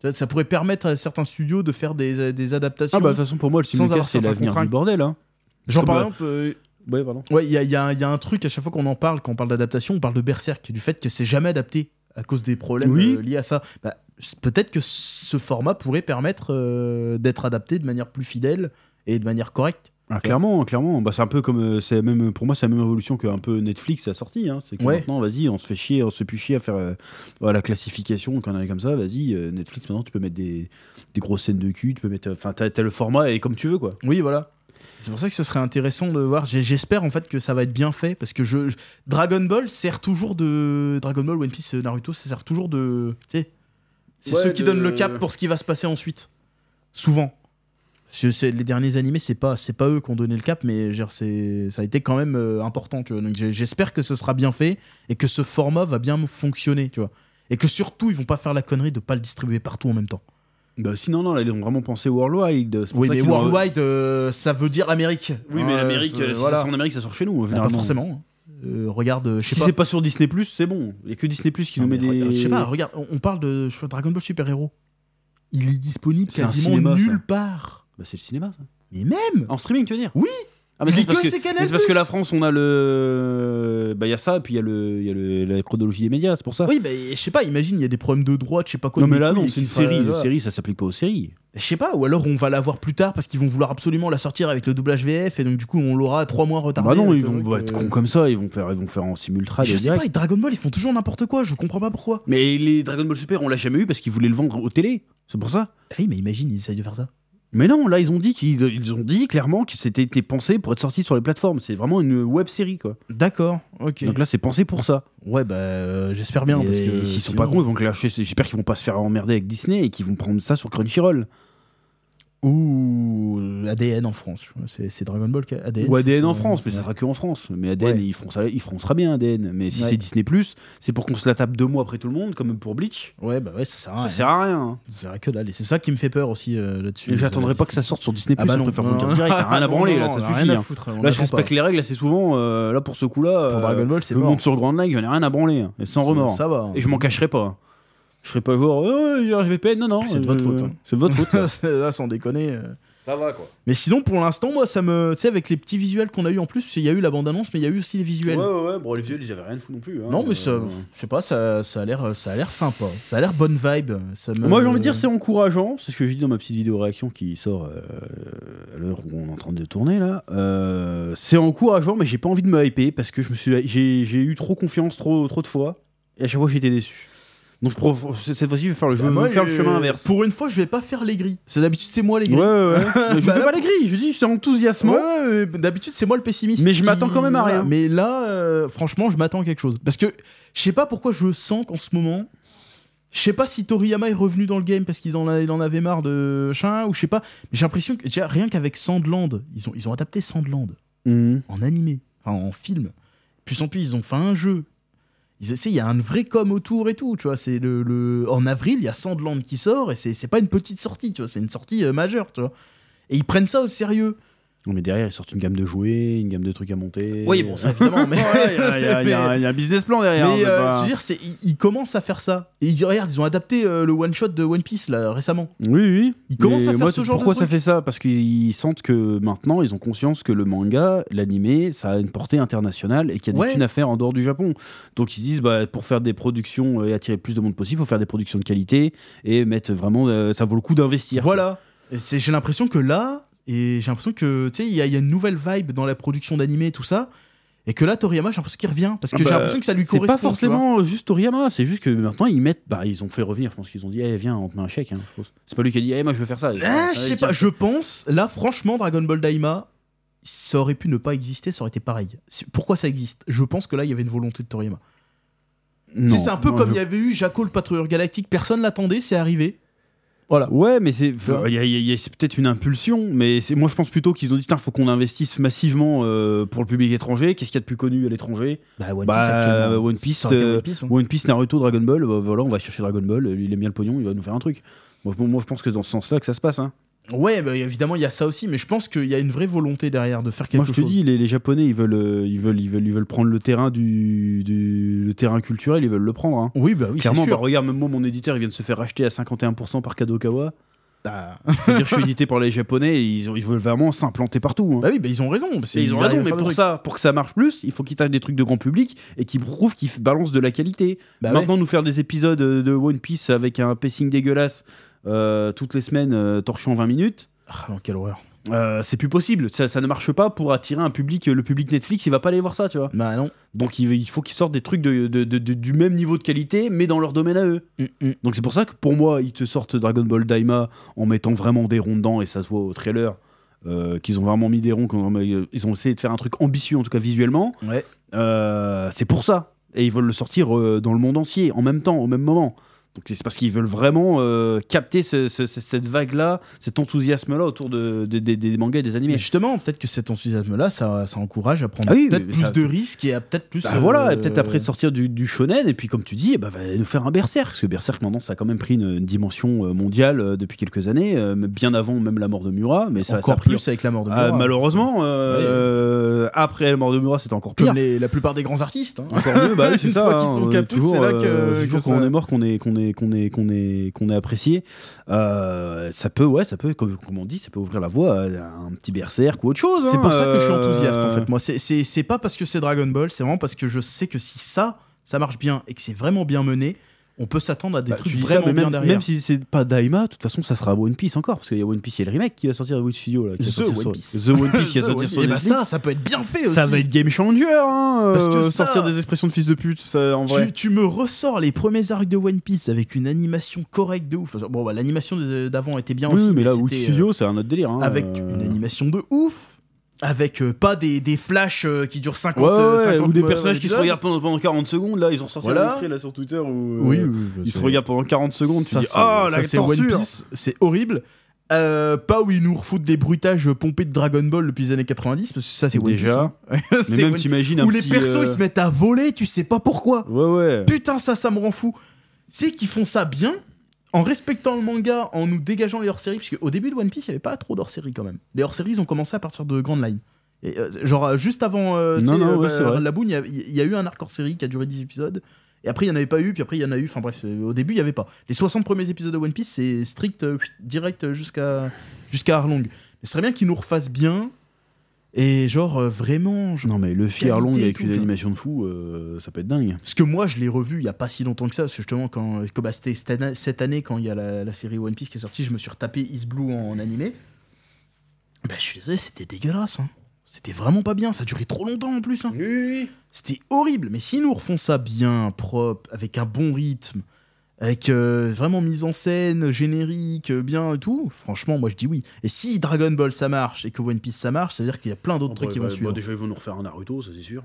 S2: Tu vois, Ça pourrait permettre à certains studios de faire des, des adaptations.
S1: Ah bah de toute façon pour moi le
S2: Sans avoir
S1: simulcast c'est
S2: certains
S1: l'avenir
S2: contraints.
S1: du bordel hein.
S2: Genre
S1: comme, euh,
S2: par exemple, euh,
S1: Ouais pardon.
S2: ouais, il y a, il y a un- il y a un truc à chaque fois qu'on en parle, quand on parle d'adaptation, on parle de Berserk, du fait que c'est jamais adapté à cause des problèmes
S1: Oui.
S2: euh, liés à ça. Bah, c- Peut-être que ce format pourrait permettre euh, d'être adapté de manière plus fidèle et de manière correcte.
S1: Ah, clairement, clairement. Bah, c'est un peu comme euh, c'est la même pour moi c'est la même évolution que un peu Netflix a sorti hein. C'est que
S2: Ouais.
S1: maintenant vas-y, on se fait chier, on se fait plus chier à faire euh, voilà, la classification qu'on a comme ça, vas-y euh, Netflix maintenant tu peux mettre des, des grosses scènes de cul, tu peux mettre euh, enfin t'as t'as le format et comme tu veux quoi.
S2: Oui, voilà. C'est pour ça que ce serait intéressant de voir. J'ai- J'espère en fait que ça va être bien fait parce que je, je- Dragon Ball sert toujours de Dragon Ball, One Piece, Naruto, ça sert toujours de. Tu sais, c'est
S4: Ouais,
S2: ceux qui
S4: de-
S2: donnent le cap pour ce qui va se passer ensuite. Souvent. Parce que c'est- les derniers animés, c'est pas c'est pas eux qui ont donné le cap, mais genre, c'est ça a été quand même euh, important. Tu vois. Donc j'ai- j'espère que ce sera bien fait et que ce format va bien fonctionner, tu vois. Et que surtout, ils vont pas faire la connerie de pas le distribuer partout en même temps.
S1: Bah sinon non, là ils ont vraiment pensé worldwide. c'est pour
S2: Oui,
S1: ça
S2: mais
S1: qu'ils ont-
S2: worldwide, euh, ça veut dire l'Amérique.
S1: Oui, mais
S2: Hein,
S1: l'Amérique,
S2: c'est-
S1: euh, si
S2: voilà.
S1: ça sort en Amérique, ça sort chez nous.
S2: Ah,
S1: généralement.
S2: pas forcément. hein. Euh, regarde, euh, je sais
S1: Si
S2: pas.
S1: c'est pas sur Disney c'est bon. Il y a que Disney qui
S2: Non,
S1: nous met
S2: mais re-
S1: des.
S2: Je sais pas, regarde, on, on parle de je crois, Dragon Ball Super Hero. Il est disponible
S1: C'est un
S2: quasiment
S1: cinéma, ça.
S2: nulle part.
S1: Bah, c'est le cinéma. Ça.
S2: Mais même
S1: En streaming, tu veux dire
S2: Oui.
S1: Ah, mais
S2: Il
S1: c'est
S2: est
S1: parce
S2: que
S1: que,
S2: c'est Canal+.
S1: mais c'est parce que la France, on a le. Bah, il y a ça, puis il y a, le, il y a le- la chronologie des médias, c'est pour ça.
S2: Oui, mais je sais pas, imagine, il y a des problèmes de droite, je sais pas quoi.
S1: non,
S2: de
S1: mais
S2: mes
S1: là,
S2: couilles
S1: non,
S2: et
S1: c'est
S2: qui
S1: une
S2: sera-
S1: série. Une
S2: voilà.
S1: série, ça s'applique pas aux séries.
S2: Je sais pas, ou alors on va la voir plus tard parce qu'ils vont vouloir absolument la sortir avec le doublage VF et donc du coup on l'aura trois mois retardé.
S1: bah, non,
S2: avec
S1: ils
S2: le
S1: vont
S2: truc,
S1: bah, être
S2: euh,
S1: cons comme ça, ils vont faire, ils vont faire en simultrade.
S2: Je sais
S1: direct.
S2: pas, et Dragon Ball ils font toujours n'importe quoi, je comprends pas pourquoi.
S1: Mais les Dragon Ball Super, on l'a jamais eu parce qu'ils voulaient le vendre aux télé. C'est pour ça.
S2: Bah oui, mais imagine, ils essayent de faire ça.
S1: Mais non, là, ils ont dit, qu'ils, ils ont dit clairement que c'était été pensé pour être sorti sur les plateformes. C'est vraiment une web série, quoi.
S2: D'accord, ok.
S1: Donc là, c'est pensé pour ça.
S2: ouais, bah euh, j'espère bien
S1: Et
S2: parce que.
S1: s'ils sont
S2: sinon-
S1: pas cons, ils vont clasher. J'espère qu'ils vont pas se faire emmerder avec Disney et qu'ils vont prendre ça sur Crunchyroll.
S2: ou ADN en France. je vois, C'est c'est Dragon Ball qui a- ADN.
S1: Ou
S2: c'est
S1: ADN
S2: son-
S1: en France, mais
S2: ouais.
S1: ça sera que en France. Mais ADN,
S2: Ouais.
S1: ils, feront ça, ils feront ça bien, ADN. Mais si
S2: Ouais.
S1: c'est Disney, c'est pour qu'on se la tape deux mois après tout le monde, comme pour Bleach.
S2: Ouais, bah ouais, ça sert à
S1: ça
S2: rien.
S1: sert à rien. hein.
S2: Ça sert à que dalle. Et c'est ça qui me fait peur aussi euh, là-dessus.
S1: Et J'attendrai
S2: Euh,
S1: pas que ça sorte sur Disney,
S2: Ah bah non,
S1: je préfère
S2: non,
S1: vous le dire
S2: non,
S1: direct. T'as rien à
S2: non,
S1: branler, là,
S2: non,
S1: ça
S2: rien
S1: suffite.
S2: à
S1: hein.
S2: foutre, on
S1: Là, je
S2: attend
S1: respecte
S2: pas.
S1: les règles assez souvent. euh, là, pour ce coup-là,
S2: Pour
S1: euh,
S2: Dragon Ball, c'est
S1: le
S2: mort.
S1: monde sur Grand Line, j'en ai rien à branler. hein, Et sans
S2: Ça-
S1: remords.
S2: Ça va.
S1: Et je m'en cacherai pas. Je serai pas genre, oh, j'ai un VPN, non, non.
S2: C'est de votre
S1: euh,
S2: faute, hein.
S1: C'est de votre faute.
S2: Là, sans déconner. euh,
S5: Ça va quoi.
S2: Mais sinon, pour l'instant, moi, ça me. Tu sais, avec les petits visuels qu'on a eu en plus, il y a eu la bande-annonce, mais il y a eu aussi les
S3: Ouais,
S2: visuels.
S3: ouais, ouais, bon, les vieux, ils avaient rien de fou non plus. hein.
S2: Non, mais ça,
S3: Euh,
S2: je sais pas, ça, ça a l'air, ça a l'air sympa. Ça a l'air bonne vibe. Ça me...
S1: Moi, j'ai envie de dire, c'est encourageant. C'est ce que j'ai dit dans ma petite vidéo réaction qui sort euh, à l'heure où on est en train de tourner là. Euh, c'est encourageant, mais j'ai pas envie de me hyper parce que je me suis, j'ai, j'ai eu trop confiance trop, trop de fois. Et à chaque fois, j'étais déçu. Donc, je prof- cette fois-ci, je vais faire le, je
S2: Bah,
S1: vais
S2: moi,
S1: faire le
S2: je-
S1: chemin inverse.
S2: Pour une fois, je vais pas faire les gris. C'est d'habitude, c'est moi les
S1: Ouais,
S2: gris.
S1: ouais, ouais. Mais je
S2: Bah,
S1: fais
S2: là-
S1: pas les grilles, je dis, c'est
S2: Ouais,
S1: enthousiasmant.
S2: ouais, ouais, d'habitude, c'est moi le pessimiste.
S1: Mais je m'attends quand même à rien.
S2: Mais là, euh, franchement, je m'attends à quelque chose. Parce que je sais pas pourquoi je sens qu'en ce moment. Je sais pas si Toriyama est revenu dans le game parce qu'il en, a- il en avait marre de chien ou je sais pas. Mais j'ai l'impression que déjà, rien qu'avec Sandland, ils ont, ils ont adapté Sandland
S1: Mhm.
S2: en animé, enfin en film. Plus en plus, ils ont fait un jeu. Ils essaient, il y a un vrai com autour et tout, tu vois. C'est le, le- en avril, il y a Sandland qui sort et c'est c'est pas une petite sortie, tu vois. C'est une sortie euh, majeure, tu vois. Et ils prennent ça au sérieux.
S1: Non, mais derrière, ils sortent une gamme de jouets, une gamme de trucs à monter.
S2: Oui, bon, ça évidemment, mais. euh,
S1: Ouais, il y a- il y a- il y a un- il y a un business plan derrière.
S2: Mais
S1: c'est
S2: euh,
S1: pas-
S2: je veux dire, c'est- ils, ils commencent à faire ça. Et ils regarde, ils ont adapté euh, le one shot de One Piece là récemment.
S1: Oui, oui.
S2: Ils commencent
S1: Mais
S2: à faire
S1: moi,
S2: ce genre de
S1: Pourquoi ça
S2: truc.
S1: fait ça Parce qu'ils sentent que maintenant, ils ont conscience que le manga, l'animé, ça a une portée internationale et qu'il y a des
S2: Ouais.
S1: thunes à faire en dehors du Japon. Donc ils se disent, bah, pour faire des productions euh, et attirer le plus de monde possible, il faut faire des productions de qualité et mettre vraiment. euh, ça vaut le coup d'investir.
S2: Voilà. Et c'est- J'ai l'impression que là, et j'ai l'impression que, tu sais, il y, a il y a une nouvelle vibe dans la production d'animé et tout ça. Et que là, Toriyama, j'ai l'impression qu'il revient. Parce que
S1: Ah
S2: j'ai
S1: bah,
S2: l'impression que ça lui
S1: C'est
S2: correspond.
S1: pas
S2: tu vois.
S1: forcément juste Toriyama, c'est juste que maintenant ils mettent. Bah, ils ont fait revenir, je pense qu'ils ont dit, eh, viens, on te met un chèque. hein, je pense. C'est pas lui qui a dit, eh, moi je veux faire ça.
S2: Ah,
S1: Ouais,
S2: je sais
S1: tiens.
S2: pas, je pense, là, franchement, Dragon Ball Daima, ça aurait pu ne pas exister, ça aurait été pareil. C'est- Pourquoi ça existe Je pense que là, il y avait une volonté de Toriyama. Tu sais,
S1: Non,
S2: C'est un peu
S1: non,
S2: comme
S1: je-
S2: il y avait eu Jaco le patrouilleur galactique, personne l'attendait, c'est arrivé. Voilà.
S1: Ouais, mais c'est
S2: vois
S1: il Bah, y a- il y a- il y a- c'est peut-être une impulsion, mais c'est- moi je pense plutôt qu'ils ont dit putain, faut qu'on investisse massivement euh, pour le public étranger. Qu'est-ce qu'il y a de plus connu à l'étranger
S2: Bah, One
S1: Bah,
S2: actuellement,
S1: One Piece,
S2: ça aurait été
S1: euh,
S2: One Piece, hein.
S1: One Piece, Naruto, Dragon Ball, bah, voilà, on va chercher Dragon Ball. Lui, il aime bien le pognon, il va nous faire un truc. Moi, pour- moi, je pense que dans ce sens-là que ça se passe. hein.
S2: Ouais, bah, évidemment, il y a ça aussi, mais je pense qu'il y a une vraie volonté derrière de faire quelque
S1: Moi je te
S2: chose.
S1: dis, les, les Japonais, ils veulent, euh, ils veulent, ils veulent, ils veulent prendre le terrain du, du- le terrain culturel, ils veulent le prendre. hein.
S2: Oui, bah oui, c'est
S1: Clairement, bah,
S2: sûr.
S1: regarde, même moi, mon éditeur, il vient de se faire racheter à 51% par Kadokawa.
S2: Bah,
S1: Je veux dire, je suis édité par les Japonais, et ils, ont- ils veulent vraiment s'implanter partout. hein.
S2: bah oui, bah ils ont raison.
S1: Et ils ont raison, mais pour
S2: ça.
S1: ça, pour que ça marche plus, il faut qu'ils taillent des trucs de grand public et qu'ils prouvent qu'ils f- balancent de la qualité.
S2: Bah
S1: Maintenant, nous faire des épisodes euh, de One Piece avec un pacing dégueulasse euh, toutes les semaines, euh, torchant 20 minutes,
S2: Ah non, quelle horreur.
S1: euh, c'est plus possible. Ça, ça ne marche pas pour attirer un public. euh, Le public Netflix, il va pas aller voir ça, tu vois.
S2: Bah non.
S1: Donc, il, il faut qu'ils sortent des trucs de- de- de- de- du même niveau de qualité, mais dans leur domaine à eux.
S2: Hum,
S1: Donc c'est pour ça que pour moi, ils te sortent Dragon Ball Daima en mettant vraiment des ronds dedans, et ça se voit au trailer, euh, qu'ils ont vraiment mis des ronds, qu'ils ont- euh, ils ont essayé de faire un truc ambitieux, en tout cas visuellement.
S2: Ouais.
S1: Euh, c'est pour ça. Et ils veulent le sortir euh, dans le monde entier, en même temps, au même moment. Donc c'est parce qu'ils veulent vraiment euh, capter ce- ce- ce- cette vague-là, cet enthousiasme-là autour de, de- des- des mangas et des
S2: Mais
S1: animés.
S2: justement, peut-être que cet enthousiasme-là, ça, ça encourage à prendre
S1: Ah oui,
S2: peut-être
S1: mais
S2: plus
S1: ça-
S2: de risques et à peut-être plus.
S1: Bah voilà, et
S2: euh,
S1: peut-être après sortir du, du shonen, et puis comme tu dis, eh bah, va nous faire un berserk, parce que berserk maintenant ça a quand même pris une, une dimension euh, mondiale euh, depuis quelques années, euh, mais bien avant même la mort de Murat, mais ça, ça a
S2: encore
S1: pris.
S2: plus avec la mort de
S1: Ah,
S2: Miura.
S1: malheureusement, euh,
S2: Ouais.
S1: euh, après la mort de Murat, c'était encore pire.
S2: Comme les- la plupart des grands artistes. hein.
S1: Encore mieux, bah oui, c'est
S2: Une
S1: ça.
S2: fois qu'ils
S1: hein,
S2: sont
S1: on est
S2: capouts,
S1: toujours,
S2: c'est là
S1: euh,
S2: que-
S1: toujours
S2: que
S1: quand
S2: ça-
S1: on est mort, qu'on est, qu'on est, qu'on est, qu'on est, qu'on est apprécié. Euh, ça peut, ouais, ça peut, comme, comme on dit, ça peut ouvrir la voie à un petit berserk ou autre chose.
S2: C'est
S1: hein,
S2: pour ça que je suis
S1: euh,
S2: enthousiaste en fait. Moi, c'est- c'est c'est pas parce que c'est Dragon Ball, c'est vraiment parce que je sais que si ça, ça marche bien et que c'est vraiment bien mené, on peut s'attendre à des
S1: Bah,
S2: trucs
S1: tu dis ça,
S2: vraiment
S1: mais
S2: bien
S1: même,
S2: derrière.
S1: Même si c'est pas Daima, de toute façon, ça sera One Piece encore, parce qu'il y a One Piece, il y a le remake qui va sortir de One Studio. Là, qui va
S2: The
S1: sortir
S2: One
S1: sur-
S2: Piece.
S1: The One Piece qui va
S2: Ça,
S1: sortir
S2: ouais.
S1: sur
S2: Et bah
S1: Netflix.
S2: ça, ça peut être bien fait aussi.
S1: Ça va être game changer, hein,
S2: Parce que
S1: euh,
S2: ça-
S1: sortir des expressions de fils de pute, ça, en vrai.
S2: Tu, tu me ressors les premiers arcs de One Piece avec une animation correcte de ouf. Bon, bah, l'animation de- d'avant était bien
S1: oui,
S2: aussi.
S1: mais là, One
S2: c'était, euh,
S1: Studio, c'est un autre délire. hein,
S2: avec
S1: euh.
S2: une animation de ouf, avec euh, pas des, des flashs euh, qui durent 50,
S1: Ouais, ouais,
S2: euh,
S1: ouais,
S2: 50,
S1: ou des
S2: euh,
S1: personnages qui se
S2: épisodes.
S1: regardent pendant, pendant 40 secondes, là, ils ont ressorti
S2: Voilà.
S1: un extrait, là, sur Twitter, où euh,
S2: Oui, oui,
S1: ils se regardent pendant 40 secondes, tu
S2: Ça,
S1: dis,
S2: c'est-
S1: ah,
S2: ça,
S1: la
S2: c'est One
S1: torture
S2: Piece, c'est horrible. Euh, pas où ils nous refoutent des bruitages pompés de Dragon Ball depuis les années 90, parce que ça, c'est One Piece.
S1: Déjà.
S2: hein.
S1: Mais
S2: C'est
S1: même,
S2: One-
S1: t'imagines un
S2: Où les
S1: petit,
S2: persos,
S1: euh,
S2: ils se mettent à voler, tu sais pas pourquoi.
S1: Ouais, ouais.
S2: Putain, ça, ça me rend fou. C'est qu'ils font ça bien, en respectant le manga, en nous dégageant les hors-séries, parce qu'au début de One Piece, il n'y avait pas trop d'hors-séries quand même. Les hors-séries, ils ont commencé à partir de Grand Line. Et, euh, genre, euh, juste avant euh, tu
S1: Non,
S2: sais,
S1: non,
S2: euh,
S1: ouais,
S2: bah,
S1: c'est vrai.
S2: La Boune, il y a- il y, a eu un arc hors-série qui a duré 10 épisodes. Et après, il n'y en avait pas eu, puis après, il y en a eu. Enfin bref, euh, au début, il n'y avait pas. Les 60 premiers épisodes de One Piece, c'est strict, euh, direct euh, jusqu'à jusqu'à Arlong. Ce serait bien qu'ils nous refassent bien. Et genre, euh, vraiment. je-
S6: Non, mais le
S2: Qualité
S6: fier long
S2: et
S6: avec
S2: tout,
S6: une
S2: putain.
S6: animation de fou, euh, ça peut être dingue.
S2: Parce que moi, je l'ai revu il y a pas si longtemps que ça. Parce que justement, quand, que, bah, c'était cette année- cette année, quand il y a la, la série One Piece qui est sortie, je me suis retapé Is Blue en, en animé. Bah, je suis désolé, c'était dégueulasse. hein. C'était vraiment pas bien. Ça durait trop longtemps en plus. hein.
S1: Oui, oui,
S2: C'était horrible, mais si nous refont ça bien, propre, avec un bon rythme, avec euh, vraiment mise en scène, générique, euh, bien et tout, franchement, moi je dis oui. Et si Dragon Ball ça marche et que One Piece ça marche, c'est-à-dire qu'il y a plein d'autres
S1: bah,
S2: trucs qui vont suivre.
S1: déjà, ils vont nous refaire un Naruto, ça c'est sûr.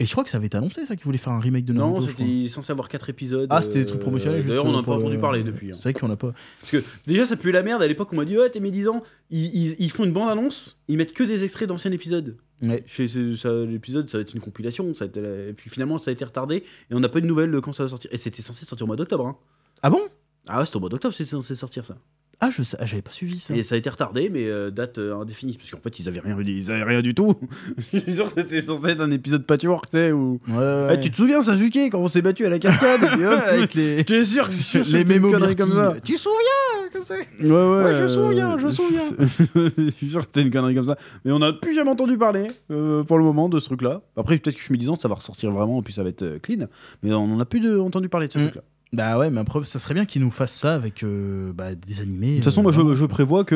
S2: Et je crois que ça avait été annoncé ça, qu'ils voulaient faire un remake de
S1: Non,
S2: Naruto. je crois.
S1: c'était censé avoir 4 épisodes.
S2: Ah, c'était des
S1: euh,
S2: trucs promotionnels juste.
S1: D'ailleurs, on
S2: euh,
S1: n'a pas
S2: pour le-
S1: entendu parler depuis. hein.
S2: C'est vrai qu'on n'a pas.
S1: Parce que déjà, ça pue la merde. À l'époque, on m'a dit Ouais, t'es médisant. Ils, ils- ils font une bande-annonce, ils mettent que des extraits d'anciens épisodes.
S2: Ouais.
S1: Chez ce- ça- L'épisode, ça va être une compilation. Ça va être la- Et puis finalement, ça a été retardé. Et on n'a pas eu de nouvelles de quand ça va sortir. Et c'était censé sortir au mois d'octobre. hein.
S2: Ah bon
S1: Ah ouais, c'était au mois d'octobre, c'était censé sortir ça.
S2: Ah, je sais- ah, j'avais pas suivi ça.
S1: Et ça a été retardé, mais euh, date euh, indéfinie. Parce qu'en fait, ils avaient rien, ils avaient rien du tout. Je suis sûr que c'était censé être un épisode patchwork, tu sais. Où...
S2: Ouais, ouais,
S1: Eh, tu te souviens, Sasuke, quand on oh, s'est battu à la cascade et
S2: ouais.
S1: hop,
S2: Avec les.
S1: T'es sûr que c'est
S2: Les mémos
S1: mémos comme ça
S2: Myrtille. Tu te souviens euh, que c'est
S1: Ouais, ouais.
S2: je me souviens, je me
S1: euh,
S2: souviens.
S1: je suis sûr que c'était une connerie comme ça. Mais on n'a plus jamais entendu parler, euh, pour le moment, de ce truc-là. Après, peut-être que je suis disant ça va ressortir vraiment, et puis ça va être euh, clean. Mais on n'en a plus de- entendu parler de ce
S2: Mm.
S1: truc-là.
S2: Bah ouais, mais après, ça serait bien qu'ils nous fassent ça avec euh, bah, des animés.
S6: De toute façon, moi,
S2: euh,
S6: je, je prévois que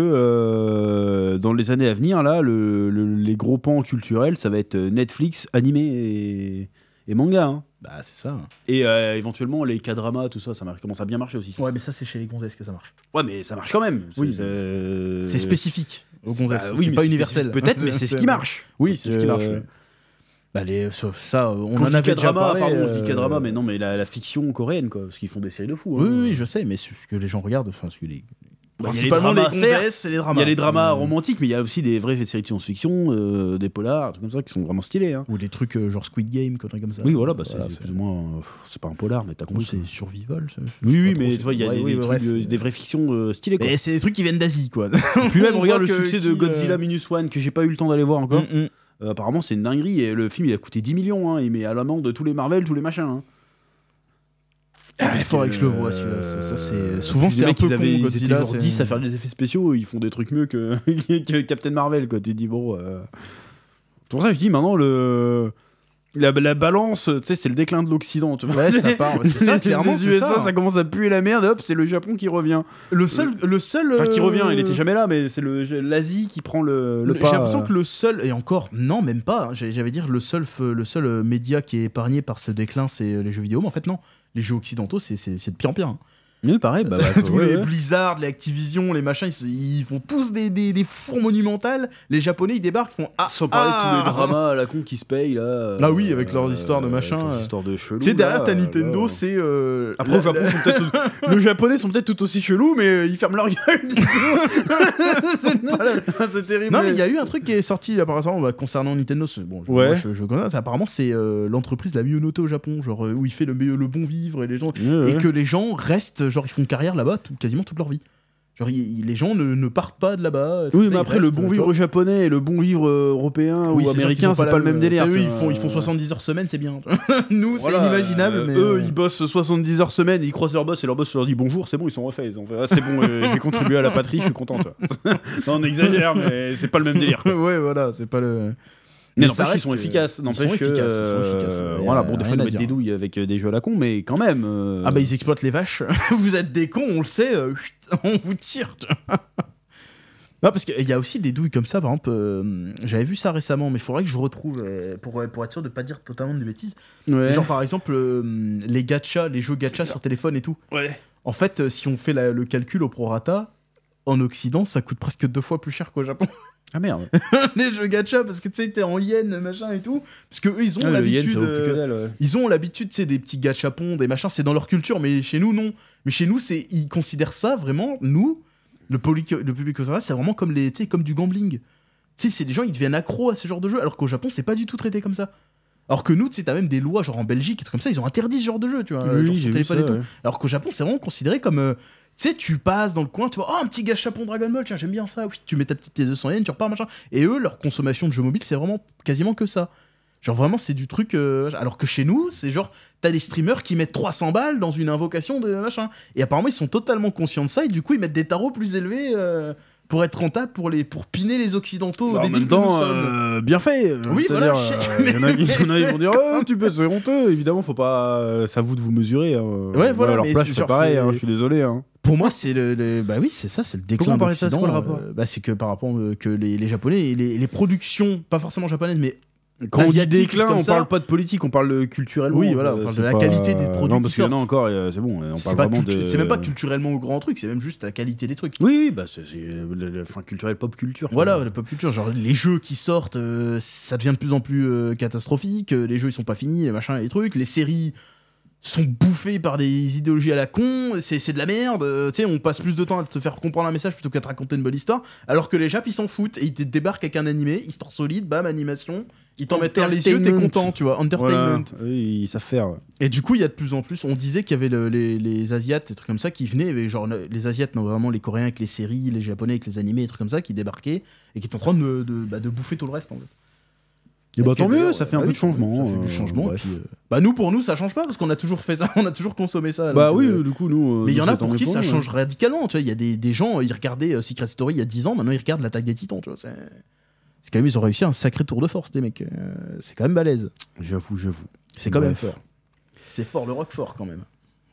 S6: euh, dans les années à venir, là, le- le- les gros pans culturels, ça va être euh, Netflix, animé et, et manga. hein.
S2: Bah, c'est ça.
S1: Et euh, éventuellement, les k dramas tout ça, ça marche- commence à bien marcher aussi.
S2: Ouais, mais ça, c'est chez les gonzesses que ça marche.
S1: Ouais, mais ça marche quand même.
S2: Oui.
S1: euh,
S2: C'est spécifique aux
S1: c'est-
S2: gonzesses.
S1: bah
S2: c'est
S1: mais
S2: pas universel.
S1: Peut-être, mais c'est ce qui marche.
S2: Oui, c'est ce qui marche.
S1: Euh,
S2: ouais. Bah, les, ça, ça, on
S1: Quand
S2: en
S1: je dis
S2: avait déjà
S1: K-drama,
S2: parlé.
S1: pardon, je
S2: euh,
S1: dis k mais non, mais la, la fiction coréenne, quoi. Parce qu'ils font des séries de fous.
S2: Oui,
S1: hein.
S2: oui, oui, je sais, mais c'est ce que les gens regardent, enfin, ce que les...
S1: Bah, il y a les
S2: principalement les
S1: dramas, certes.
S2: gonzesses et les
S1: Il
S2: dramas.
S1: y a les dramas
S2: Euh,
S1: romantiques, mais il y a aussi des vraies séries de science-fiction, euh, des polars, des trucs comme ça, qui sont vraiment stylés. hein.
S2: Ou des trucs euh, genre Squid Game, conneries comme ça.
S1: Oui, voilà, bah, c'est
S2: Voilà,
S1: c'est
S2: c'est-
S1: plus ou moins. euh, pff, c'est pas un polar, mais t'as compris.
S2: Oui, c'est survival, ça. je
S1: oui,
S2: sais
S1: oui,
S2: pas trop,
S1: mais
S2: c'est-
S1: tu vois, il y a
S2: Ouais,
S1: des,
S2: oui,
S1: des
S2: bref.
S1: trucs, euh, des vraies fictions euh, stylées, quoi.
S2: Mais c'est des trucs qui viennent d'Asie, quoi.
S1: Et puis même,
S2: on
S1: regarde le
S2: voit que
S1: succès de
S2: qui,
S1: Godzilla
S2: euh,
S1: Minus One, que j'ai pas eu le temps d'aller voir encore.
S2: Mm, mm.
S1: Euh, apparemment, c'est une dinguerie, et le film, il a coûté 10 millions, hein. Il met à l'amende tous les Marvel, tous les machins. hein. Euh,
S2: Ah, il faudrait que je le vois, celui-là. Ça, ça, c'est... Souvent, c'est un peu con,
S1: ils
S2: Godzilla.
S1: étaient genre
S2: c'est-
S1: 10 à faire des effets spéciaux, ils font des trucs mieux que, que Captain Marvel, quoi. Tu te dis, bon. euh, C'est pour ça que je dis maintenant, le. La, la balance, tu sais, c'est le déclin de l'Occident. tu vois.
S2: Ouais, ça part. C'est ça, clairement,
S1: les
S2: c'est
S1: USA,
S2: ça.
S1: ça. commence à puer la merde, hop, c'est le Japon qui revient.
S2: Le seul, le seul.
S1: Enfin, qui
S2: euh,
S1: revient, il était jamais là, mais c'est le- l'Asie qui prend le, le
S2: le-
S1: pas. euh,
S2: J'ai l'impression que le seul et encore non même pas. hein, j'ai- J'allais dire le seul f- le seul euh, média qui est épargné par ce déclin c'est euh, les jeux vidéo mais en fait non. Les jeux occidentaux c'est c'est c'est de pire en pire. hein.
S1: Mais pareil, bah, bah,
S2: tous
S1: ouais,
S2: les
S1: ouais.
S2: Blizzard, les Activision, les machins ils, se- ils font tous des, des, des fours monumentales. Les japonais ils débarquent font ah
S1: Sans parler de tous les
S2: ah.
S1: dramas à la con qui se payent, là.
S2: Ah oui, avec leurs histoires de machin,
S1: avec leurs
S2: euh.
S1: histoires de chelou.
S2: Tu sais derrière
S1: là,
S2: t'as
S1: euh,
S2: Nintendo
S1: là,
S2: c'est euh,
S1: Après, au
S2: la-
S1: Japon, ils sont peut-être- le japonais sont peut-être tout aussi chelous, mais euh, ils ferment leur gueule. dis donc. c'est pas la- c'est terrible.
S2: Non, mais il y a eu un truc qui est sorti là, par exemple, bah, concernant Nintendo. c'est- Bon, je,
S1: Ouais.
S2: moi, je, je connais ça. Apparemment, c'est euh, l'entreprise la mieux notée au Japon, genre euh, où il fait le, meilleur- le bon vivre et les gens. Et que les gens restent, genre, ils font carrière là-bas tout- quasiment toute leur vie. Genre, ils- ils- les gens ne, ne partent pas de là-bas.
S1: Oui,
S2: ça,
S1: mais
S2: ils
S1: après, le
S2: restent,
S1: bon
S2: tu
S1: vivre
S2: vois.
S1: japonais et le bon vivre euh, européen
S2: Oui,
S1: ou
S2: c'est sûr qu'ils
S1: américain,
S2: ont
S1: c'est pas le même délire.
S2: euh, C'est eux,
S1: tu
S2: ils
S1: vois.
S2: font, ils font 70 heures semaine, c'est bien. Nous,
S1: Voilà,
S2: c'est inimaginable,
S1: euh,
S2: mais.
S1: Eux,
S2: euh,
S1: ils bossent 70 heures semaine, ils croisent leur boss et leur boss leur dit bonjour, c'est bon, ils sont refaits. Ils ont fait, ah, c'est bon, euh, j'ai contribué à la patrie, je suis content. tu vois. non, on exagère, mais c'est pas le même délire. Euh. quoi.
S2: ouais, voilà, c'est pas le.
S1: Mais, n'empêche,
S2: ça
S1: ils
S2: reste
S1: sont
S2: que-
S1: efficaces.
S2: euh, ils
S1: n'empêche
S2: sont
S1: que,
S2: efficaces, ils sont
S1: euh,
S2: efficaces, euh,
S1: voilà,
S2: y a
S1: bon, des fois,
S2: rien
S1: ils
S2: à
S1: mettent
S2: dire.
S1: des douilles avec euh, des jeux à la con, mais quand même. euh,
S2: Ah, bah, ils exploitent les vaches. vous êtes des cons, on le sait. euh, chut, on vous tire. tu vois. non, parce qu'il y a aussi des douilles comme ça. Par exemple, euh, j'avais vu ça récemment, mais il faudrait que je retrouve euh, pour, euh, pour être sûr de pas dire totalement des bêtises.
S1: ouais.
S2: Genre, par exemple, euh, les gachas, les jeux gachas sur téléphone et tout.
S1: Ouais.
S2: En fait, euh, si on fait la- le calcul au prorata, en Occident, ça coûte presque deux fois plus cher qu'au Japon.
S1: Ah merde.
S2: les jeux gacha, parce que tu sais, t'es en yen, machin et tout. Parce que eux, ils ont
S1: Ah, le yen,
S2: l'habitude.
S1: ça vaut plus que
S2: euh,
S1: dalle, ouais.
S2: ils ont l'habitude, c'est des petits gachapons, des machins, c'est dans leur culture, mais chez nous, non. Mais chez nous, c'est ils considèrent ça vraiment, nous, le, public- le public occidental, c'est vraiment comme, les, tu sais, comme du gambling. Tu sais, c'est des gens, ils deviennent accros à ce genre de jeu, alors qu'au Japon, c'est pas du tout traité comme ça. Alors que nous, tu sais, t'as même des lois, genre en Belgique, et trucs comme ça, ils ont interdit ce genre de jeu, tu vois,
S1: Oui,
S2: genre
S1: oui,
S2: sur
S1: j'ai vu
S2: téléphone
S1: ça,
S2: et tout.
S1: ouais.
S2: Alors qu'au Japon, c'est vraiment considéré comme. euh, tu sais, tu passes dans le coin, tu vois, oh, un petit gachapon Dragon Ball, tiens, j'aime bien ça, oui, tu mets ta petite pièce de 100 yens, tu repars, machin. Et eux, leur consommation de jeux mobiles, c'est vraiment quasiment que ça. Genre vraiment, c'est du truc. euh, alors que chez nous, c'est genre, t'as des streamers qui mettent 300 balles dans une invocation de machin. Et apparemment, ils sont totalement conscients de ça, et du coup, ils mettent des tarots plus élevés. euh, pour être rentable, pour, les, pour piner les Occidentaux
S1: Bah, en
S2: débiles
S1: même
S2: que nous
S1: temps,
S2: sommes.
S1: euh, bien fait. euh,
S2: Oui, voilà, je sais.
S1: Il y en a qui y en a, ils vont dire oh, tu peux, c'est honteux. Évidemment, faut pas. euh, c'est à vous de vous mesurer. hein. Moi,
S2: voilà,
S1: à leur
S2: mais
S1: place,
S2: c'est
S1: je
S2: sûr,
S1: fais pareil.
S2: c'est-
S1: hein, je suis désolé. hein.
S2: Pour moi, c'est le, le- Bah oui, c'est ça, c'est le
S6: Pourquoi
S2: déclin
S6: on
S2: de
S6: parlait de ça
S2: l'Occident.
S6: C'est quoi le rapport
S2: euh, bah, c'est que par rapport euh, que les, les Japonais, et les, les productions, pas forcément japonaises, mais
S1: Quand on dit
S2: asiatiques,
S1: déclin,
S2: comme
S1: on
S2: ça,
S1: parle pas de politique, on parle de culturellement.
S2: Oui, voilà, on
S1: euh,
S2: parle
S1: c'est
S2: de la
S1: pas-
S2: qualité des produits
S1: Non,
S2: qui
S1: parce qu'il y en a
S2: sortent.
S1: encore, euh, c'est bon, euh, on
S2: C'est
S1: parle
S2: pas
S1: vraiment
S2: cultu-
S1: de.
S2: c'est même pas culturellement au grand truc, c'est même juste la qualité des trucs.
S1: Oui, oui, bah c'est c'est le- le- le- enfin, culturel, pop culture. quoi.
S2: Voilà, la pop culture, genre les jeux qui sortent, euh, ça devient de plus en plus euh, catastrophique, euh, les jeux ils sont pas finis, les machins, les trucs, les séries sont bouffées par des idéologies à la con, c'est c'est de la merde, euh, tu sais, on passe plus de temps à te faire comprendre un message plutôt qu'à te raconter une bonne histoire, alors que les Japs ils s'en foutent et ils te débarquent avec un animé, histoire solide, bam, animation, ils t'en mettent plein les yeux, t'es
S1: Entertainment.
S2: content, tu vois, entertainment.
S1: Voilà. Oui, ils savent faire. ouais.
S2: Et du coup, il y a de plus en plus. On disait qu'il y avait le- les, les Asiates, des trucs comme ça, qui venaient. et genre, les Asiates, non, vraiment les Coréens avec les séries, les Japonais avec les animés, des trucs comme ça, qui débarquaient et qui étaient en train de, de- bah, de bouffer tout le reste. En fait.
S1: Et bah
S2: que
S1: tant mieux,
S2: d'ailleurs,
S1: ça fait un
S2: bah
S1: peu
S2: oui,
S1: de changement.
S2: Ça fait
S1: euh,
S2: du changement.
S1: bref.
S2: et puis, euh, bah, nous, pour nous, ça change pas parce qu'on a toujours fait ça, on a toujours consommé ça.
S1: Bah
S2: donc,
S1: oui,
S2: euh,
S1: du coup, nous. euh,
S2: mais il y
S1: nous,
S2: en a
S1: c'est
S2: pour
S1: tant
S2: qui
S1: mieux
S2: ça
S1: nous,
S2: change radicalement. Tu vois, il y a des, des gens, euh, ils regardaient euh, Secret Story il y a 10 ans, maintenant ils regardent l'attaque des titans. Tu vois, c'est c'est quand même, ils ont réussi un sacré tour de force, les mecs. Euh, c'est quand même balèze.
S1: ouais. J'avoue, j'avoue.
S2: C'est quand même
S1: Bref.
S2: fort. C'est fort, le rock fort quand même.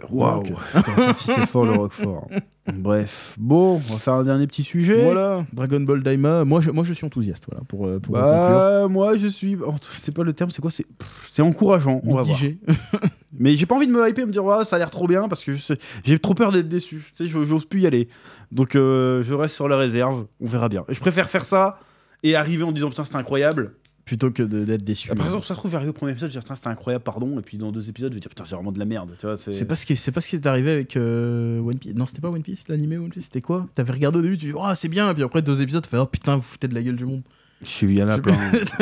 S1: Waouh.
S2: Rock.
S1: euh, Putain, si c'est fort le Roquefort. Bref. Bon, on va faire un dernier petit sujet.
S2: Voilà, Dragon Ball Daima, moi je, moi je suis enthousiaste, voilà, pour, euh, pour conclure.
S1: Bah, moi je suis. oh, c'est pas le terme, c'est quoi C'est pff, c'est encourageant, on va voir.
S2: Mitigé.
S1: Mais j'ai pas envie de me hyper et me dire, ouais, ça a l'air trop bien parce que je sais- j'ai trop peur d'être déçu. Tu sais, je- j'ose plus y aller. Donc euh, je reste sur la réserve, on verra bien. Je préfère faire ça et arriver en disant, putain, c'était incroyable.
S2: Plutôt que de- d'être déçu.
S1: Ah, Par exemple, ça se trouve, j'arrive au premier épisode, je vais dire, putain, c'était incroyable, pardon. Et puis dans deux épisodes, je vais dire, putain, c'est vraiment de la merde. Tu vois,
S2: C'est pas, ce qui est, c'est pas ce qui est arrivé avec euh, One Piece. Non, c'était pas One Piece, l'animé One Piece, c'était quoi T'avais regardé au début, tu dis, oh, c'est bien, et puis après deux épisodes, tu fais, oh putain, vous foutez de la gueule du monde.
S1: Je suis, il y en a
S2: Je-
S1: plein.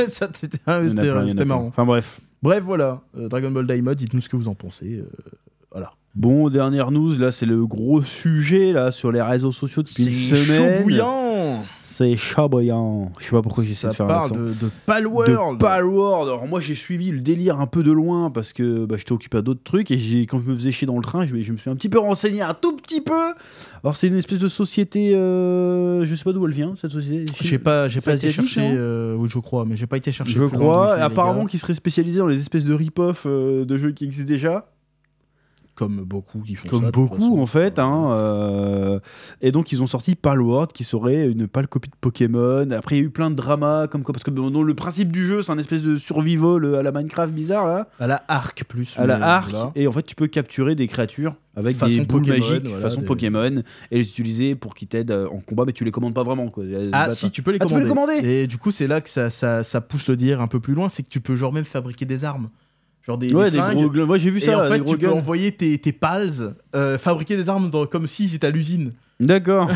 S2: Ça, t'étais-
S1: Il y en a
S2: c'était
S1: plein, il y en a
S2: c'était
S1: plein.
S2: marrant.
S1: Enfin bref.
S2: Bref, voilà, euh, Dragon Ball Daima, dites-nous ce que vous en pensez. euh, voilà.
S1: Bon, dernière news, là, c'est le gros sujet là sur les réseaux sociaux depuis
S2: C'est
S1: une semaine.
S2: chaud bouillant
S1: C'est chaboyant. Je sais pas pourquoi j'essaie
S2: Ça
S1: de faire un
S2: parle
S1: accent.
S2: de, de Palworld.
S1: De Palworld. Alors moi j'ai suivi le délire un peu de loin parce que bah, j'étais occupé à d'autres trucs et j'ai quand je me faisais chier dans le train, je, me- je me suis un petit peu renseigné un tout petit peu. Alors c'est une espèce de société, euh, je sais pas d'où elle vient cette société.
S2: J'ai pas, j'ai
S1: C'est
S2: pas été
S1: asiatique,
S2: chercher,
S1: non
S2: euh, oui, je crois, mais j'ai pas été chercher.
S1: Je
S2: plus loin d'où
S1: crois.
S2: venaient les
S1: apparemment
S2: gars,
S1: qui serait spécialisée dans les espèces de rip-off euh, de jeux qui existent déjà,
S2: comme beaucoup qui font
S1: comme
S2: ça, de toute
S1: beaucoup
S2: façon.
S1: en fait. hein, euh, et donc ils ont sorti Palworld qui serait une pâle copie de Pokémon. Après il y a eu plein de dramas comme quoi parce que bon, non, le principe du jeu c'est un espèce de survival euh, à la Minecraft bizarre là.
S2: À la arc plus.
S1: à
S2: mais,
S1: la arc
S2: voilà.
S1: et en fait tu peux capturer des créatures avec
S2: Façon
S1: des boules
S2: Pokémon,
S1: magiques
S2: voilà,
S1: façon
S2: des-
S1: Pokémon et les utiliser pour qu'ils t'aident euh, en combat mais tu les commandes pas vraiment quoi. Elles se
S2: Ah
S1: battent,
S2: si,
S1: hein.
S2: tu peux les
S1: Ah, tu peux
S2: commander.
S1: les commander
S2: Et du coup, c'est là que ça, ça, ça pousse le délire un peu plus loin, c'est que tu peux genre même fabriquer des armes. Genre des,
S1: ouais
S2: des
S1: des
S2: flingues.
S1: gros gl- moi j'ai vu
S2: Et
S1: ça
S2: en
S1: des
S2: fait,
S1: gros
S2: tu peux
S1: guns.
S2: envoyer tes, tes pals euh, fabriquer des armes dans- comme si c'était à l'usine.
S1: d'accord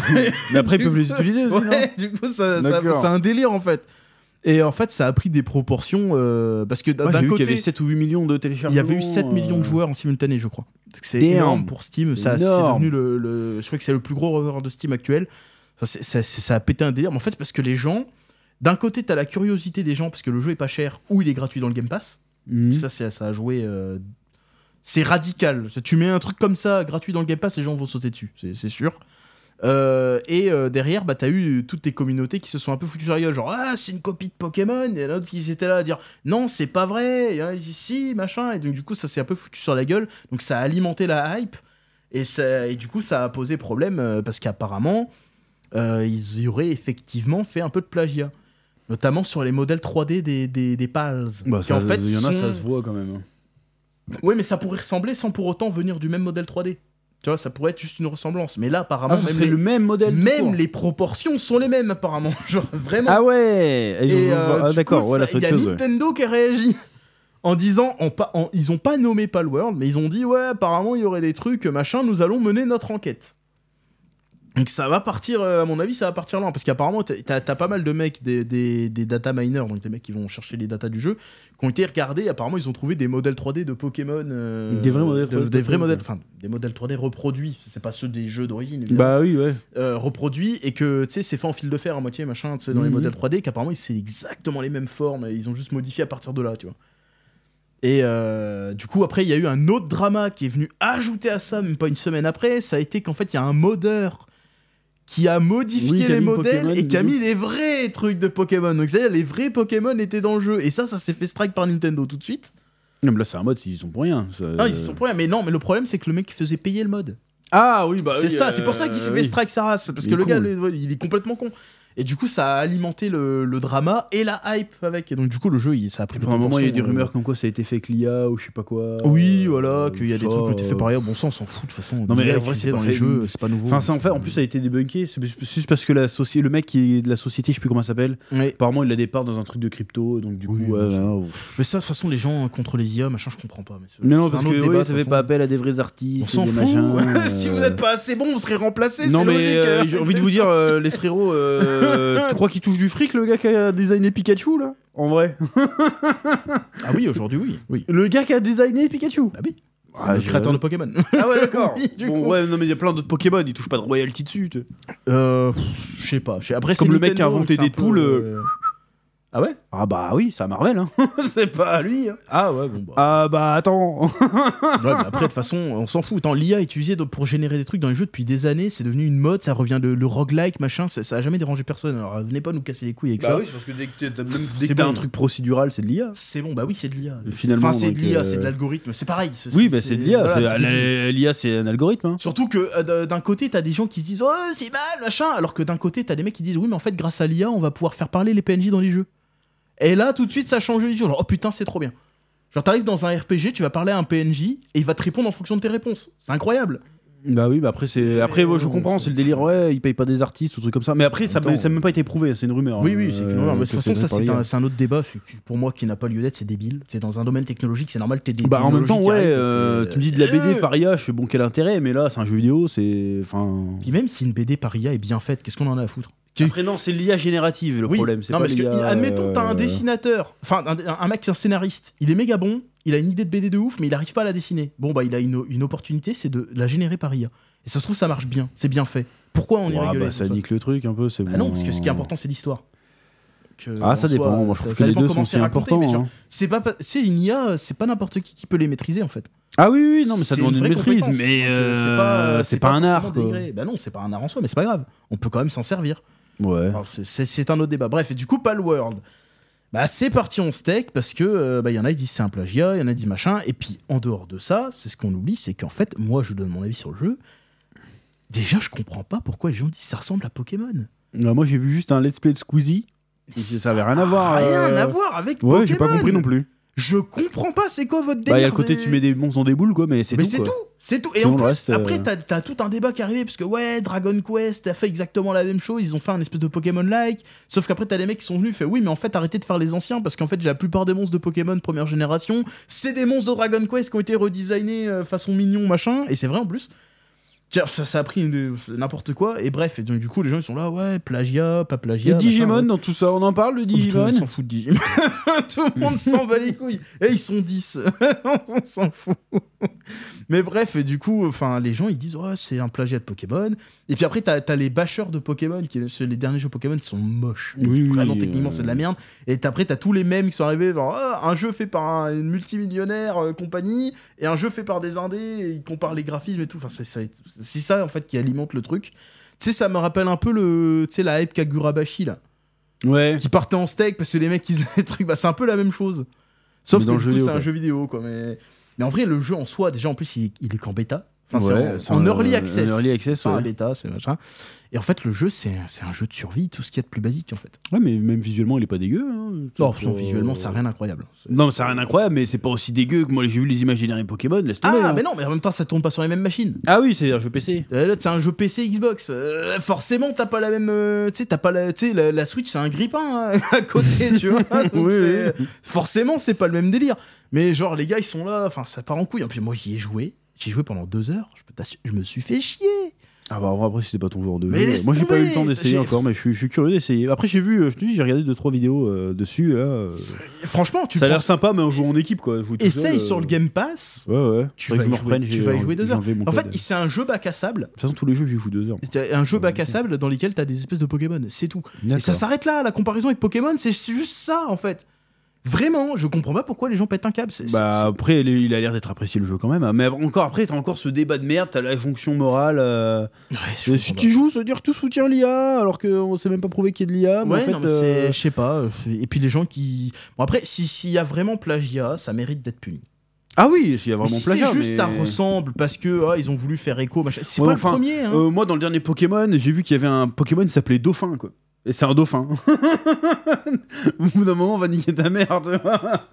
S1: mais après ils peuvent les utiliser aussi non
S2: Ouais, du coup, ça- ça-
S1: D'accord.
S2: c'est un délire en fait. Et en fait, ça a pris des proportions euh, parce que d'un
S1: Ouais, j'ai vu qu'il y avait
S2: côté,
S1: 7 ou 8 millions de
S2: il
S1: téléchargements
S2: y avait eu 7
S1: euh,
S2: millions de joueurs en simultané, je crois. Parce que C'est
S1: Damn.
S2: énorme pour Steam. Ça, c'est
S1: Énorme.
S2: devenu le, le- Je crois que c'est le plus gros revendeur de Steam actuel. Ça, c'est- ça- c'est- ça a pété un délire. Mais en fait, c'est parce que les gens. D'un côté, t'as la curiosité des gens parce que le jeu est pas cher ou il est gratuit dans le Game Pass.
S1: Mhm.
S2: Ça, c'est- ça a joué. euh, C'est radical. C'est- Tu mets un truc comme ça gratuit dans le Game Pass, les gens vont sauter dessus, c'est c'est sûr. Euh, et euh, derrière, bah, t'as eu toutes tes communautés qui se sont un peu foutues sur la gueule, genre ah c'est une copie de Pokémon, et l'autre qui étaient là à dire non c'est pas vrai, et un qui dit, si machin, et donc du coup ça s'est un peu foutu sur la gueule, donc ça a alimenté la hype, et, ça, et du coup ça a posé problème euh, parce qu'apparemment euh, ils auraient effectivement fait un peu de plagiat, notamment sur les modèles 3D des, des, des PALs,
S1: Bah,
S2: qui
S1: ça-
S2: en fait
S1: il y en a
S2: sont-
S1: ça se voit quand même
S2: oui, mais ça pourrait ressembler sans pour autant venir du même modèle 3D. Tu vois, ça pourrait être juste une ressemblance. Mais là, apparemment,
S1: ah ça
S2: même,
S1: serait
S2: les,
S1: le même modèle tout
S2: même
S1: court.
S2: les proportions sont les mêmes, apparemment. Genre, vraiment.
S1: ah ouais Et je-
S2: Et, euh,
S1: ah
S2: du
S1: d'accord
S2: coup,
S1: ouais là
S2: ça-
S1: c'est
S2: Il y
S1: autre
S2: a
S1: chose ouais.
S2: Nintendo qui a réagi en disant, en pas- en- ils ont pas nommé Palworld, mais ils ont dit, ouais, apparemment, il y aurait des trucs, machin, nous allons mener notre enquête. Donc ça va partir, euh, à mon avis, ça va partir loin, parce qu'apparemment, t'as- t'as t'as pas mal de mecs, des, des- des data miners, donc des mecs qui vont chercher les datas du jeu, qui ont été regardés, apparemment, ils ont trouvé des modèles 3D de Pokémon. euh,
S1: Des vrais modèles
S2: de-
S1: 3D,
S2: Des vrais
S1: quoi.
S2: modèles, enfin, des modèles 3D reproduits, c'est pas ceux des jeux d'origine, évidemment
S1: bah oui ouais
S2: euh, reproduit et que tu sais c'est fait en fil de fer à moitié machin tu sais dans les
S1: Mhm.
S2: modèles 3D qu'apparemment c'est exactement les mêmes formes et ils ont juste modifié à partir de là tu vois et euh, du coup après il y a eu un autre drama qui est venu ajouter à ça même pas une semaine après ça a été qu'en fait il y a un modeur qui a modifié
S7: Oui, qui a
S2: les
S7: mis
S2: modèles
S7: Pokémon,
S2: et qui a
S7: oui.
S2: mis les vrais trucs de Pokémon. Donc c'est-à-dire les vrais Pokémon étaient dans le jeu. Et ça, ça s'est fait strike par Nintendo tout de suite.
S1: Non, mais là, c'est un mode, ils y sont pour rien. ça- euh,
S2: Non, Ah, ils
S7: Euh.
S2: se sont pour rien. Mais non, mais le problème, c'est que le mec faisait payer le mode.
S1: Ah oui, bah
S2: c'est
S1: oui,
S2: ça,
S1: euh,
S2: c'est pour ça qu'il s'est fait
S1: oui.
S2: strike sa race. Parce
S1: Il
S2: que
S1: est
S2: le
S1: con,
S2: gars,
S1: lui.
S2: le- il est complètement con. Et du coup, ça a alimenté le, le drama et la hype avec. Et donc, du coup, le jeu, il, ça a pris des
S1: Pendant un moment, il y a eu des
S2: proportions, euh,
S1: rumeurs comme quoi ça a été fait avec l'IA ou je sais pas quoi.
S2: Oui,
S1: euh,
S2: voilà, qu'il y a des
S1: ça,
S2: trucs qui ont été faits
S1: euh,
S2: par ailleurs. Bon, ça, on s'en fout de toute façon.
S1: Non, mais
S2: Déjà,
S1: en vrai,
S2: qu'il
S1: c'est
S2: est
S1: pas
S2: dans les
S1: fait-
S2: jeux, c'est pas nouveau.
S1: Enfin, ça, en fait,
S2: euh.
S1: en plus, ça a été débunké. C'est c'est juste parce que la soci- le mec qui est de la société, je sais plus comment ça s'appelle,
S2: Ouais.
S1: apparemment, il a des parts dans un truc de crypto. Donc, du
S2: Oui,
S1: coup, euh,
S2: bon,
S1: ouais,
S2: ça-
S1: ouais, ouf.
S2: Mais ça, de toute façon, les gens euh, contre les IA, machin, je comprends pas. Mais, c'est-
S1: Mais non,
S2: c'est
S1: parce
S2: un
S1: que
S2: autre
S1: oui,
S2: débat, de
S1: ça
S2: toute
S1: fait
S2: façon.
S1: pas appel à des vrais
S2: On
S1: artistes.
S2: s'en
S1: des
S2: fout.
S1: machins,
S2: si
S1: euh,
S2: vous n'êtes pas assez bon, vous serez remplacé.
S1: Non
S2: c'est
S1: mais
S2: logique,
S1: euh,
S2: hein.
S1: j'ai envie de vous dire euh, les frérots, euh, tu crois qu'il touche du fric le gars qui a designé Pikachu là En vrai,
S2: Ah oui, aujourd'hui, oui. Oui.
S1: le gars qui a designé Pikachu.
S2: Ah oui.
S1: Ah,
S2: le
S1: j'ai-
S2: créateur de Pokémon.
S1: Ah ouais d'accord.
S2: Oui, du
S1: bon
S2: coup.
S1: ouais non mais il y a plein d'autres Pokémon, ils touchent pas de royalty dessus. tu sais.
S2: Euh, je sais pas. je sais- Après,
S1: Comme
S2: c'est
S1: le mec qui a
S2: Nintendo,
S1: inventé
S2: donc c'est
S1: des
S2: un peu,
S1: poules,
S2: euh, Ah ouais
S1: Ah bah oui, c'est à Marvel hein. c'est pas à lui. hein.
S2: Ah ouais, bon bah.
S1: Ah bah attends.
S2: Ouais, mais après, de toute façon, on s'en fout. Tant l'IA est utilisée de- pour générer des trucs dans les jeux depuis des années, c'est devenu une mode, ça revient de le roguelike, machin, ça, ça a jamais dérangé personne. Alors euh, venez pas nous casser les couilles avec ça.
S1: Bah oui, parce que dès que t'as
S2: dès que t'as un truc
S1: procédural, c'est de l'IA.
S2: C'est bon, bah oui, c'est de l'IA.
S1: Et finalement,
S2: Enfin, c'est de
S1: donc,
S2: l'IA,
S1: euh,
S2: c'est de l'algorithme, c'est pareil.
S1: Oui, bah c'est de l'IA.
S2: voilà,
S1: c'est-
S2: c'est de l'IA.
S1: la- L'IA c'est un algorithme. hein.
S2: Surtout que euh, d- d'un côté, t'as des gens qui se disent Oh, c'est mal, machin, alors que d'un côté, t'as des mecs qui disent Oui, mais en fait, grâce à l'IA, on va pouvoir faire parler les PNJ dans les jeux. Et là, tout de suite, ça change les yeux. Genre, oh putain, c'est trop bien. Genre, t'arrives dans un RPG, tu vas parler à un PNJ et il va te répondre en fonction de tes réponses. C'est incroyable.
S1: Bah oui, bah après c'est après
S2: Mais
S1: ouais, je
S2: non,
S1: comprends,
S2: ça-
S1: c'est le délire ouais, ils payent pas des artistes ou trucs comme ça. Mais après
S2: En
S1: ça
S2: même temps,
S1: ça a même euh, pas été prouvé, c'est une rumeur.
S2: Oui,
S1: hein,
S2: oui, c'est
S1: euh,
S2: une horreur. Mais De
S1: que
S2: toute façon,
S1: c'est
S2: ça,
S1: par
S2: c'est
S1: l'IA.
S2: un, c'est un autre débat. c'est que pour moi, qui n'a pas lieu d'être, c'est débile. C'est dans un domaine technologique, c'est normal que t'aies des
S1: Bah en même temps, ouais,
S2: technologies qui arrivent,
S1: euh,
S2: hein, c'est-
S1: tu me dis de la BD
S2: Euh,
S1: par IA, je suis bon, quel intérêt, mais là, c'est un jeu vidéo, c'est. Enfin.
S2: Puis même si une BD par IA est bien faite, qu'est-ce qu'on en a à foutre
S1: Après, non, c'est l'IA générative le
S2: Oui.
S1: problème, c'est
S2: non,
S1: pas
S2: parce que,
S1: l'IA,
S2: admettons, t'as un
S1: euh,
S2: dessinateur, enfin, un, un mec qui est un scénariste, il est méga bon, il a une idée de BD de ouf, mais il arrive pas à la dessiner. Bon, bah, il a une, une opportunité, c'est de la générer par IA. Et ça se trouve, ça marche bien, c'est bien fait. Pourquoi on y
S1: ouah,
S2: rigolait
S1: bah,
S2: pour
S1: ça
S2: ça
S1: nique le truc un peu, c'est
S2: Bah
S1: bon.
S2: non, parce que ce qui est important, c'est l'histoire. Que, Euh, en
S1: Ah, ça
S2: soi,
S1: dépend, moi je
S2: ça-
S1: trouve
S2: ça
S1: que les
S2: dépend
S1: deux
S2: comment
S1: sont
S2: c'est
S1: si
S2: raconté, mais
S1: importants.
S2: genre,
S1: hein.
S2: C'est pas, pa- c'est une IA, c'est pas n'importe qui qui peut les maîtriser en fait.
S1: Ah oui, oui, non, mais ça
S2: C'est
S1: demande une
S2: vraie
S1: maîtrise,
S2: compétence.
S1: mais
S2: Donc,
S1: euh,
S2: euh, c'est pas, euh,
S1: c'est pas un art
S2: forcément
S1: quoi.
S2: dénigré. Bah non, c'est pas un art en soi, mais c'est pas grave. On peut quand même s'en servir.
S1: Ouais.
S2: Alors, c'est- C'est c'est un autre débat. Bref, et du coup, Palworld. Bah, c'est parti en steak parce que euh, bah, il y en a qui disent c'est un plagiat, il y en a qui disent machin. Et puis, en dehors de ça, c'est ce qu'on oublie, c'est qu'en fait, moi, je donne mon avis sur le jeu. Déjà, je comprends pas pourquoi les gens disent ça ressemble à Pokémon.
S1: Non, Moi j'ai vu juste un let's play de Squeezie,
S2: Mais
S1: ça avait rien à voir.
S2: Ah, Rien
S1: euh,
S2: à voir avec Pokémon.
S1: Ouais, j'ai pas compris non plus.
S2: Je comprends pas, c'est quoi votre délire
S1: Bah, il y a le côté,
S2: c'est-
S1: tu mets des monstres dans des boules quoi, mais c'est
S2: mais
S1: tout.
S2: c'est
S1: quoi.
S2: tout, c'est tout. Et
S1: Sinon,
S2: en
S1: le
S2: plus,
S1: reste, euh,
S2: après, t'as t'as tout un débat qui est arrivé parce que ouais, Dragon Quest a fait exactement la même chose. Ils ont fait un espèce de Pokémon-like. Sauf qu'après, t'as des mecs qui sont venus, fait oui, mais en fait, arrêtez de faire les anciens parce qu'en fait, la plupart des monstres de Pokémon première génération, c'est des monstres de Dragon Quest qui ont été redesignés euh, façon mignon, machin. Et c'est vrai en plus. Tiens, Ça, ça a pris une- n'importe quoi, et bref, et donc du coup, les gens ils sont là, ouais, plagiat,
S1: Il
S2: pas
S1: y
S2: plagiat.
S1: a
S2: machin,
S1: Digimon dans tout ça, on en parle le
S2: Oh, tout le
S1: Digimon
S2: monde s'en fout de Digimon. tout le monde s'en bat les couilles. Et ils sont 10. On s'en fout. Mais bref, et du coup, enfin, les gens ils disent oh, c'est un plagiat de Pokémon. Et puis après, t'as as les bâcheurs de Pokémon, qui, c'est les derniers jeux Pokémon qui sont moches. Mais
S1: Oui, oui,
S2: Vraiment,
S1: euh,
S2: techniquement, c'est de la merde. Et t'as- après, t'as tous les mêmes qui sont arrivés genre Ah, un jeu fait par un une multimillionnaire euh, compagnie et un jeu fait par des indés et ils comparent les graphismes et tout. Enfin, c'est ça, c'est ça en fait qui alimente le truc. Tu sais, ça me rappelle un peu le, tu sais, la hype Kagurabashi là
S1: Ouais.
S2: qui partaient en steak parce que les mecs ils faisaient des trucs, bah, c'est un peu la même chose. Sauf
S1: Mais
S2: que
S1: dans
S2: du
S1: le jeu
S2: coup,
S1: vidéo,
S2: c'est un
S1: quoi.
S2: jeu vidéo quoi. Mais... mais en vrai, le jeu en soi, déjà en plus, il, il est qu'en bêta. Enfin, c'est
S1: Ouais,
S2: en-
S1: c'est
S2: en,
S1: un-
S2: early
S1: un
S2: access.
S1: early access,
S2: Pas un
S1: ouais.
S2: bêta, c'est machin. Et en fait, le jeu, c'est c'est un jeu de survie, tout ce qu'il y a de plus basique en fait.
S1: Ouais, mais même visuellement, il est pas dégueu. hein.
S2: Non,
S1: C'est
S2: sinon,
S1: pas-
S2: visuellement,
S1: oh.
S2: ça n'a rien d'incroyable. C'est-
S1: Non, mais ça a rien d'incroyable, mais c'est pas aussi dégueu que moi j'ai vu les images des derniers Pokémon. Laisse tomber.
S2: Ah,
S1: hein.
S2: mais non, mais en même temps, ça tourne pas sur les mêmes machines.
S1: Ah oui, c'est un jeu PC.
S2: Euh, Là, c'est un jeu PC Xbox. Euh, forcément, t'as pas la même. euh, tu sais, t'as pas la. Tu sais, la, la Switch, c'est un grippin hein, à côté, tu vois. Donc,
S1: Oui,
S2: c'est- Forcément, c'est pas le même délire. Mais genre, les gars, ils sont là. Enfin, ça part en couille. Et puis moi, j'y ai joué. J'y ai joué pendant deux heures. Je, peux t'assurer- je me suis fait chier.
S1: Ah bah après, c'était pas ton genre de
S2: Mais
S1: jeu.
S2: laisse
S1: Moi j'ai pas eu le
S2: tomber,
S1: temps d'essayer
S2: j'ai-
S1: encore, mais je suis, je suis curieux d'essayer. Après, j'ai vu, euh, je te dis, j'ai regardé 2-3 vidéos euh, dessus. là, euh,
S2: C'est- Franchement, tu
S1: Ça a l'air
S2: penses-
S1: sympa, mais on joue en équipe quoi. Jouer tout
S2: Essaye
S1: seul, euh,
S2: sur le Game Pass.
S1: Ouais, ouais.
S2: Tu
S1: Faudrait
S2: vas,
S1: que je
S2: y
S1: me
S2: jouer,
S1: reprenne,
S2: tu
S1: j'ai-
S2: vas y jouer
S1: j'ai
S2: deux heures.
S1: enlevé mon
S2: En fait,
S1: code.
S2: il- c'est un jeu bac à sable.
S1: de toute façon, tous les jeux, j'y joue 2 heures.
S2: C'est un jeu bac à sable dans lequel t'as des espèces de Pokémon. C'est tout. Et ça
S1: D'accord.
S2: s'arrête là, la comparaison avec Pokémon, c'est c'est juste ça en fait. Vraiment, je comprends pas pourquoi les gens pètent un câble. C'est- c'est-
S1: Bah après, il est- il a l'air d'être apprécié le jeu quand même. hein. Mais encore après, t'as encore ce débat de merde, t'as la jonction morale. euh,
S2: c'est- Ouais, je
S1: euh,
S2: comprends
S1: si tu joues, se dire tout soutient l'IA, alors qu'on sait même pas prouvé qu'il y a de l'IA. mais
S2: Ouais,
S1: en fait,
S2: non, Ah, mais
S1: euh,
S2: c'est. Je sais pas. euh, Et puis les gens qui. Bon, après, si- s'il y a vraiment plagiat, ça mérite d'être puni.
S1: Ah oui, s'il y a vraiment
S2: mais si
S1: plagiat,
S2: c'est juste
S1: mais-
S2: ça ressemble parce que ah, ils ont voulu faire écho, machin. C'est
S1: Ouais,
S2: pas
S1: enfin,
S2: le premier, hein.
S1: Euh, moi, dans le dernier Pokémon, j'ai vu qu'il y avait un Pokémon qui s'appelait Dauphin, quoi. Et c'est un dauphin. Au bout d'un moment, on va niquer ta mère, tu
S2: Bah
S1: vois.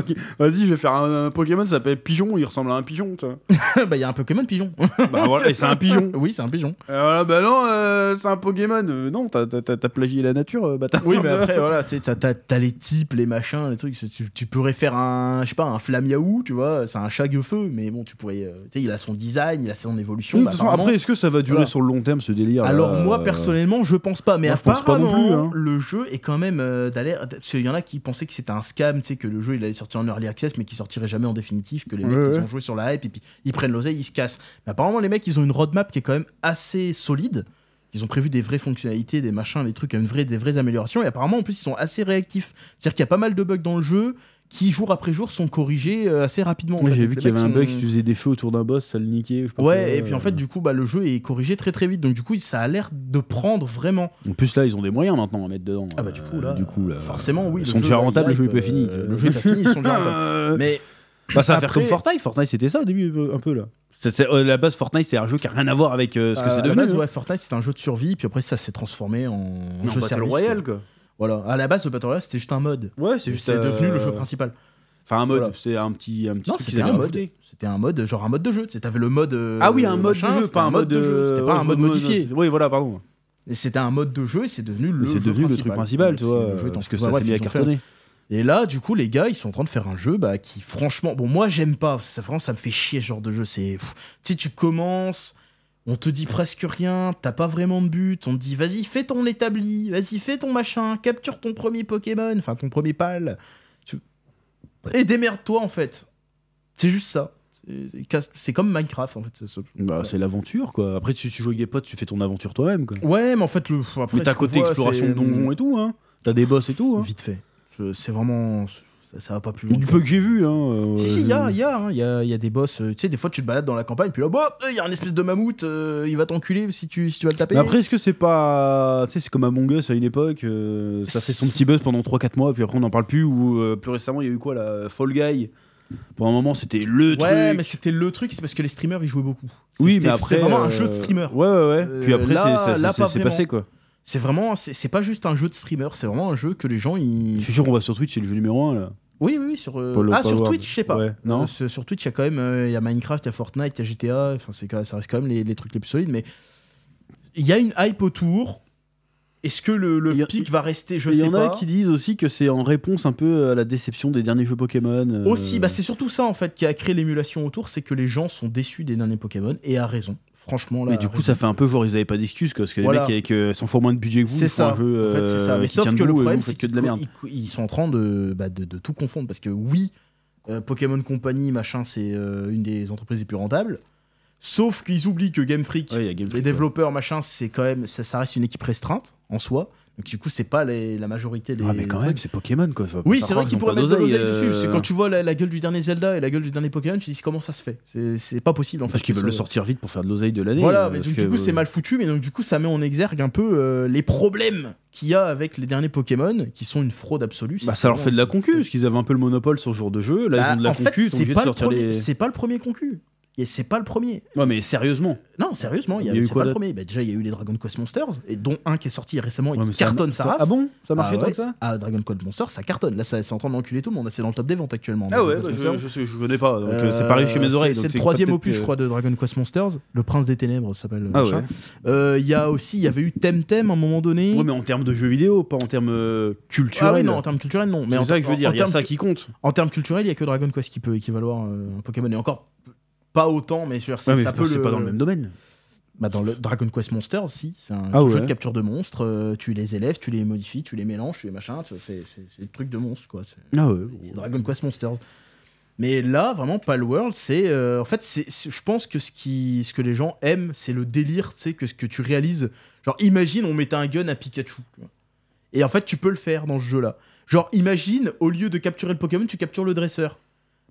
S1: Poké- Vas-y, je vais faire un, un Pokémon qui s'appelle Pigeon, il ressemble à un pigeon, tu vois.
S2: bah, il y a un Pokémon pigeon.
S1: bah voilà, et c'est un pigeon.
S2: oui, c'est un pigeon.
S1: Euh, voilà, bah non, euh, c'est un Pokémon. Euh, non, t'as t'as- t'as- t'as plagié la nature, euh, bâtard.
S2: Oui, mais après, voilà, c'est- t'as- t'as t'as les types, les machins, les trucs. c'est- Tu, tu pourrais faire un, je sais pas, un flamiaou, tu vois, c'est un chat feu, mais bon, tu pourrais. euh, tu sais, il a son design, il a son évolution.
S1: De
S2: bah,
S1: toute façon,
S2: apparemment-
S1: après, est-ce que ça va durer
S2: Voilà.
S1: sur le long terme ce délire
S2: Alors
S1: là,
S2: moi
S1: euh,
S2: personnellement je pense pas, mais
S1: moi, je pense pas non
S2: apparemment
S1: plus, hein.
S2: le jeu est quand même euh, d'aller parce qu'il y en a qui pensaient que c'était un scam, tu sais que le jeu il allait sortir en early access mais qui sortirait jamais en définitif, que les
S1: Ouais,
S2: mecs
S1: ouais.
S2: ils ont joué sur la hype et puis ils prennent l'oseille, ils se cassent. Mais apparemment les mecs ils ont une roadmap qui est quand même assez solide. Ils ont prévu des vraies fonctionnalités, des machins, des trucs, une vraie, des vraies améliorations. Et apparemment, en plus, ils sont assez réactifs. C'est-à-dire qu'il y a pas mal de bugs dans le jeu qui, jour après jour, sont corrigés euh, assez rapidement. en
S1: Moi
S2: fait.
S1: j'ai
S2: Donc,
S1: vu
S2: les
S1: qu'il y avait
S2: mecs
S1: un
S2: sont-
S1: bug, si tu faisais des feux autour d'un boss, ça le niquait. je sais pas quoi,
S2: Ouais, et puis en
S1: euh.
S2: fait, du coup, bah, le jeu est corrigé très très vite. Donc, du coup, ça a l'air de prendre vraiment.
S1: En plus là, ils ont des moyens maintenant à mettre dedans. Euh,
S2: Ah bah, du coup, là,
S1: du coup, là
S2: Forcément, oui.
S1: Ils
S2: le
S1: sont
S2: jeu,
S1: déjà
S2: bah,
S1: rentables, le jeu est
S2: hype,
S1: pas fini.
S2: euh, le jeu est pas fini, ils sont déjà rentables. Mais
S1: Bah, ça va faire
S2: Après-
S1: comme Fortnite. Fortnite, c'était ça au début, euh, un peu là. C'est- c'est- euh, la base Fortnite, c'est un jeu qui a rien à voir avec euh, ce que
S2: à
S1: c'est
S2: la
S1: devenu.
S2: base,
S1: hein.
S2: ouais, Fortnite c'était un jeu de survie, puis après ça s'est transformé en,
S8: Non,
S2: jeu
S8: Battle
S2: service.
S8: Royale,
S2: quoi.
S8: quoi.
S2: Voilà, à la base, le Battle Royale c'était juste un mode.
S1: ouais. c'est
S2: C'est
S1: juste. euh,
S2: devenu le jeu principal.
S1: Enfin, un mode.
S2: Voilà.
S1: C'est un petit, un petit.
S2: Non,
S1: truc
S2: c'était
S1: qu'ils
S2: un
S1: avaient
S2: mode.
S1: rajouté.
S2: C'était un mode, genre un mode de jeu. Tu sais, T'avais le mode. euh,
S1: Ah oui, un mode
S2: machin,
S1: de jeu,
S2: c'était
S1: pas un mode
S2: de jeu. C'était pas
S1: euh,
S2: un mode
S1: ouais,
S2: modifié.
S1: c'est- Oui, voilà, pardon.
S2: Et C'était un mode de jeu et c'est devenu le.
S1: C'est
S2: jeu
S1: devenu le truc principal, tu
S2: C'est
S1: vois.
S2: le jeu
S1: euh,
S2: dans-
S1: Parce que
S2: Ouais,
S1: ça
S2: bref,
S1: s'est mis
S2: ils
S1: à
S2: ont fait un-
S1: cartonner.
S2: Et là, du coup, les gars, ils sont en train de faire un jeu bah, qui, franchement, bon, moi, j'aime pas. Ça, vraiment, ça me fait chier, ce genre de jeu. C'est, pff, tu sais, tu commences, on te dit presque rien, t'as pas vraiment de but, on te dit, vas-y, fais ton établi, vas-y, fais ton machin, capture ton premier Pokémon, enfin, ton premier pal. Tu- Et démerde-toi, en fait. C'est juste ça. C'est- c'est casse- C'est comme Minecraft, en fait. c'est ce-
S1: Bah, c'est l'aventure, quoi. Après, tu tu joues avec des potes, tu fais ton aventure toi-même, quoi.
S2: Ouais, mais en fait, le. pff, Après,
S1: Mais t'as
S2: ce qu'on
S1: côté
S2: voit,
S1: exploration
S2: c'est-
S1: de donjon et tout, hein. T'as des boss et tout, hein.
S2: Vite fait. C'est- C'est vraiment. Ça, ça va pas plus loin.
S1: Du
S2: que
S1: peu
S2: ça.
S1: que j'ai vu, hein. euh,
S2: Si, si, il y a,
S1: je-
S2: y, a, hein, y a- y a des boss. euh, tu sais, des fois, tu te balades dans la campagne, puis là, bah, il y a un espèce de mammouth, euh, il va t'enculer si tu, si tu vas le taper.
S1: Mais après, est-ce que c'est pas. Tu sais, c'est comme Among Us à une époque, euh, ça fait son petit buzz pendant 3-4 mois, puis après on n'en parle plus, ou euh, plus récemment, il y a eu quoi là Fall Guy Pour un moment, c'était le truc.
S2: ouais, mais c'était le truc, c'est parce que les streamers, ils jouaient beaucoup.
S1: oui,
S2: C'était-
S1: mais après.
S2: C'était vraiment
S1: euh,
S2: un jeu de streamer.
S1: Ouais, ouais, ouais.
S2: Euh,
S1: puis après,
S2: là-
S1: c'est- ça-
S2: là,
S1: ça-
S2: pas
S1: c'est c'est passé quoi.
S2: C'est vraiment. C'est c'est pas juste un jeu de streamer, c'est vraiment un jeu que les gens,
S1: Je
S2: ils.
S1: suis sûr, on va sur Twitch, c'est le jeu numéro 1 là.
S2: Oui, oui, oui, sur. euh,
S1: Polo
S2: ah, sur
S1: Power.
S2: Twitch, je sais pas.
S1: Ouais, non.
S2: Euh, sur sur Twitch, il y a quand même. euh, Il y a Minecraft, il y a Fortnite, il y a GTA, enfin, c'est quand- ça reste quand même les, les trucs les plus solides, mais. Il y a une hype autour. Est-ce que le, le
S1: Il y a-
S2: pic va rester Je
S1: Il y
S2: sais
S1: en a
S2: pas.
S1: qui disent aussi que c'est en réponse un peu à la déception des derniers jeux Pokémon. euh,
S2: Aussi, bah c'est surtout ça en fait qui a créé l'émulation autour, c'est que les gens sont déçus des derniers Pokémon et à raison. Franchement là.
S1: Mais
S2: à
S1: du coup,
S2: raison.
S1: ça fait un peu genre ils avaient pas d'excuses quoi, parce que
S2: Voilà.
S1: les mecs avec euh, 100 fois moins de budget que vous,
S2: c'est
S1: ils font
S2: ça.
S1: un jeu.
S2: en fait, c'est ça.
S1: euh,
S2: Mais
S1: qui
S2: sauf
S1: tient
S2: que le
S1: debout, et vous
S2: problème,
S1: faites que
S2: c'est
S1: de la
S2: qu'ils-
S1: merde.
S2: Ils, ils sont en train de, bah, de, de tout confondre parce que oui, euh, Pokémon Company machin, c'est euh, une des entreprises les plus rentables. Sauf qu'ils oublient que Game Freak,
S1: Ouais, il y a Game
S2: les
S1: Freak, ouais.
S2: développeurs machin, c'est quand même, ça, ça reste une équipe restreinte en soi. Donc du coup, c'est pas les- la majorité des.
S1: Ah, mais quand
S2: trucs.
S1: même, c'est Pokémon quoi. ça.
S2: Oui,
S1: Par
S2: c'est vrai
S1: contre,
S2: qu'ils
S1: ils ont
S2: pourraient
S1: pas
S2: mettre de l'oseille
S1: d'oseille,
S2: dessus. C'est
S1: euh,
S2: quand tu vois la, la gueule du dernier Zelda et la gueule du dernier Pokémon, tu dis comment ça se fait C'est- C'est pas possible en fait.
S1: Parce qu'ils
S2: que
S1: veulent le
S2: ça-
S1: sortir vite pour faire de l'oseille de l'année.
S2: Voilà,
S1: euh,
S2: mais
S1: parce
S2: donc,
S1: que,
S2: du coup c'est
S1: euh,
S2: mal foutu, mais donc du coup ça met en exergue un peu euh, les problèmes qu'il y a avec les derniers Pokémon qui sont une fraude absolue.
S1: Bah,
S2: C'est
S1: ça leur
S2: vraiment-
S1: fait de la concu, parce qu'ils avaient un peu le monopole sur ce genre de jeu. Là, ils
S2: Bah,
S1: ont de la
S2: en fait,
S1: concu, ils sont
S2: c'est
S1: obligés de
S2: pas, le
S1: sortir
S2: premier-
S1: les.
S2: c'est pas le premier concu. Et c'est pas le premier.
S1: Ouais, mais sérieusement.
S2: Non, sérieusement, il y
S1: Il y
S2: a,
S1: a eu
S2: c'est
S1: quoi
S2: pas le
S1: d'autre
S2: premier. Bah, déjà, il y a eu les Dragon Quest Monsters, et dont un qui est sorti récemment et
S1: Ouais, mais
S2: qui
S1: ça-
S2: cartonne sa
S1: ça-
S2: race.
S1: Ah bon Ça marchait
S2: Ah
S1: tant
S2: ouais.
S1: que ça
S2: Ah, Dragon Quest Monsters, ça cartonne. Là, ça- c'est en train d'enculer tout le monde. C'est dans le top des ventes actuellement. Dragon Quest Monsters.
S1: Ah bah, je, connais pas, donc
S2: Euh,
S1: c'est pas arrivé chez mes
S2: c'est-
S1: oreilles.
S2: C'est le troisième opus, je crois, de Dragon Quest Monsters. Le Prince des Ténèbres ça s'appelle.
S1: Ah
S2: machin.
S1: ouais.
S2: Euh, Il y a aussi, il y avait eu Temtem à un moment donné.
S1: Ouais, mais en termes de jeux vidéo, pas en termes euh,
S2: ah
S1: culturels.
S2: oui, non, en termes culturels, non. Mais en
S1: c'est ça que je veux
S2: en-
S1: dire,
S2: En,
S1: il y a
S2: termes,
S1: ça qui compte.
S2: en termes culturels, il y a que Dragon Quest qui peut équivaloir euh, un Pokémon. Et encore pas autant, mais sur ça,
S1: Ouais, mais
S2: ça
S1: putain,
S2: peut
S1: c'est
S2: le-
S1: pas dans le même domaine.
S2: Bah, dans le Dragon Quest Monsters, si. C'est un
S1: Ah
S2: jeu
S1: ouais.
S2: de capture de monstres. euh, tu les élèves, tu les modifies, tu les mélanges, tu les machins. tu vois, C'est c'est- c'est le truc de monstre, quoi. c'est-
S1: Ah ouais.
S2: c'est Dragon Quest Monsters. Mais là, vraiment, Palworld, c'est. euh, en fait, c'est- c'est- je pense que ce, qui, ce que les gens aiment, c'est le délire, tu sais, que ce que tu réalises. Genre, imagine, on mettait un gun à Pikachu. tu vois. Et en fait, tu peux le faire dans ce jeu-là. Genre, imagine, au lieu de capturer le Pokémon, tu captures le dresseur.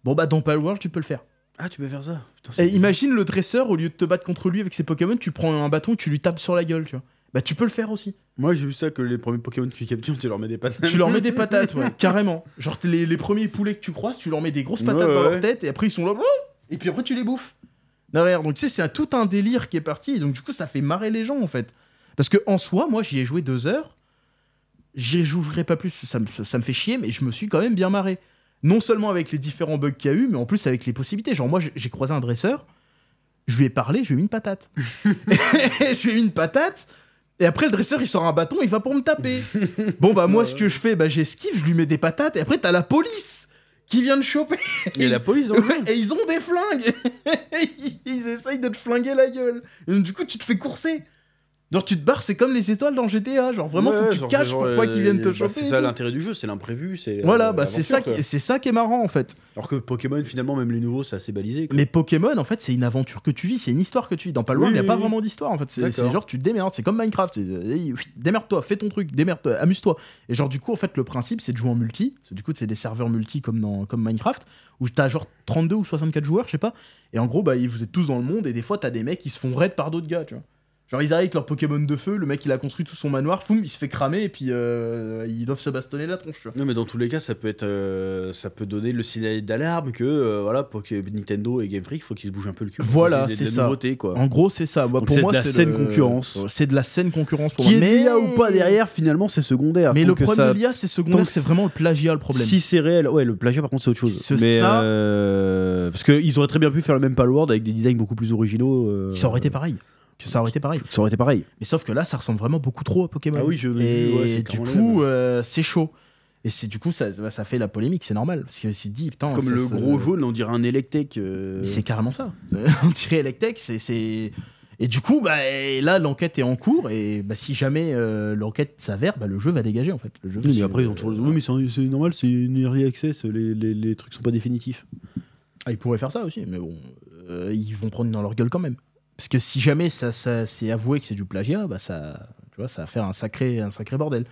S2: Bon, bah, dans Palworld, tu peux le faire.
S9: Ah, tu peux faire ça. Putain,
S2: Et
S9: c'est-
S2: imagine le dresseur, au lieu de te battre contre lui avec ses Pokémon, tu prends un bâton, tu lui tapes sur la gueule, tu vois. Bah, tu peux le faire aussi.
S9: Moi, j'ai vu ça que les premiers Pokémon que tu captures, tu leur mets des pattes.
S2: Tu leur mets des patates, ouais, carrément. Genre, les, les premiers poulets que tu croises, tu leur mets des grosses patates
S9: Ouais,
S2: dans
S9: ouais.
S2: leur tête, et après, ils sont là. Et puis après, tu les bouffes. Non, ouais, donc, tu sais, c'est un- tout un délire qui est parti, et donc, du coup, ça fait marrer les gens, en fait. Parce que, en soi, moi, j'y ai joué deux heures. J'y jouerai pas plus, ça me, ça me fait chier, mais je me suis quand même bien marré. Non seulement avec les différents bugs qu'il y a eu, mais en plus avec les possibilités. Genre, moi, j'ai- j'ai croisé un dresseur, je lui ai parlé, je lui ai mis une patate. je lui ai mis une patate, et après, le dresseur, il sort un bâton, il va pour me taper. Bon, bah, moi, ce que je fais, bah, j'esquive, je lui mets des patates, et après, t'as la police qui vient de choper.
S9: Et la police,
S1: hein.
S9: donc.
S2: Ouais, et ils ont des flingues Ils- Ils essayent de te flinguer la gueule Et donc, du coup, tu te fais courser Genre, tu te barres, c'est comme les étoiles dans GTA. Genre, vraiment, faut que tu te caches pourquoi
S1: euh,
S2: qu'ils viennent
S1: bah,
S2: te choper.
S10: C'est
S2: et
S10: ça
S2: tout.
S10: l'intérêt du jeu, c'est l'imprévu. c'est, euh,
S2: Voilà, bah, c'est ça,
S10: l'aventure,
S2: qui-
S10: quoi.
S2: c'est ça qui est marrant, en fait.
S10: Alors que Pokémon, finalement, même les nouveaux, c'est assez balisé. quoi.
S2: Mais Pokémon, en fait, c'est une aventure que tu vis, c'est une histoire que tu vis. Dans Palworld,
S9: Oui,
S2: il n'y a
S9: oui,
S2: pas
S9: oui.
S2: vraiment d'histoire, en fait. C'est- C'est
S9: D'accord.
S2: genre, tu te démerdes, c'est comme Minecraft. c'est, euh, hey, whist, Démerde-toi, fais ton truc, démerde-toi, amuse-toi. Et genre, du coup, en fait, le principe, c'est de jouer en multi. Parce que Du coup, c'est des serveurs multi comme dans comme Minecraft, où t'as genre 32 ou 64 joueurs, je sais pas. Et en gros, bah, ils- vous êtes tous dans le monde, et des fois, t'as des mecs qui se font raid par d'autres gars, tu vois. Genre, ils arrivent avec leur Pokémon de feu, le mec, il a construit tout son manoir, foum, il se fait cramer, et puis euh, ils doivent se bastonner la tronche, tu vois.
S10: Non, mais dans tous les cas, ça peut être, euh, ça peut donner le signal d'alarme que euh, voilà, pour que Nintendo et Game Freak, faut qu'ils se bougent un peu le cul. pour
S2: Voilà,
S10: qu'il y ait des-
S2: c'est
S10: des
S2: ça.
S10: nouveautés, quoi.
S2: En gros, c'est ça. Moi,
S1: Donc,
S2: pour
S1: c'est
S2: moi,
S1: de la
S2: c'est
S1: saine
S2: le-
S1: concurrence.
S2: C'est de la saine concurrence pour
S1: Qui
S2: moi.
S1: est
S2: mais...
S1: l'IA ou pas derrière, finalement, c'est secondaire.
S2: Mais
S1: Tant
S2: le
S1: Ah, que
S2: problème
S1: ça-
S2: de l'IA, c'est
S1: tant
S2: secondaire,
S1: que
S2: c'est vraiment le plagiat le problème.
S1: Si c'est réel, ouais, le plagiat par contre c'est autre chose.
S2: Ce-
S1: mais
S2: ça-
S1: euh, parce qu'ils auraient très bien pu faire le même Palworld avec des designs beaucoup plus originaux. euh,
S2: Ça aurait été pareil. Ça aurait été pareil.
S1: ça aurait été pareil.
S2: Mais sauf que là, ça ressemble vraiment beaucoup trop à Pokémon.
S10: Ah oui, je
S2: Et
S10: ouais, c'est
S2: du
S10: carrément
S2: coup,
S10: les mêmes.
S2: euh, c'est chaud. Et c'est du coup, ça, bah, ça fait la polémique, c'est normal. Parce que c'est dit,
S1: Ah,
S2: putain,
S10: comme
S2: ça-
S10: le
S2: ça-
S10: gros jaune, on dirait un Electek. euh,
S2: Mais c'est carrément ça. On dirait Electek, c'est- c'est. Et du coup, bah, et là, l'enquête est en cours. Et bah, si jamais euh, l'enquête s'avère, bah, le jeu va dégager en fait. Le jeu va
S1: Oui,
S2: se-
S1: mais après ils ont toujours. Oui, mais c'est c'est normal, c'est une early access, les, les, les trucs sont pas définitifs.
S2: Ah, ils pourraient faire ça aussi, mais bon, euh, ils vont prendre dans leur gueule quand même. Parce que si jamais ça, ça c'est avoué que c'est du plagiat, bah ça, tu vois, ça va faire un sacré, un sacré bordel.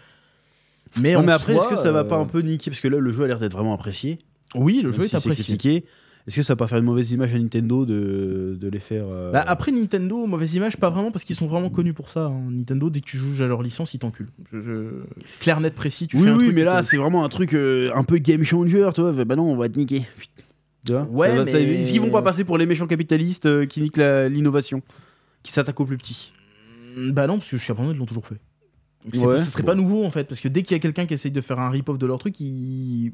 S2: Mais,
S1: Non,
S2: en
S1: mais après,
S2: soi,
S1: est-ce que ça va
S2: euh,
S1: pas un peu niquer Parce que là, le jeu a l'air d'être vraiment apprécié.
S2: Oui, le
S1: même si
S2: jeu est
S1: c'est
S2: apprécié.
S1: critiqué. Est-ce que ça va pas faire une mauvaise image à Nintendo de, de les faire. euh,
S2: Bah, après Nintendo, mauvaise image, pas vraiment parce qu'ils sont vraiment connus pour ça. hein. Nintendo, dès que tu joues à leur licence, ils t'enculent. Je- je- C'est clair, net, précis. Tu
S1: oui,
S2: fais
S1: oui,
S2: un truc
S1: mais
S2: qui
S1: là,
S2: te-
S1: c'est vraiment un truc euh, un peu game changer, tu vois. Bah non, on va te niquer. Tu vois
S2: Ouais,
S1: Ça va- ça-
S2: mais-
S1: Est-ce qu'ils vont pas passer pour les méchants capitalistes euh, qui niquent la- l'innovation Qui s'attaquent aux plus petits
S2: bah non, parce que je suis abandonné, ils l'ont toujours fait. Donc c'est-
S1: Ouais.
S2: Ce serait pas nouveau en fait, parce que dès qu'il y a quelqu'un qui essaye de faire un rip-off de leur truc, ils-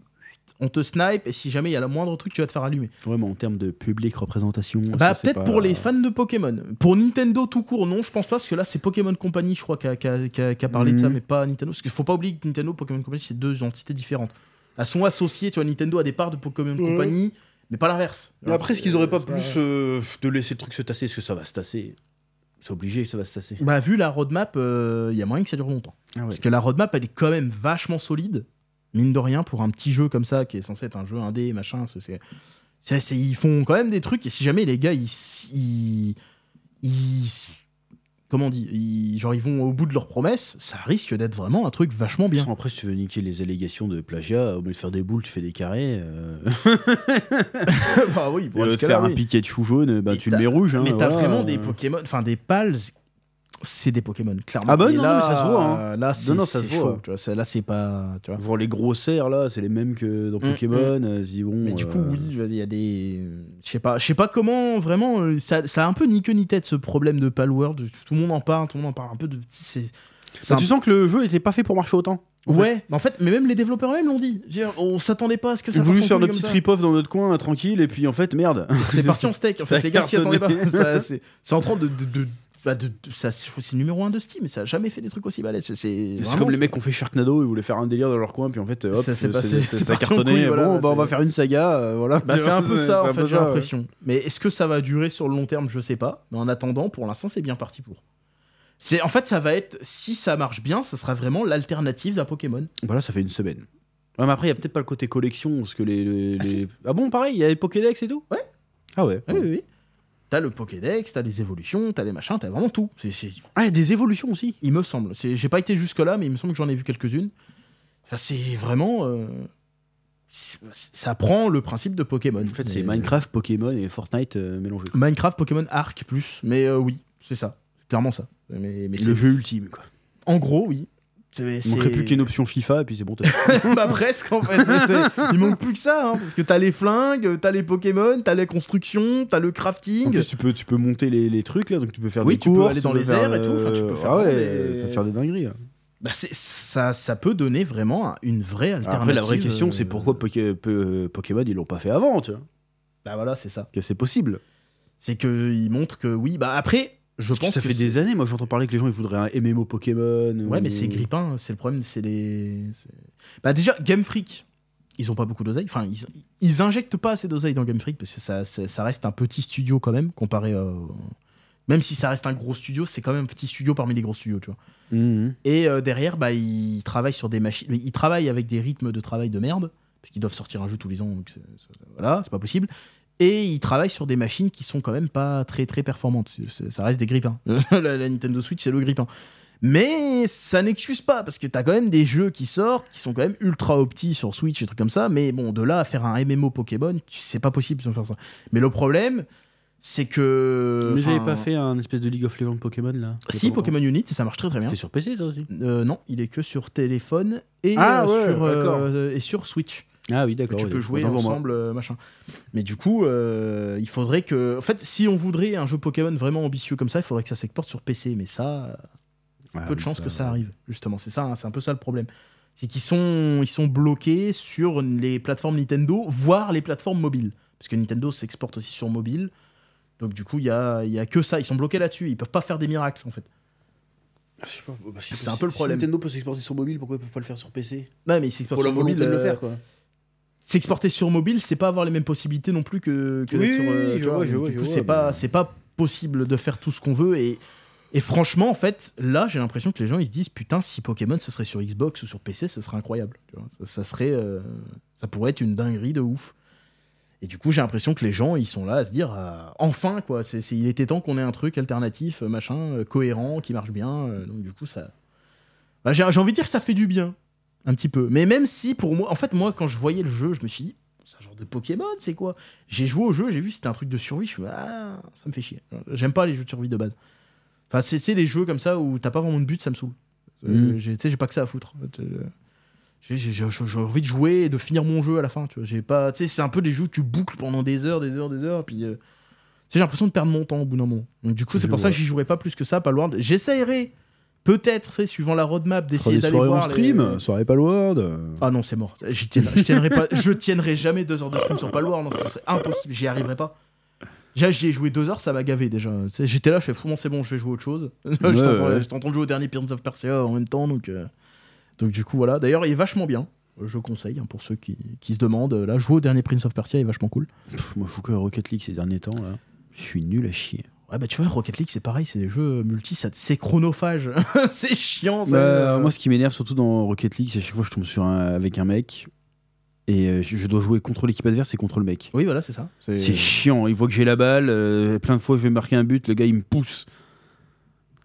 S2: on te snipe et si jamais il y a le moindre truc, tu vas te faire allumer.
S1: Vraiment, en termes de public représentation. est-ce
S2: Bah
S1: que c'est
S2: peut-être
S1: pas-
S2: pour les fans de Pokémon. Pour Nintendo tout court, non, je pense pas, parce que là c'est Pokémon Company, je crois, qui a, qui a- qui a- qui a parlé de ça,
S1: Mhm.
S2: mais pas Nintendo. Parce qu'il faut pas oublier que Nintendo, Pokémon Company, c'est deux entités différentes. Elles sont associées, tu vois, Nintendo a des parts de Pokémon Company, mais pas l'inverse.
S10: Mhm. Mais Après, est-ce qu'ils auraient pas
S2: C'est
S10: plus euh, de laisser le truc se tasser Parce que ça va se tasser. C'est obligé que ça va se tasser.
S2: Bah vu la roadmap, euh, il y a moyen que ça dure longtemps.
S1: Ah ouais.
S2: Parce que la roadmap, elle est quand même vachement solide, mine de rien, pour un petit jeu comme ça, qui est censé être un jeu indé, machin. c'est- c'est- c'est- c'est- ils font quand même des trucs, et si jamais les gars, ils... s- ils, ils s- comment on dit ils, Genre, ils vont au bout de leurs promesses, ça risque d'être vraiment un truc vachement bien.
S10: Après, si tu veux niquer les allégations de plagiat, au lieu de faire des boules, tu fais des carrés. euh,
S2: bah oui,
S10: au lieu de faire un Pikachu jaune, bah,
S2: Mais
S10: tu
S2: t'as-
S10: le mets rouge. hein,
S2: Mais t'as
S10: voilà.
S2: vraiment
S1: euh.
S2: des Pokémon, enfin des Pals, c'est des Pokémon, clairement.
S1: Ah bah
S2: Et
S1: non,
S2: là,
S1: non, mais ça se voit, hein.
S2: euh, Là, c'est
S1: non, ça
S2: c'est
S1: se voit.
S2: chaud, tu vois, c'est- là, c'est pas... Tu vois.
S10: Genre les gros cerfs là, c'est les mêmes que dans
S2: Mm,
S10: Pokémon. euh, ils y vont,
S2: Mais du coup,
S10: euh,
S2: oui, je veux dire, il y a des. Je sais pas, je sais pas comment vraiment. euh, Ça, ça a un peu ni queue ni tête ce problème de Palworld. Tout le monde en parle, tout le monde en parle un peu de. C'est. c'est
S1: Bah,
S2: un-
S1: Tu sens que le jeu était pas fait pour marcher autant.
S2: Ouais, mais en fait, mais même les développeurs eux-mêmes l'ont dit. Je veux dire, on s'attendait pas à ce que
S1: Ils
S2: ça.
S1: ont voulu
S2: parte en
S1: faire
S2: couille
S1: notre petit
S2: comme ça.
S1: rip-off dans notre coin, euh, tranquille, et puis en fait, merde.
S2: C'est parti en steak. En
S1: Ça
S2: fait,
S1: a
S2: les gars s'y attendaient pas.
S1: cartonné.
S2: Ça, C'est c'est en train de. de, de- bah, de- de- ça, je crois que c'est numéro 1 de Steam, mais ça a jamais fait des trucs aussi balèzes. C'est
S1: C'est
S2: vraiment-
S1: comme les mecs qui ont fait Sharknado, ils voulaient faire un délire dans leur coin, puis en fait, euh, hop,
S2: Ça s'est
S1: c'est-
S2: passé,
S1: c'est-
S2: c'est
S1: ça a
S2: parti en
S1: cartonné.
S2: couille, voilà,
S1: bon, bah, on va
S2: c'est-
S1: faire une saga, euh, voilà.
S2: Bah, c'est un peu ça, en
S1: un
S2: fait,
S1: peu
S2: j'ai
S1: ça, ouais.
S2: l'impression. Mais est-ce que ça va durer sur le long terme Je sais pas. Mais en attendant, pour l'instant, c'est bien parti pour. C'est En fait, ça va être, si ça marche bien, ça sera vraiment l'alternative d'un Pokémon.
S1: Voilà, ça fait une semaine.
S10: Ouais, mais après, il y a peut-être pas le côté collection, parce que les. les-
S1: Ah,
S10: les-
S1: si. Ah bon, pareil, il y a les Pokédex et tout
S2: Ouais.
S1: Ah ouais.
S2: Oui, oui, oui. T'as le Pokédex, t'as les évolutions, t'as les machins, t'as vraiment tout. C'est- c'est-
S1: Ah, il y a des évolutions aussi.
S2: il me semble. C'est- J'ai pas été jusque-là, mais il me semble que j'en ai vu quelques-unes. Ça, c'est vraiment. euh, c'est- ça prend le principe de Pokémon.
S1: En fait, c'est
S2: Mais- euh,
S1: Minecraft, Pokémon et Fortnite euh, mélangés.
S2: Minecraft, Pokémon, Arc plus. Mais euh, oui, c'est ça. C'est Clairement ça. Mais, mais c'est-
S1: jeu ultime, quoi.
S2: En gros, oui. C'est-
S1: Il manquerait
S2: c'est-
S1: plus qu'une option FIFA et puis c'est bon. t'as-
S2: bah presque en fait. C'est- c'est- Il manque plus que ça, hein, parce que t'as les flingues, t'as les Pokémon, t'as les constructions, t'as le
S11: En
S2: crafting.
S11: plus, tu peux, tu peux monter les, les trucs là, donc tu peux faire
S2: Oui,
S11: des
S2: tu peux
S11: courses,
S2: aller dans les
S11: faire,
S2: airs et tout, enfin, tu peux
S11: euh,
S2: faire
S11: ah ouais,
S2: des-
S11: tu peux faire des dingueries. hein.
S2: Bah, c'est- ça, ça peut donner vraiment un- une vraie alternative.
S1: Après, la vraie question,
S2: euh,
S1: c'est pourquoi Poké- P- Pokémon, ils l'ont pas fait avant, tu vois.
S2: Bah voilà, c'est ça.
S1: Que c'est possible.
S2: C'est qu'ils montrent que oui. Bah après, je
S1: Parce que
S2: pense
S1: ça
S2: que
S1: fait
S2: c'est-
S1: des années, moi j'entends parler que les gens ils voudraient un MMO Pokémon.
S2: Ouais,
S1: ou-
S2: mais c'est grippin, c'est le problème, c'est les. c'est- Bah déjà, Game Freak, ils ont pas beaucoup d'oseille. Enfin, ils, ils injectent pas assez d'oseille dans Game Freak parce que ça, ça, ça reste un petit studio quand même, comparé à. Même si ça reste un gros studio, c'est quand même un petit studio parmi les gros studios, tu vois.
S1: Mhm.
S2: Et euh, derrière, bah, ils travaillent sur des machines. Ils travaillent avec des rythmes de travail de merde, parce qu'ils doivent sortir un jeu tous les ans, donc c'est- c'est- voilà, c'est pas possible. Et ils travaillent sur des machines qui sont quand même pas très très performantes. C'est- Ça reste des grippins. la, la Nintendo Switch, c'est le grippin. Mais ça n'excuse pas, parce que t'as quand même des jeux qui sortent, qui sont quand même ultra opti sur Switch et trucs comme ça. Mais bon, de là à faire un MMO Pokémon, tu- c'est pas possible sans faire ça. Mais le problème, c'est que.
S1: Euh,
S12: Mais j'avais
S2: enfin,
S12: pas fait un espèce de League of Legends Pokémon là.
S1: Ah,
S2: Si, Pokémon Unit, ça marche très très bien.
S12: C'est sur PC ça aussi.
S2: Euh, non, il est que sur téléphone et,
S11: Ah
S2: euh,
S11: ouais,
S2: sur, euh,
S11: d'accord.
S2: et sur Switch. Bah
S12: Ah oui, d'accord.
S2: tu peux jouer
S12: ensemble.
S2: ensemble, euh, machin. Mais du coup, euh, il faudrait que. En fait, si on voudrait un jeu Pokémon vraiment ambitieux comme ça, il faudrait que ça s'exporte sur PC. Mais ça, euh,
S1: Ah,
S2: peu de
S1: mais
S2: chances que ça arrive, justement. C'est ça, hein, c'est un peu ça le problème. C'est qu'ils sont, ils sont bloqués sur les plateformes Nintendo, voire les plateformes mobiles. Parce que Nintendo s'exporte aussi sur mobile. Donc du coup, il y a, il y a que ça. Ils sont bloqués là-dessus. Ils peuvent pas faire des miracles, en fait.
S1: Ah, je sais pas, bah, si-
S2: C'est un
S1: si-
S2: peu le
S1: si
S2: problème.
S1: Nintendo peut s'exporter sur mobile, pourquoi ils peuvent pas le faire sur PC
S2: Non, mais ils s'exportent
S1: Pour la
S2: sur
S1: volonté
S2: mobile.
S1: de le
S2: euh,
S1: faire, quoi.
S2: s'exporter sur mobile, c'est pas avoir les mêmes possibilités non plus que, que
S1: Oui,
S2: d'être sur.
S1: oui,
S2: euh,
S1: oui,
S2: tu
S1: je
S2: vois,
S1: vois, je
S2: donc,
S1: vois,
S2: du
S1: je
S2: coup,
S1: vois,
S2: c'est
S1: mais-
S2: pas, c'est pas possible de faire tout ce qu'on veut et. Et franchement, en fait, là, j'ai l'impression que les gens ils se disent putain, si Pokémon ce serait sur Xbox ou sur PC, ce serait incroyable. tu vois. ça, ça serait, euh, ça pourrait être une dinguerie de ouf. Et du coup, j'ai l'impression que les gens ils sont là à se dire ah, enfin quoi, c'est, c'est- il était temps qu'on ait un truc alternatif, euh, machin, euh, cohérent, qui marche bien. euh, donc du coup, ça, bah, j'ai, j'ai envie de dire que ça fait du bien un petit peu. Mais même si pour moi, en fait, moi quand je voyais le jeu, je me suis dit c'est un genre de Pokémon, c'est quoi J'ai joué au jeu, j'ai vu c'était un truc de survie, je suis ah, ça me fait chier. J'aime pas les jeux de survie de base. Enfin, c'est c'est les jeux comme ça où t'as pas vraiment de but, ça me saoule. Euh,
S1: Mhm.
S12: Mm.
S2: j'ai- Tu sais, j'ai pas que ça à foutre. en fait. Euh, j'ai- j'ai- J'ai j'ai envie de jouer et de finir mon jeu à la fin, tu vois. J'ai pas, tu sais, c'est un peu des jeux où tu boucles pendant des heures, des heures, des heures, puis euh, tu sais, j'ai l'impression de perdre mon temps au bout d'un moment. Donc du coup,
S1: Je
S2: c'est pour ça
S1: vois.
S2: que j'y jouerai pas plus que ça, pas loin. J'essayerai peut-être, tu sais, suivant la roadmap,
S11: Faire
S2: d'essayer
S11: des
S2: d'aller
S11: soirées
S2: voir
S11: en stream,
S2: les-
S11: soirée Palworld. euh.
S2: ah non, c'est mort. J'y tiens- je tiendrai pas, je tiendrai jamais deux heures de stream sur Palworld. Non, ce serait impossible. J'y arriverai pas. Déjà, j'y ai joué deux heures, ça m'a gavé déjà. Tu sais, J'étais là, je fais fou, bon, c'est bon, je vais jouer à autre chose. je t'entends-
S11: ouais.
S2: je t'entends jouer au dernier Prince of Persia en même temps, donc. euh, Donc, du coup, voilà. D'ailleurs, il est vachement bien. Je conseille hein, pour ceux qui, qui se demandent. Là, jouer au dernier Prince of Persia il est vachement cool.
S1: Pff, moi je joue que à Rocket League ces derniers temps, là. Je suis nul à chier.
S2: Ouais, bah tu vois, Rocket League, c'est pareil, c'est des jeux multi, ça- c'est chronophage. c'est chiant, ça.
S1: Bah, Moi, ce qui m'énerve surtout dans Rocket League, c'est à chaque fois que je tombe sur un- avec un mec et euh, je je dois jouer contre l'équipe adverse et contre le mec.
S2: Oui, voilà, c'est ça.
S1: C'est chiant. Il voit que j'ai la balle. euh, plein de fois, je vais marquer un but. Le gars, il me pousse.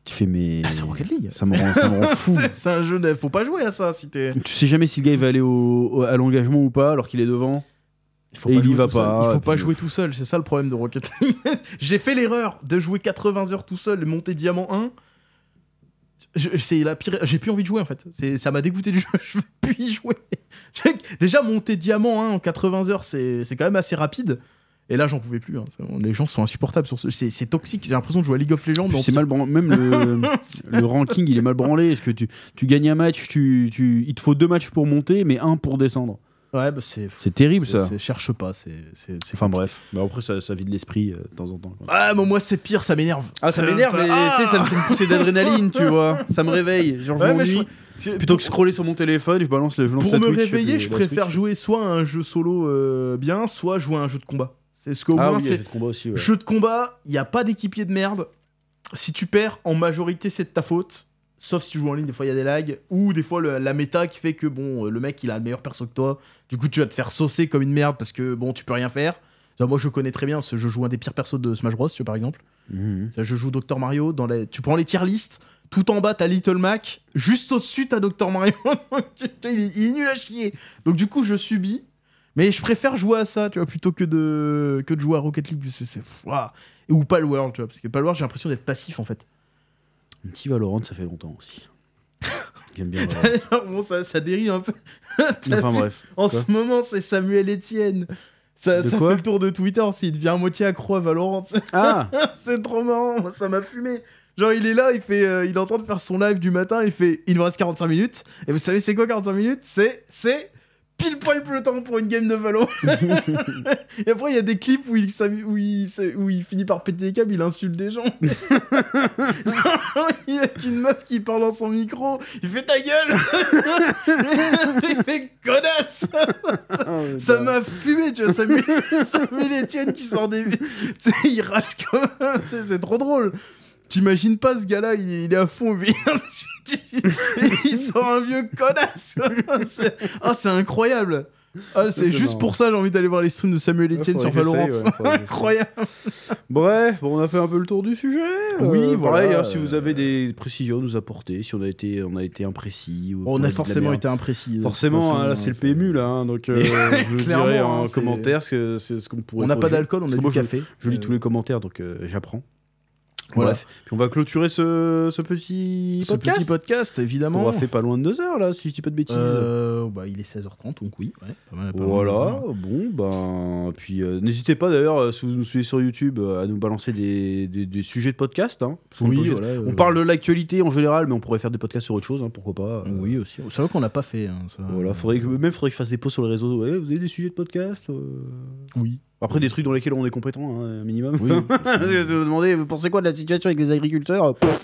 S1: Tu fais, mais.
S2: Ah, c'est Rocket League.
S1: Ça me rend, ça me rend fou.
S2: C'est- C'est un jeu, de- faut pas jouer à ça si t'es.
S1: Tu sais jamais si le gars il va aller au, au- à l'engagement ou pas alors qu'il est devant.
S2: faut
S1: Et
S2: pas
S1: il y
S2: jouer
S1: va
S2: tout seul.
S1: pas,
S2: Il faut
S1: et
S2: pas
S1: puis-
S2: jouer tout seul, c'est ça le problème de Rocket League. J'ai fait l'erreur de jouer 80 heures tout seul et monter diamant 1. Je- C'est la pire. J'ai plus envie de jouer en fait. C'est- Ça m'a dégoûté du jeu. Je veux plus y jouer. J'ai- Déjà monter diamant 1 en 80 heures, c'est c'est quand même assez rapide. Et là, j'en pouvais plus. hein. C'est- Les gens sont insupportables sur ce. C'est c'est toxique. J'ai l'impression de jouer à League of Legends. mais en
S1: C'est
S2: pire.
S1: mal bran- Même le, le ranking, il est mal branlé. Parce que tu, tu gagnes un match, tu, tu- il te faut deux matchs pour monter, mais un pour descendre.
S2: Ouais, bah, c'est.
S1: C'est terrible ça.
S2: c'est- Cherche pas. C'est. c'est- c'est
S1: Enfin
S2: compliqué.
S1: bref. Mais après, ça, ça vide l'esprit euh, de temps en temps. quoi.
S2: Ah, mais moi, c'est pire. Ça m'énerve.
S1: Ah, ça m'énerve, mais tu sais, ça me fait une poussée d'adrénaline, tu vois. Ça me réveille. Genre, je
S2: Ah Ouais, mais je
S1: m'ennuie.
S2: C'est-
S1: Plutôt que scroller sur mon téléphone, je balance le je lance
S2: pour
S1: la
S2: me
S1: Twitch,
S2: réveiller,
S1: puis
S2: je
S1: la
S2: préfère
S1: Switch.
S2: jouer soit à un jeu solo euh, bien, soit jouer à un jeu de combat. C'est ce qu'au
S1: Ah
S2: moins
S1: oui, il y a
S2: c'est
S1: des combats aussi. ouais.
S2: jeu de combat, il n'y a pas d'équipier de merde. Si tu perds, en majorité, c'est de ta faute. Sauf si tu joues en ligne, des fois il y a des lags. Ou des fois le- la méta qui fait que bon, euh, le mec il a le meilleur perso que toi. Du coup, tu vas te faire saucer comme une merde parce que bon, tu peux rien faire. Ça, Moi je connais très bien, ce- je joue un des pires persos de Smash Bros, tu vois, par exemple.
S1: Mhm.
S2: Ça, Je joue Dr Mario, dans les... tu prends les tier list, Tout en bas, t'as Little Mac. Juste au-dessus, t'as Dr. Mario. il, est- il est nul à chier. Donc, du coup, je subis. Mais je préfère jouer à ça, tu vois, plutôt que de, que de jouer à Rocket League. parce que C'est. pff, ouah. Ou Palworld, tu vois. Parce que Palworld, j'ai l'impression d'être passif, en fait.
S3: Un petit Valorant, ça fait longtemps aussi. J'aime bien Valorant.
S2: bon, ça, ça dérive un peu. T'as
S3: Enfin
S2: vu,
S3: bref.
S2: en
S3: quoi.
S2: ce moment, c'est Samuel Etienne. Ça,
S3: De
S2: ça
S3: quoi
S2: fait le tour de Twitter s'il devient à moitié accro à Valorant.
S3: Ah
S2: c'est trop marrant, moi, ça m'a fumé. Genre, il est là, il, fait, euh, il est en train de faire son live du matin, il fait il nous reste 45 minutes. Et vous savez, c'est quoi 45 minutes C'est. C'est. Pile poil le temps pour une game de Valorant. et après, il y a des clips où il, s'amu- où, il, se- où il finit par péter des câbles, il insulte des gens. il y a une meuf qui parle dans son micro, il fait ta gueule Il fait connasse Ça m'a fumé, tu vois, Samuel, Samuel Etienne qui sort des... Tu sais, il rage comme un, tu sais, c'est trop drôle T'imagines pas ce gars-là, il, est- il est à fond, mais il sort un vieux connasse C'est- Ah, c'est incroyable ah,
S1: C'est
S2: C'est juste
S1: marrant.
S2: pour ça j'ai envie d'aller voir les streams de Samuel Etienne sur Valorant. Incroyable
S1: Bref, bon, on a fait un peu le tour du sujet.
S3: Oui,
S1: Euh,
S3: voilà.
S1: pareil, hein,
S3: si vous avez des précisions à nous apporter, si on a été, on a été imprécis. ou qu'on a
S2: On a
S3: dit de la
S2: forcément
S3: merde.
S2: été imprécis. de toute
S1: Forcément,
S2: façon,
S1: hein, là,
S2: hein,
S1: c'est le PMU, là. hein, donc, euh, je
S2: Clairement,
S1: dirais
S2: hein,
S1: en
S2: c'est-
S1: commentaire ce que- c'est ce qu'on pourrait.
S2: On n'a pas
S1: produire.
S2: d'alcool, on
S1: Parce
S2: a
S1: que
S2: du
S1: moi, je-
S2: café.
S1: Je lis tous les commentaires, donc euh, j'apprends. Bref. Puis on va clôturer ce, ce petit
S2: Ce
S1: podcast.
S2: petit podcast,
S1: on
S2: évidemment.
S1: aura fait pas loin de deux heures, là, si je dis pas de bêtises. Euh,
S2: Euh, bah, il est 16h30, donc oui. ouais, pas mal, pas mal.
S1: Voilà, bon, ben. Puis euh, n'hésitez pas d'ailleurs, euh, si vous nous suivez sur YouTube, euh, à nous balancer des, des- des sujets de podcast. hein, parce qu'on est pas
S2: Oui,
S1: obligé de-
S2: voilà, euh,
S1: On parle de l'actualité en général, mais on pourrait faire des podcasts sur autre chose, hein, pourquoi pas. euh,
S2: Oui, aussi. C'est vrai qu'on n'a pas fait. hein, ça.
S1: Voilà, faudrait que, même faudrait que je fasse des posts sur les réseaux. Ouais, vous avez des sujets de podcast euh,
S2: Oui.
S1: Après, des trucs dans lesquels on est compétent, hein, un minimum.
S2: Oui.
S1: Je vais vous demander, vous pensez quoi de la situation avec les agriculteurs Pff,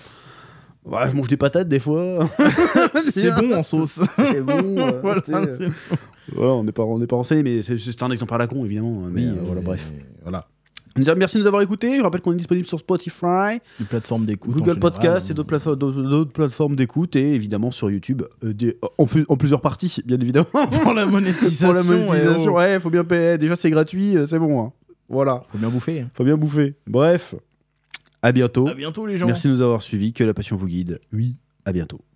S1: voilà, je mange des patates des fois.
S2: C'est bon en sauce.
S1: C'est bon. euh,
S2: Voilà.
S1: t'sais, euh, voilà, on n'est pas, on n'est pas renseigné, mais c'est c'est un exemple à la con, évidemment. Mais,
S2: Oui,
S1: euh, voilà,
S2: mais-
S1: bref.
S2: Voilà.
S1: Merci de nous avoir écoutés. Je rappelle qu'on est disponible sur Spotify,
S2: Une plateforme d'écoute. en
S1: Google
S2: général,
S1: Podcast
S2: hein.
S1: et d'autres plateformes, d'autres- d'autres plateformes d'écoute, et évidemment sur YouTube, euh, des- en, plus- en plusieurs parties, bien évidemment.
S2: Pour la monétisation.
S1: Pour la monétisation,
S2: eh oh.
S1: ouais, faut bien payer. Déjà, c'est gratuit, euh, c'est bon. hein. Voilà,
S2: Faut bien bouffer. hein.
S1: faut bien bouffer. Bref, à bientôt.
S2: À bientôt, les gens.
S1: Merci de nous avoir suivis. Que la passion vous guide.
S2: Oui.
S1: À bientôt.